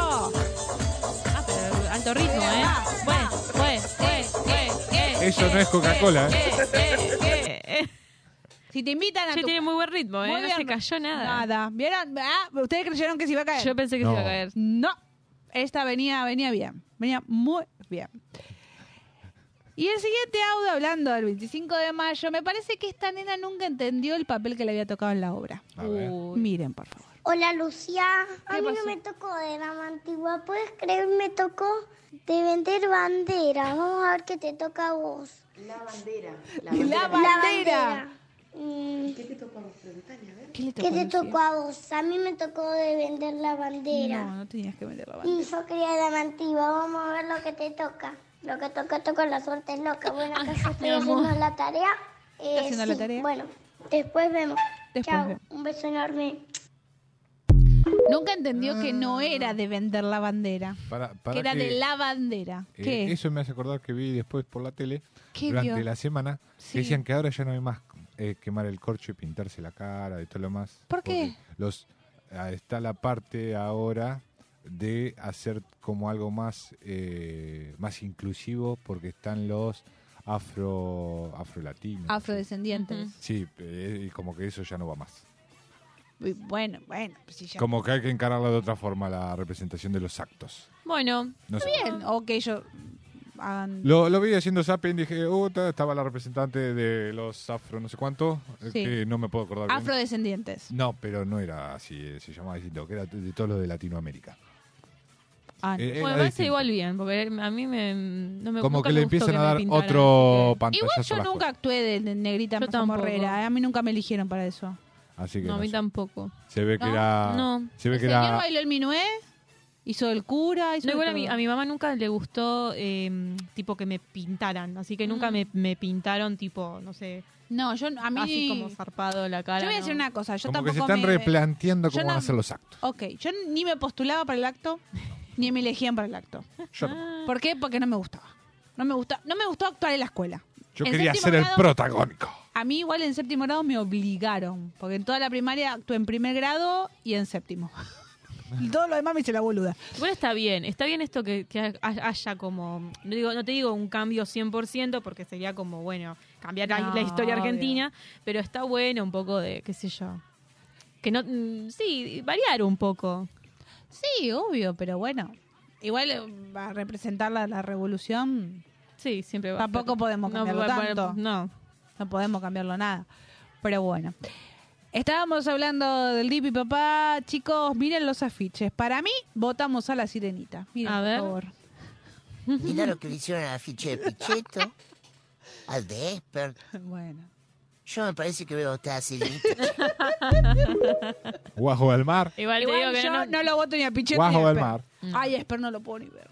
Ah, Alto ritmo, ¿eh? Fue, fue, fue, fue, eh,
Eso no es Coca-Cola, ¿eh?
eh, eh, eh.
Si te invitan a
Che, tiene muy buen ritmo, ¿eh? No se
cayó nada. Nada. ¿Vieron? Ah, ¿Ustedes creyeron que se iba a caer?
Yo pensé que se No. iba a caer.
No. Esta venía, venía bien. Venía muy bien. Y el siguiente audio, hablando del 25 de mayo, me parece que esta nena nunca entendió el papel que le había tocado en la obra. Uy. Miren, por favor.
Hola Lucía, a mí no me tocó de la mantigua, ¿puedes creer? Me tocó de vender bandera. Vamos a ver qué te toca a vos.
La bandera.
La bandera. Mm.
¿Qué te tocó a vos? Preguntale, a ver.
¿Qué, te tocó a vos? A mí me tocó de vender la bandera.
No, no tenías que vender la banda.
Y yo quería la mantigua, vamos a ver lo que te toca. Lo que toca, toca, la suerte es loca. Bueno, acá yo estoy
mi amor.
haciendo la tarea. Eh,
haciendo la
sí,
tarea?
Bueno, después vemos.
Después
Chao,
vemos.
un beso enorme.
Nunca entendió que no era de vender la bandera.
Para,
Que
Ah. para
era
que,
de la bandera.
eh,
¿Qué?
Eso me hace acordar que vi después por la tele
¿Qué
durante
vio?
la semana. que
Sí.
decían que ahora ya no hay más eh, quemar el corcho y pintarse la cara y todo lo más.
¿Por qué?
Los, ah, está la parte ahora de hacer como algo más, eh, más inclusivo porque están los afro afrolatinos.
Afrodescendientes.
Sí, eh, y como que eso ya no va más.
Y Bueno, bueno. pues si ya-
Como que hay que encararlo de otra forma la representación de los actos.
Bueno,
No
está
sé.
bien. O que ellos hagan-
Lo, lo vi haciendo zapping, dije, "Uh, ta- estaba la representante de los afro no sé cuánto, eh,
Sí.
que no me puedo acordar bien.
afrodescendientes.
No, pero no era así, eh, se llamaba distinto, que era de todo lo de Latinoamérica.
Ah,
Eh, era
bueno, me parece
distinto.
igual bien, porque a mí me, no me
Como
nunca
que le
me gustó
empiezan a dar
me pintaran.
otro
Igual
pantallazo. a
yo
las
nunca actué de de negrita
Yo
Maza
tampoco.
morrera. eh, A mí nunca me eligieron para eso.
cosas. Así que
No, a
no
mí
sé.
tampoco.
se ve que era
no.
se ve
El
que
señor
era
bailó el minué, hizo el cura, hizo
No,
de
igual a mi,
todo.
a mi mamá nunca le gustó, eh, tipo, que me pintaran. Así que nunca me, me pintaron, tipo, no sé.
Mm. No, yo a mí-
Así como zarpado la cara.
Yo voy a
no.
decir una cosa. Yo
como que
tampoco
se están
me-
replanteando
yo
cómo van a
no-
ser los actos.
Ok, yo ni me postulaba para el acto, ni me elegían para el acto.
Yo,
¿Por qué? Porque no me gustaba. No me gustaba, no me gustó actuar en la escuela.
yo
En
quería
séptimo
ser el
grado-
protagónico.
A mí igual en séptimo grado me obligaron, porque en toda la primaria actué en primer grado y en séptimo. Y Todo lo demás me hice la boluda.
Igual está bien, está bien esto que, que ha- haya como, no, digo, no te digo un cambio 100%, porque sería como, bueno, cambiar la,
No,
la historia
obvio.
argentina, pero está bueno un poco de, qué sé yo, que no, mm, sí, variar un poco.
Sí, obvio, pero bueno. Igual eh, va a representar la, la revolución.
Sí, siempre va a
Tampoco
ser.
podemos
No,
cambiarlo
va- va-
tanto.
No.
No podemos cambiarlo nada. Pero bueno. Estábamos hablando del Dipi Papá. Chicos, miren los afiches. Para mí, votamos a la sirenita. Miren,
A ver.
por favor.
Mirá lo que le hicieron al afiche de Pichetto, al de Esper.
Bueno.
Yo me parece que veo a usted así. Sirenita.
Guajo del mar.
Eh,
Igual,
te digo que
yo no,
no-
lo voto ni a Pichetto
Guajo
ni a
del
Esper.
mar.
Mm.
Ay, Esper no lo puedo ni ver.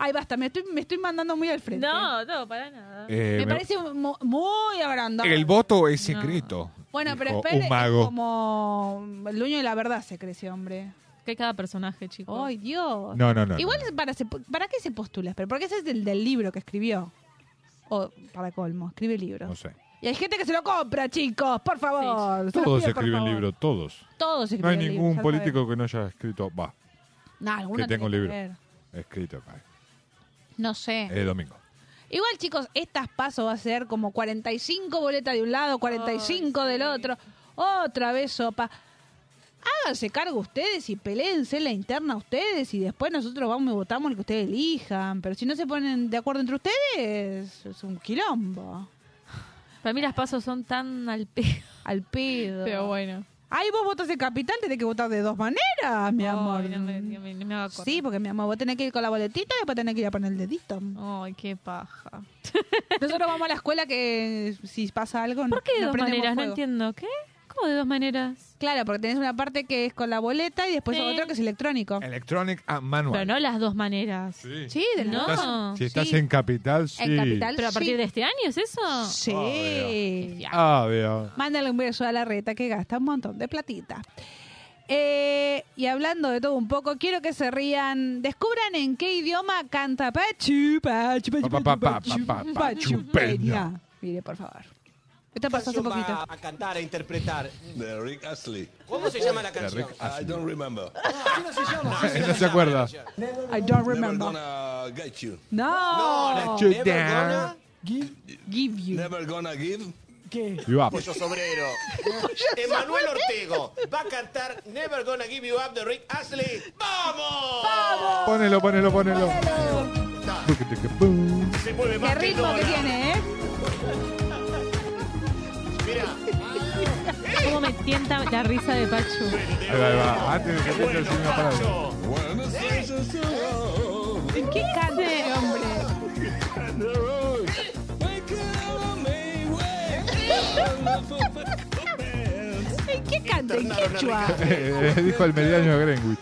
Ay, basta, me estoy, me estoy mandando muy al frente.
No, no, para nada.
Eh,
me,
me-
parece mu- muy agrandado.
El voto es secreto.
Bueno, pero
dijo
Esper
un
es
mago.
como el dueño de la verdad se crece, hombre.
Que cada personaje, chico.
Ay, Dios.
No, no, no,
Igual, Para, se- ¿para qué se postula Esper? Porque ese es el del libro que escribió. O, para colmo, escribe libros.
No sé.
Y hay gente que se lo compra, chicos, por favor. Se los
Todos
pido, por
escriben
favor.
libros, todos.
Todos
No hay
escriben libros.
ningún
ya lo
político que no haya escrito, va,
sabemos. No, alguno tiene
que tenga un libro.
ver.
Escrito, va.
No sé.
Eh, domingo.
Igual, chicos, estas pasos va a ser como 45 boletas de un lado, 45 del otro. otra vez sopa. Háganse cargo ustedes y peleense la interna ustedes y después nosotros vamos y votamos el que ustedes elijan. Pero si no se ponen de acuerdo entre ustedes, es un quilombo.
Para mí las pasos son tan al pedo.
Al pedo.
Pero bueno.
Ay, vos votas en capital, tenés que votar de dos maneras, mi
Ay,
amor.
no me- no me- no me haga
sí, porque mi amor, vos tenés que ir con la boletita y después tenés que ir a poner el dedito.
Ay, qué paja.
Nosotros vamos a la escuela que si pasa algo
¿Por qué de dos maneras? No entiendo. ¿Qué? ¿Cómo de dos maneras?
Claro, porque tenés una parte que es con la boleta y después
Sí.
otro que es electrónico.
Electronic and Manual.
Pero no las dos maneras.
Sí.
Sí, de las
Estás-
no.
si estás en Capital, sí. Oh,
¿Pero a partir de este año es eso?
Sí.
Ah, veo.
Mándale un beso a la reta que gasta un montón de platita. Eh, y hablando de todo un poco, quiero que se rían. Descubran en qué idioma canta Pachu, Pachu, Pachu,
Pa, pa, pa, pa,
Pachu,
pa, pa,
Pachu,
Pachupeña.
Mire, por favor. Esta pasó hace poquito.
a cantar, a interpretar.
De Rick Astley.
¿Cómo se llama la
De
canción?
Rick Astley. I don't remember.
¿Cómo se llama?
No se acuerda.
I don't
Never
remember.
gonna Ah, get you.
No.
No,
Shoot
never
down.
gonna
give, give you.
Never gonna give.
¿Qué?
You up.
Pollo Sobrero. Emanuel Ortego va a cantar Never Gonna Give You Up de Rick Astley. ¡Vamos! ¡Vamos!
Ponelo, ponelo, ponelo. Tuki, tuki, pum.
Se mueve más
Qué ritmo que
Lola.
tiene, ¿eh?
¿Cómo me tienta la risa de Pachu?
Ahí va, ahí va. Antes de que te decir una palabra.
¿En qué canta este hombre? ¿En qué canta? ¿En quechua?
Eh, Dijo el mediano de Greenwich.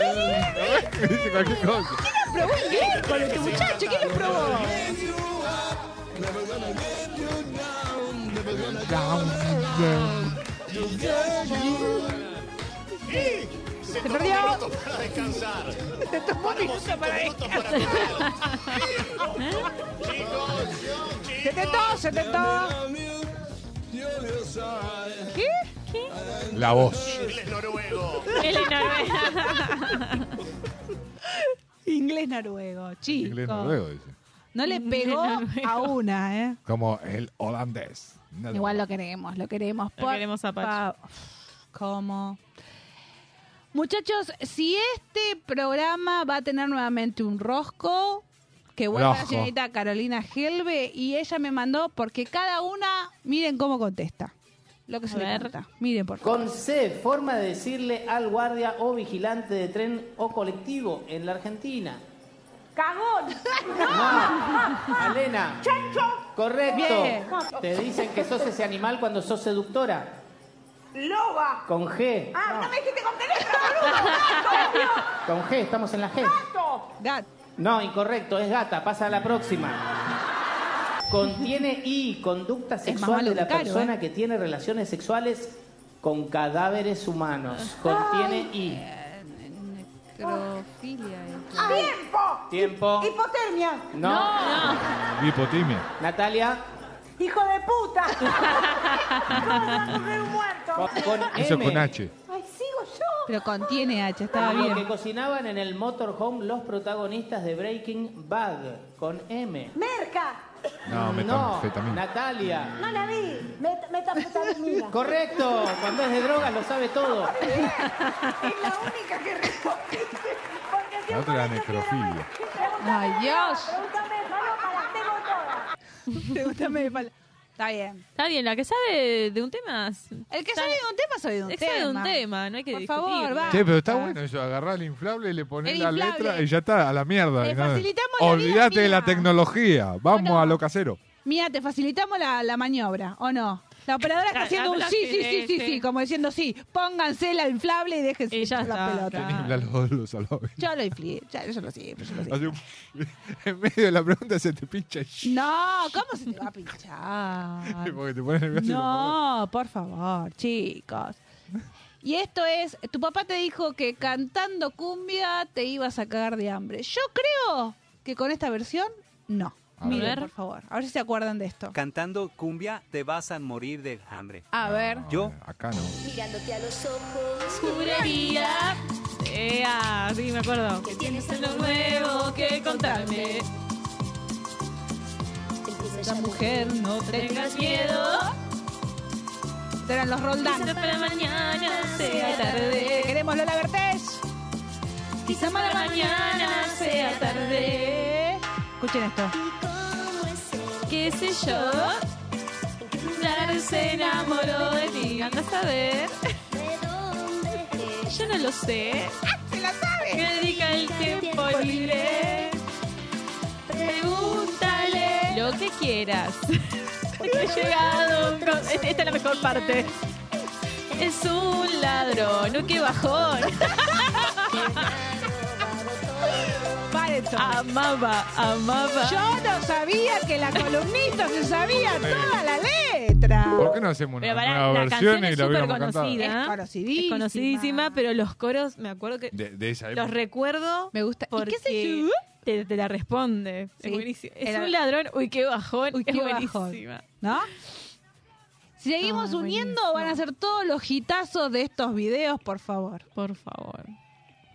Dice cualquier cosa.
probó el miércoles, este muchacho? ¿Quién lo probó?
Se
Se
tomó
perdió.
un minuto para descansar.
Se tomó un minuto para descansar. Se tentó, se tentó. ¿Qué?
La voz.
Él es é noruego.
Él es noruego.
Inglés noruego, chico.
Inglés noruego, dice.
No le
Inglés
pegó a una, ¿eh?
Como el holandés. Nada
Igual lo queremos, lo queremos.
Lo queremos a Pacho.
pa- ¿Cómo? Muchachos, si este programa va a tener nuevamente un rosco, que vuelva la
Rosco.
señorita Carolina Gelbe y ella me mandó porque cada una, miren cómo contesta. Lo que se le canta. Miren, por favor.
Con C, forma de decirle al guardia o vigilante de tren o colectivo en la Argentina.
¡Cagón!
No. Elena.
¡Chancho!
Correcto.
Bien.
Te dicen que sos ese animal cuando sos seductora.
¡Loba!
Con G.
¡Ah, no me dijiste con qué letra, boludo!
Con G, estamos en la G.
¡Gato!
Gat.
No, incorrecto, es gata. Pasa a la próxima. Contiene I, conducta sexual
malo
de la
que caro,
persona
¿eh?
que tiene relaciones sexuales con cadáveres humanos. Contiene
Necrofilia.
¡Tiempo!
I. Tiempo.
¡Hipotermia!
No.
Hipotimia.
Natalia.
¡Hijo de puta! ¿Cómo vas a comer un muerto?
Con
Eso
M.
con H.
¡Ay, sigo yo!
Pero contiene H, estaba
Lo que
bien.
cocinaban en el motorhome los protagonistas de Breaking Bad con M.
¡Merca!
No,
no
metanfetamina.
Natalia.
No la vi. Met metafetamina.
Correcto, cuando es de drogas lo sabe todo.
Es la única que respondiste. Porque si
La otra era necrofilia.
Ay, Dios.
Pregúntame, paloma, la tengo toda.
Pregúntame de pal- Está bien.
Está bien, la que sabe de un tema.
El que sabe de un tema sabe de un
El que
tema.
sabe de un tema, no hay que
Por favor,
discutirlo.
va.
Che, pero está bueno eso, agarrar el inflable, le pones
El
la
inflable.
letra y ya está, a la mierda.
Le
¿no?
facilitamos la
Olvídate
vida,
de la
mira.
tecnología, vamos a lo casero.
Mira, te facilitamos la, la maniobra, ¿o no? La operadora está
Ah,
haciendo un
habla
sí, sí,
así,
sí, sí,
sí.
sí, como diciendo sí, pónganse la inflable y déjense
Y ya
hinchar la
está,
pelota.
La- los- los salvajes.
Yo lo inflé, ya, yo lo sé, yo lo sé.
Hace un- En medio de la pregunta se te pincha. el
No, ¿cómo se te va a pinchar?
Porque te pones nervioso. y
Ah. No, por favor, chicos. Y esto es, tu papá te dijo que cantando cumbia te ibas a cagar de hambre. Yo creo que con esta versión, no.
A
Miren,
ver.
por favor, a ver si se acuerdan de esto.
Cantando cumbia te vas a morir de hambre.
A ver.
Yo
Ah, Acá no.
Mirándote a los ojos,
Juraría.
Eh,
Eh, ah, Ea, sí, me acuerdo. Que tienes algo nuevo que contarme.
La mujer, no tengas miedo. Eran los Roldán.
Quizá para mañana sea tarde.
Queremos Lola Bertés. Quizá para mañana sea tarde. Escuchen esto.
¿Qué sé yo? Claro, se enamoró de ti. Anda a saber. Yo no lo sé.
Ah, ¡Se la sabe!
Me dedica el tiempo libre. Pregúntale
Lo que quieras. He llegado con- Esta esta es la mejor parte.
Es un ladrón, no qué bajón.
Amaba, amaba.
Yo no sabía que la columnista se sabía toda la letra.
¿Por qué no hacemos una,
Pero pará,
nueva
la
versión
canción
y la
es súper
hubiéramos cantado?
conocida.
Es conocidísima.
Es conocidísima, pero los coros, me acuerdo que
De, de esa época.
los recuerdo. Me gusta.
¿Y
Porque
qué sé yo?
Te, te la responde.
Sí.
Es buenísimo. Es
Era-
un ladrón. Uy, qué bajón.
Uy, qué
es
bajón.
buenísima.
¿No? Si seguimos
Ay,
uniendo, van a ser todos los hitazos de estos videos, por favor.
Por favor.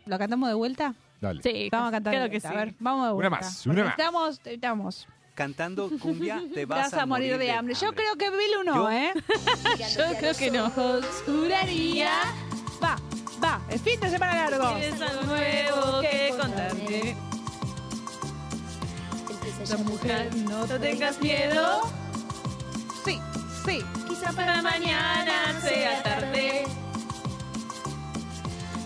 ¿Lo cantamos de vuelta?
Dale.
Sí,
Vamos a cantar. de
creo que
vuelta.
sí.
A ver, vamos de vuelta.
más, una
Porque
más.
Estamos, estamos.
Cantando cumbia te
Vas a morir de hambre. Yo creo que Bilu no,
Yo-
¿eh?
Yo creo que no.
Juraría. Va, va. Es fin de semana largo.
Tienes algo nuevo que contarme.
La mujer no
No tengas miedo.
Sí, sí.
Quizá para mañana sea tarde.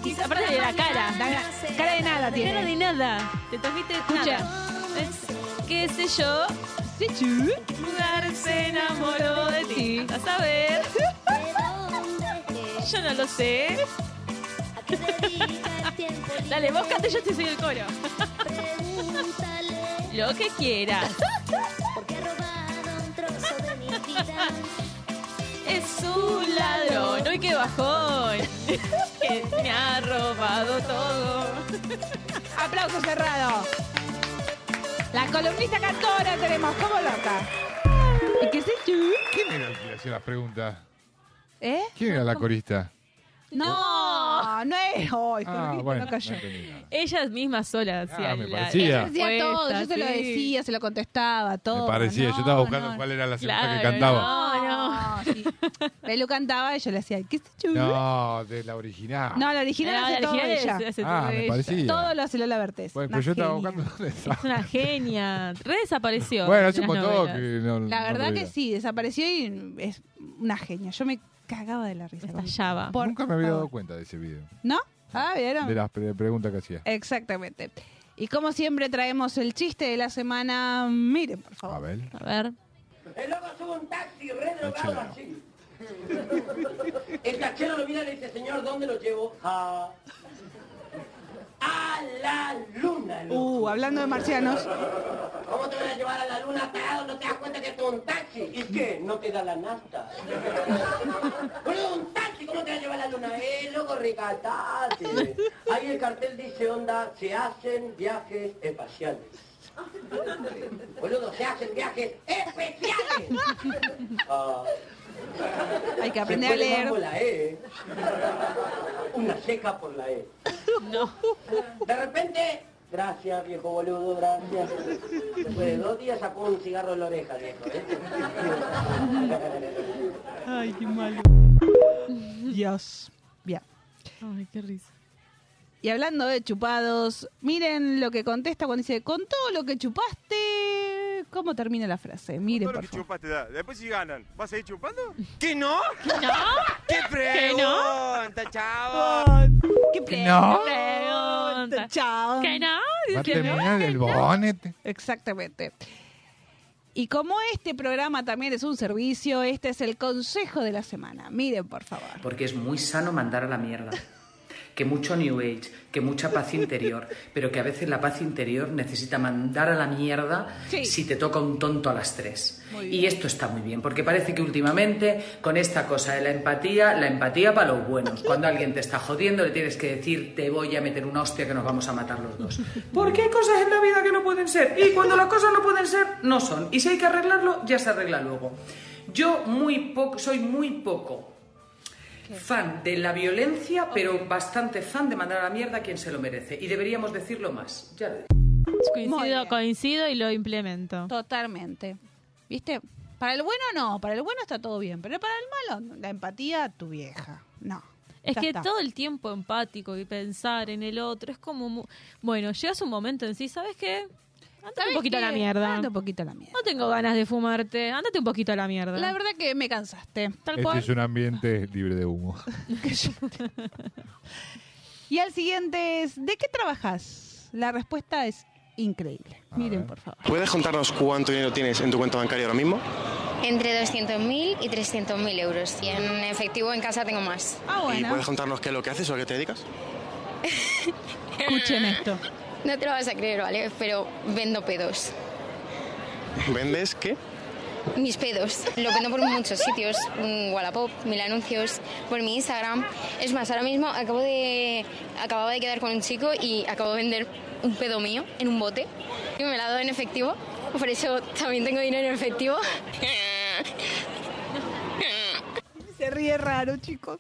Quizá para
Aparte de la cara.
mañana sea
cara de nada tiene.
Cara de nada. Te trajiste
Escucha.
nada.
Es- ¿Qué sé yo? Un lugar se enamoró de ti. A saber.
Yo no lo sé. Dale, vos cante, yo te soy el coro. Lo que quieras.
Es un ladrón.
Ladrón, uy, qué bajón. Que me ha robado todo.
Aplauso cerrado. La columnista cantora tenemos como loca. ¿Y qué sé yo?
¿Quién era el que le hacía las preguntas?
¿Eh?
¿Quién era la corista?
No, no es hoy.
Ah,
Jorgito,
bueno,
no cayó.
no entendí nada.
Ella misma sola hacía
Ah, me
la-
parecía.
ella
Decía todo, yo
respuesta,
se lo
sí.
decía, se lo contestaba, todo.
Me parecía,
No,
yo estaba buscando
no.
cuál era la segunda que
Claro,
cantaba.
No, no.
sí. Belu cantaba y yo le decía, ¿qué sé yo?
No, de la original.
No, la original
No,
hace
la
todo
original
ella.
es- hace
Ah,
todo
me
ella.
parecía.
Todo lo hace Lola Bertés.
Bueno,
Una
pero yo estaba
genia.
buscando dónde estaba.
Es una genia. Re desapareció.
Bueno,
de
hace un
las
montón
novelas.
que no.
La
no
verdad
veía.
que sí, desapareció y es una genia. Yo me cagaba de la risa. con-
Estallaba.
Por
Nunca me había
favor.
dado cuenta de ese video.
¿No? Ah, ¿vieron?
De las pre- preguntas que hacía.
Exactamente. Y como siempre traemos el chiste de la semana, miren, por favor.
A ver.
A ver.
El loco sube un taxi redrogado
Cachero.
así. El cachero lo mira y le dice, señor, ¿dónde lo llevo? A, a la luna. loco.
Uh, hablando de marcianos.
¿Cómo te voy a llevar a la luna atado? ¿No te das cuenta que esto es un taxi? ¿Y qué? No te da la nafta. Boludo, un taxi, ¿cómo te va a llevar a la luna? Eh, loco, recatate. Ahí el cartel dice, onda, se hacen viajes espaciales. Boludo, se hacen viajes especiales. Ah.
Hay que aprender a
Después le
leer.
mando la E.
¿eh?
Una seca por la E. No. De repente, gracias viejo boludo, gracias. Después de dos días sacó un cigarro en la oreja, viejo. ¿eh?
Ay, qué malo. Dios. Bien.
Ay, qué risa.
Y hablando de chupados, miren lo que contesta cuando dice, con todo lo que chupaste, ¿cómo termina la frase? Miren, por favor.
chupaste, da. Después si ganan, ¿vas a ir chupando? ¿Que no? ¿Que
no?
¿Qué pregunta, chavo?
¿Qué pre-
no?
Pregunta.
Chao.
¿Que no?
Este Va a
Dice, ¿no?
terminar el bonete.
Exactamente. Y como este programa también es un servicio, este es el consejo de la semana. Miren, por favor.
Porque es muy sano mandar a la mierda. Que mucho New Age, que mucha paz interior, pero que a veces la paz interior necesita mandar a la mierda
Sí.
si te toca un tonto a las tres.
Muy bien.
Y esto está muy bien, porque parece que últimamente con esta cosa de la empatía, la empatía para los buenos. Cuando alguien te está jodiendo le tienes que decir te voy a meter una hostia que nos vamos a matar los dos. Porque hay cosas en la vida que no pueden ser y cuando las cosas no pueden ser, no son. Y si hay que arreglarlo, ya se arregla luego. Yo muy poco, soy muy poco fan de la violencia, pero bastante fan de mandar a la mierda a quien se lo merece. Y deberíamos decirlo más. Ya lo-
Coincido, coincido y lo implemento.
Totalmente. ¿Viste? Para el bueno no, para el bueno está todo bien, pero para el malo, la empatía, tu vieja. No.
Es
Ya
que
está.
todo el tiempo empático y pensar en el otro es como. mu- Bueno, llegas a un momento en sí, ¿sabes qué? Andate
¿Sabés
un poquito a la
qué?
mierda.
Andate un poquito a la mierda.
No tengo ganas de fumarte. Andate un poquito a la mierda.
La verdad que me cansaste.
Tal
Este es un ambiente libre de humo.
Y al siguiente es, ¿de qué trabajas? La respuesta es increíble. Miren, por favor.
¿Puedes contarnos cuánto dinero tienes en tu cuenta bancaria ahora mismo?
Entre 200.000 y 300.000 euros. Y en efectivo en casa tengo más. Ah,
¿Y puedes contarnos qué es lo que haces o a qué te dedicas?
Escuchen esto.
No te lo vas a creer, ¿vale? Pero vendo pedos.
¿Vendes qué?
Mis pedos. Lo vendo por muchos sitios. Mm, Wallapop, mil anuncios, por mi Instagram. Es más, ahora mismo acabo de... Acababa de quedar con un chico y acabo de vender un pedo mío en un bote. Y me la ha dado en efectivo. Por eso también tengo dinero en efectivo.
Se ríe raro, chicos.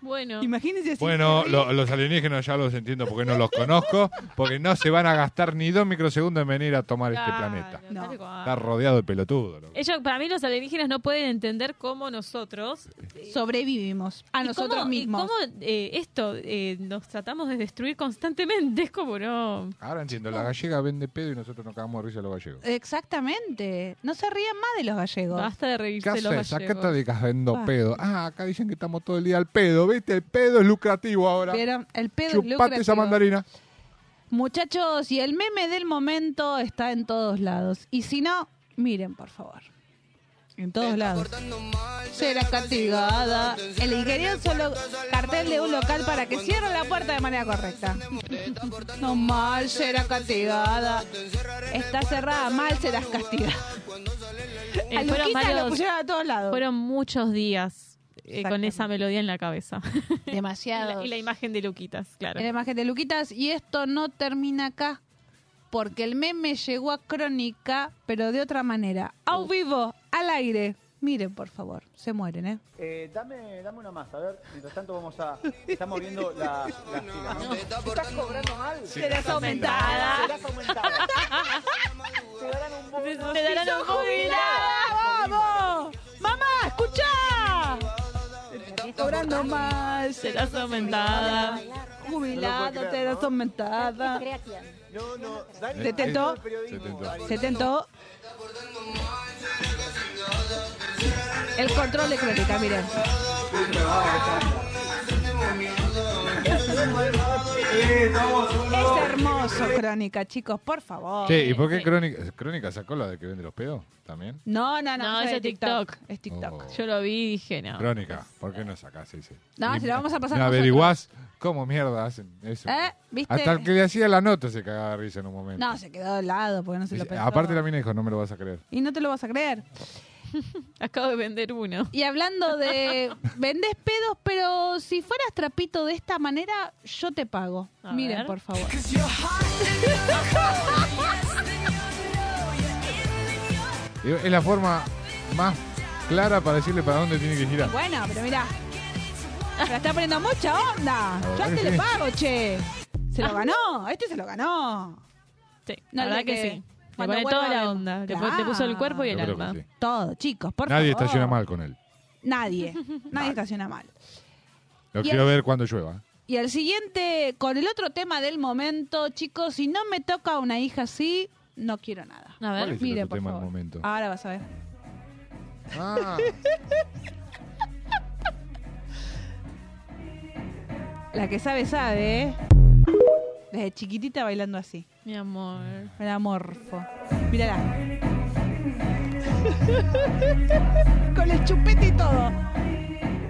Bueno.
Imagínense así.
Bueno, lo- los alienígenas ya los entiendo porque no los conozco, porque no se van a gastar ni dos microsegundos en venir a tomar este planeta.
tal cual.
Está rodeado de pelotudos. loco.
Ellos, para mí los alienígenas no pueden entender cómo nosotros eh,
sobrevivimos a
¿Y
nosotros
cómo- y
mismos.
cómo eh, esto eh, nos tratamos de destruir constantemente. Es como no.
Ahora entiendo, la gallega vende pedo y nosotros nos cagamos de risa a los gallegos.
Exactamente. No se rían más de los gallegos.
Basta de
¿Qué
reírse de los
haces? ¿A qué te
gallegos.
dedicas vendo
Ah.
pedo? Ah, acá dicen que estamos todo el día al pedo, ¿viste? El pedo es lucrativo ahora.
Vieron, el pedo es
Chupate esa
lucrativo.
mandarina.
Muchachos, y el meme del momento está en todos lados. Y si no, miren, por favor. En todos lados. Serás castigada. El ingenioso lo- cartel de un local para que cierre la puerta de manera correcta. No mal serás castigada. Está cerrada, mal serás castigada.
Eh,
A
fueron
Luquita lo
varios-
pusieron a todos lados.
Fueron muchos días eh, con esa melodía en la cabeza.
Demasiado.
Y la, y la imagen de Luquitas, claro.
En la imagen de Luquitas. Y esto no termina acá. Porque el meme llegó a crónica, pero de otra manera. A vivo, al aire. Miren, por favor. Se mueren, ¿eh?
Eh, dame, dame una más, a ver. Mientras tanto vamos a... Estamos viendo la... la fila, ¿no?
¿Estás cobrando mal?
Sí. Serás aumentada.
Serás aumentada. Te darán un bono.
¡Te darán un jubilada! ¡Vamos! ¡Mamá, escuchá! Estás cobrando más.
Serás aumentada.
Jubilado, serás aumentada.
No, no. Dani,
Se
esto
tentó.
es periodismo.
Se tentó. El control de crónica, miren. Es hermoso, Crónica, chicos, por favor.
Che, ¿y por qué Crónica, Crónica sacó la de que vende los pedos también?
No, no, no.
No,
eso
es de TikTok.
Es TikTok.
Yo lo vi y dije, no.
Oh. Crónica, ¿por qué no sacás ese?
No, se la vamos a pasar
No
nosotros.
averiguás cómo mierda hacen eso.
¿Eh? ¿Viste?
Hasta el que le hacía la nota se cagaba de risa en un momento.
No, se quedó de lado porque no se lo
Dice,
pensó.
Aparte la mina dijo, no me lo vas a creer.
Y no te lo vas a creer.
Acabo de vender uno.
Y hablando de vendés pedos, pero si fueras trapito de esta manera, yo te pago.
A
Miren,
ver.
por favor.
Digo, Es la forma más clara para decirle para dónde tiene que girar.
Bueno, pero mira. La está poniendo mucha onda. Yo te le pago, che. Se lo ganó. Este se lo
Ah.
ganó.
Sí,
No,
la verdad
ya
que
que
sí. Le
cuando
pone
vuelva
toda la
vemos.
onda. Le, pu- le puso el cuerpo y el
Yo creo que
alma.
sí.
Todo, chicos, por
Nadie
favor.
estaciona mal con él.
Nadie. Nadie estaciona mal.
Lo
Y
quiero
el-
ver cuando llueva.
Y al siguiente, con el otro tema del momento, chicos, si no me toca una hija así, no quiero nada. A
¿Cuál es el
miren,
otro
por
tema del
favor.
momento?
Ahora vas a ver. La que sabe, sabe, ¿eh? Desde chiquitita bailando así.
Mi amor.
Era morfo. Mírala. Con el chupete y todo.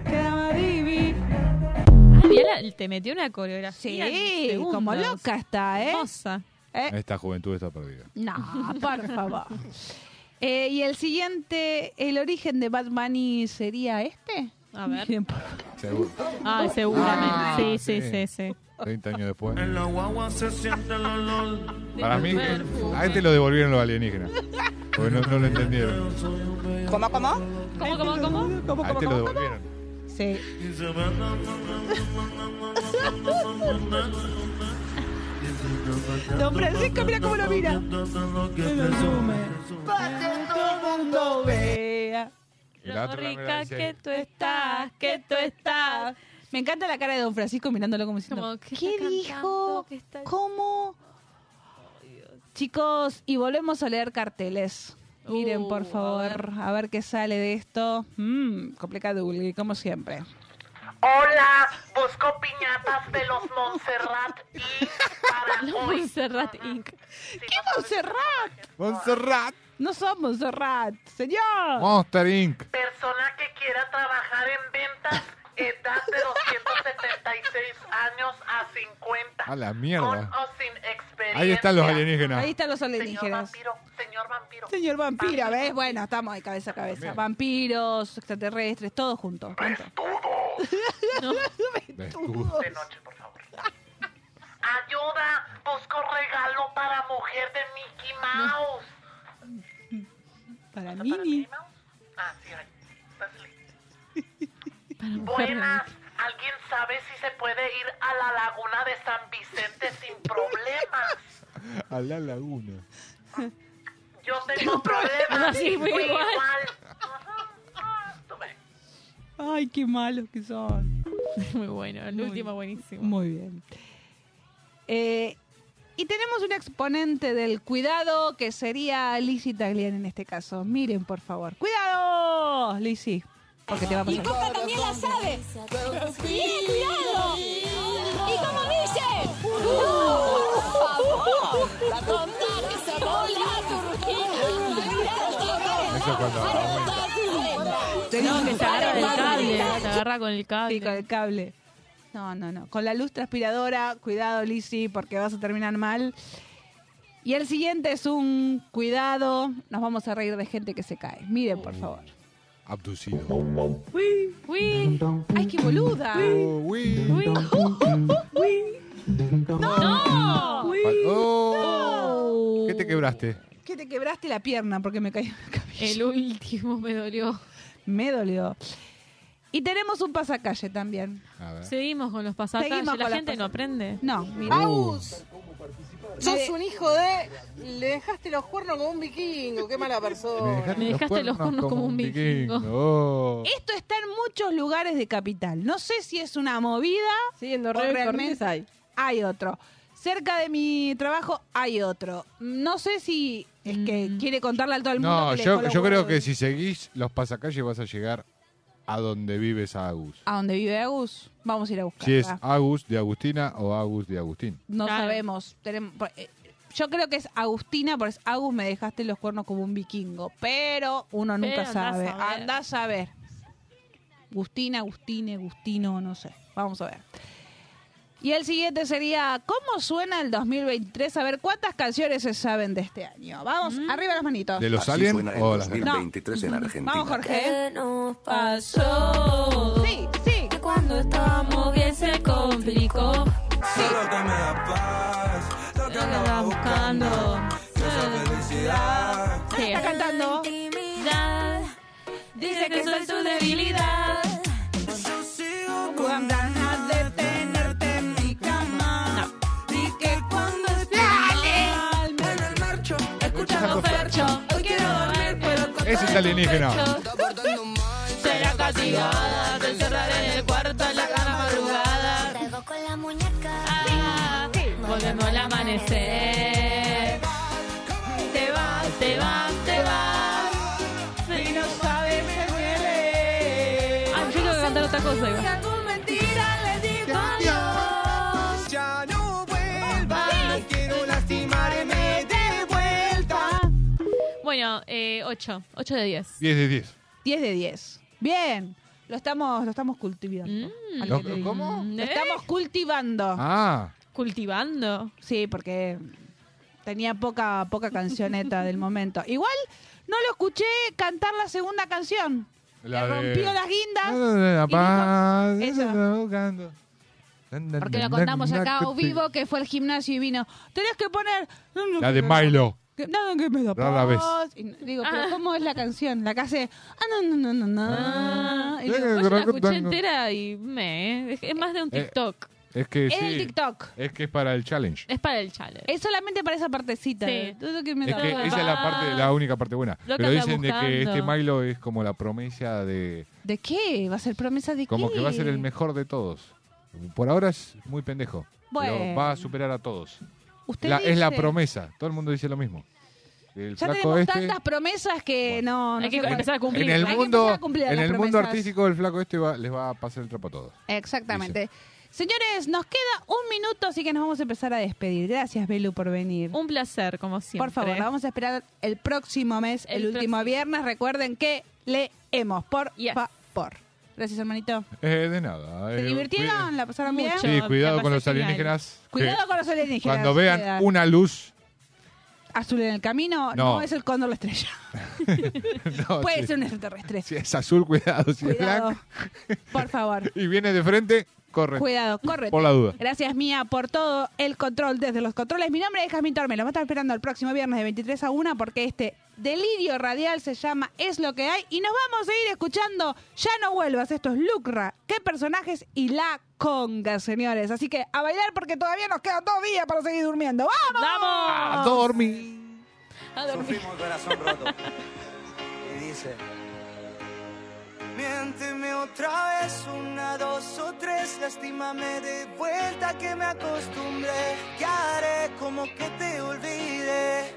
Quedaba divi.
Ah, mirá la- te metió una coreografía.
Sí, como loca está, ¿eh?
Hermosa.
Esta juventud está perdida.
No, por favor. Eh, y el siguiente, el origen de Bad Bunny sería este.
A ver.
Miren, por-
Seguro.
Ah, seguramente. sí, sí, sí, sí,
30 años después.
se siente el olor.
Para mí, a este lo devolvieron los alienígenas. Porque no, no lo entendieron.
¿Cómo, cómo?
¿Cómo, cómo, cómo?
A este lo devolvieron.
Sí. Don Francisco, mira cómo lo mira.
Se lo sume.
Pase todo
cuando vea
Lo rica que
tú estás, que tú estás. Me encanta la cara de Don Francisco mirándolo como diciendo,
Como,
¿qué,
¿qué está
dijo? ¿Cómo? Chicos, y volvemos a leer carteles. Miren, por favor, Uh, a ver. qué sale de esto. Mmm, complicadulli, como siempre.
Hola, busco piñatas de los Montserrat y para
Los
hoy.
Montserrat Inc.
¿Qué Montserrat?
Montserrat.
No somos Montserrat, señor.
Monster Inc.
Persona que quiera trabajar en ventas, edad de 276 años a 50.
A la mierda.
Con o sin experiencia.
Ahí están los alienígenas.
Ahí están los alienígenas.
Señor vampiro, señor vampiro.
Señor vampiro, ¿ves? Bueno, estamos ahí cabeza a cabeza.
Bien.
Vampiros, extraterrestres, todos juntos.
De noche, por favor. Ayuda, busco regalo para mujer de Mickey Mouse.
Para Mini.
Ah, sí, ahí. Buenas. ¿Alguien sabe si se puede ir a la laguna de San Vicente sin problemas?
A la laguna.
Yo tengo problemas.
Sí, fue
Fui
igual.
Tú ves.
Ay, qué malos que son.
Muy bueno, el último buenísimo.
Muy bien. Eh, y tenemos un exponente del cuidado que sería Lizzie Tagliani en este caso. Miren, por favor. ¡Cuidado, Lizzie! Porque te va a pasar.
también la sabe. ¡Bien, cuidado! ¿Y cómo dice? ¡No! ¡Por favor! ¡La condena que se voy a Turquía!
Eso cuando.
No, que se agarra del cable, se
agarra con el cable. Sí, con el cable. No, no, no. Con la luz transpiradora, cuidado, Lizzy, porque vas a terminar mal. Y el siguiente es un cuidado. Nos vamos a reír de gente que se cae. Miren, por favor.
Abducido.
¡Uy! ¡Uy! ¡Ay, qué boluda!
¡Uy!
¡Uy! ¡No!
Oh. ¿Qué te quebraste?
¿Qué te quebraste la pierna porque me cayó el cabello? El último me dolió. Me dolió. Y tenemos un pasacalle también.
Seguimos con los pasajes.
Seguimos
La
con los
gente no aprende.
No, mira.
Agus, sos un hijo de. Le dejaste los cuernos como un vikingo, qué mala
Oh,
persona.
vikingo.
Esto está en muchos lugares de capital. No sé si es una movida. Sí, en
Dorrego y Corrientes hay.
Hay otro. Cerca de mi trabajo hay otro. No sé si es que quiere contarle a todo el mundo.
No,
que le
yo,
dejó los
yo creo
huevos.
que si seguís los pasacalles vas a llegar a donde vives a Agus.
¿A dónde vive Agus? Vamos a ir a buscar.
Si es
va.
Agus de Agustina o Agus de Agustín.
No sabemos. Tenemos- por- eh, yo creo que es Agustina, porque es Agus me dejaste los cuernos como un vikingo. Pero uno
Pero
nunca
andá a
sabe.
saber.
Andá a saber. Agustina, Agustine, Agustino, no sé. Vamos a ver. Y el siguiente sería, ¿cómo suena el 2023? A ver, ¿cuántas canciones se saben de este año? Vamos,
Mm.
arriba las manitos.
¿De los aliens o las de-
en Argentina. Vamos, Jorge.
¿Qué nos pasó?
Sí, sí.
Que cuando estábamos bien se complicó.
Solo que me da paz, lo que andaba buscando, que esa felicidad.
Está
cantando.
Dice que soy su debilidad.
Yo sigo con ganas de tenerte en mi cama. Y que cuando esté mal, en el marcho, escuchando Fercho. Hoy quiero dormir, pero con
Ese es alienígena.
Será castigada. Te encerraré en el cuarto en la cama madrugada.
Salgo con la muñeca.
Ah,
Volvemos al amanecer.
te vas, te vas, te vas. Y no sabes me duele.
Ah, yo tengo que cantar otra cosa, Iván.
A tus mentiras le digo adiós. Ya no vuelvas. Quiero lastimarme de vuelta.
Bueno, eh, 8. 8 de 10.
10 de 10.
10 de 10. Bien. Lo estamos, lo estamos cultivando. Al
Lo-
que te-
¿cómo?
Lo
¿Eh?
estamos cultivando.
Ah,
¿Cultivando? Sí, porque tenía poca, poca cancioneta del momento. Igual no lo escuché cantar la segunda canción.
la de...
Rompió las guindas.
Eh, La paz,
dijo-
se está buscando.
Porque lo contamos acá a vivo que fue al gimnasio y vino. Tenés que poner.
La de Milo.
Que- nada que me da
Rara vez.
paz. Y digo, ¿pero cómo es la canción? La que hace. Ah, no, no, pues, no, no, no.
Ah, y digo,
Eh,
yo la
creo que
escuché
tengo-
entera y me. Es, es más de un
Eh,
TikTok.
Es que
Es
sí.
el TikTok.
Es que es para el challenge.
Es para el challenge.
Es solamente para esa partecita.
Sí.
Todo lo que me
Es que
daba.
esa es la parte, la única parte buena.
Loca
Pero
está
dicen de que
buscando.
este Milo es como la promesa de,
¿De qué? ¿Va a ser promesa de
como
qué?
que va a ser el mejor de todos. Por ahora es muy pendejo,
Bueno.
pero va a superar a todos.
Usted
La- Es la
dice.
promesa. Todo el mundo dice lo mismo. El
Ya
flaco
tenemos
este.
tantas promesas que no, no
Hay que
se puede.
empezar a
En el
Hay que
mundo,
empezar a cumplir
en
las
el mundo
promesas.
artístico, el flaco este va- les va a pasar el trapo a todos.
Exactamente. Señores, nos queda un minuto, así que nos vamos a empezar a despedir. Gracias, Belu, por venir.
Un placer, como siempre.
Por favor, vamos a esperar el próximo mes, el,
El
último
próximo.
viernes. Recuerden que leemos, por
Yes.
favor. Gracias, hermanito.
Eh, de nada.
¿Se
eh,
divirtieron?
cuide-
¿La pasaron bien?
Sí, cuidado con los alienígenas. que
Cuidado con los alienígenas.
Cuando vean
Cuidado.
una luz.
Azul en el camino, no,
No.
es el cóndor la estrella.
no,
Puede
sí.
ser un extraterrestre.
Si es azul, cuidado. Si es
Cuidado.
blanco
Por favor.
y viene de frente, corre.
Cuidado, corre.
Por la duda.
Gracias, Mía, por todo el control desde los controles. Mi nombre es Jasmine Torme. Lo vamos a estar esperando el próximo viernes de 23 a 1 porque este delirio radial se llama Es lo que hay. Y nos vamos a ir escuchando Ya no vuelvas. Esto es Lucra. ¿Qué personajes? Y la conga, señores. Así que a bailar porque todavía nos queda dos días para seguir durmiendo. ¡Vamos!
¡Vamos! A dormir.
A dormir.
Sufrimos de corazón roto. Y dice:
Miénteme otra vez, una, dos o tres, lastímame de vuelta que me acostumbré. ¿Qué haré? Como que te olvidé,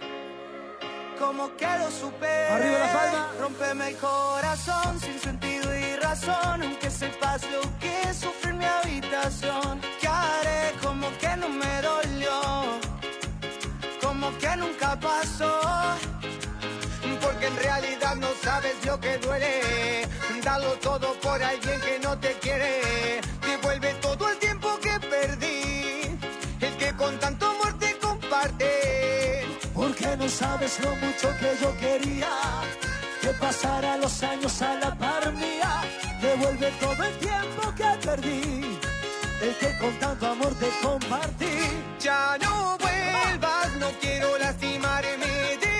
como que lo superé.
Arriba la palma.
Rompeme el corazón sin sentido y razón, aunque sepas lo que sufre en mi habitación. ¿Qué haré? Como que no me dolió, como que nunca pasó porque en realidad no sabes lo que duele. Dalo todo por alguien que no te quiere. Devuelve todo el tiempo que perdí, el que con tanto amor te comparte.
Porque no sabes lo mucho que yo quería que pasara los años a la par mía. Devuelve todo el tiempo que perdí, el que con tanto amor te compartí.
Ya no vuelvas, no quiero lastimarme de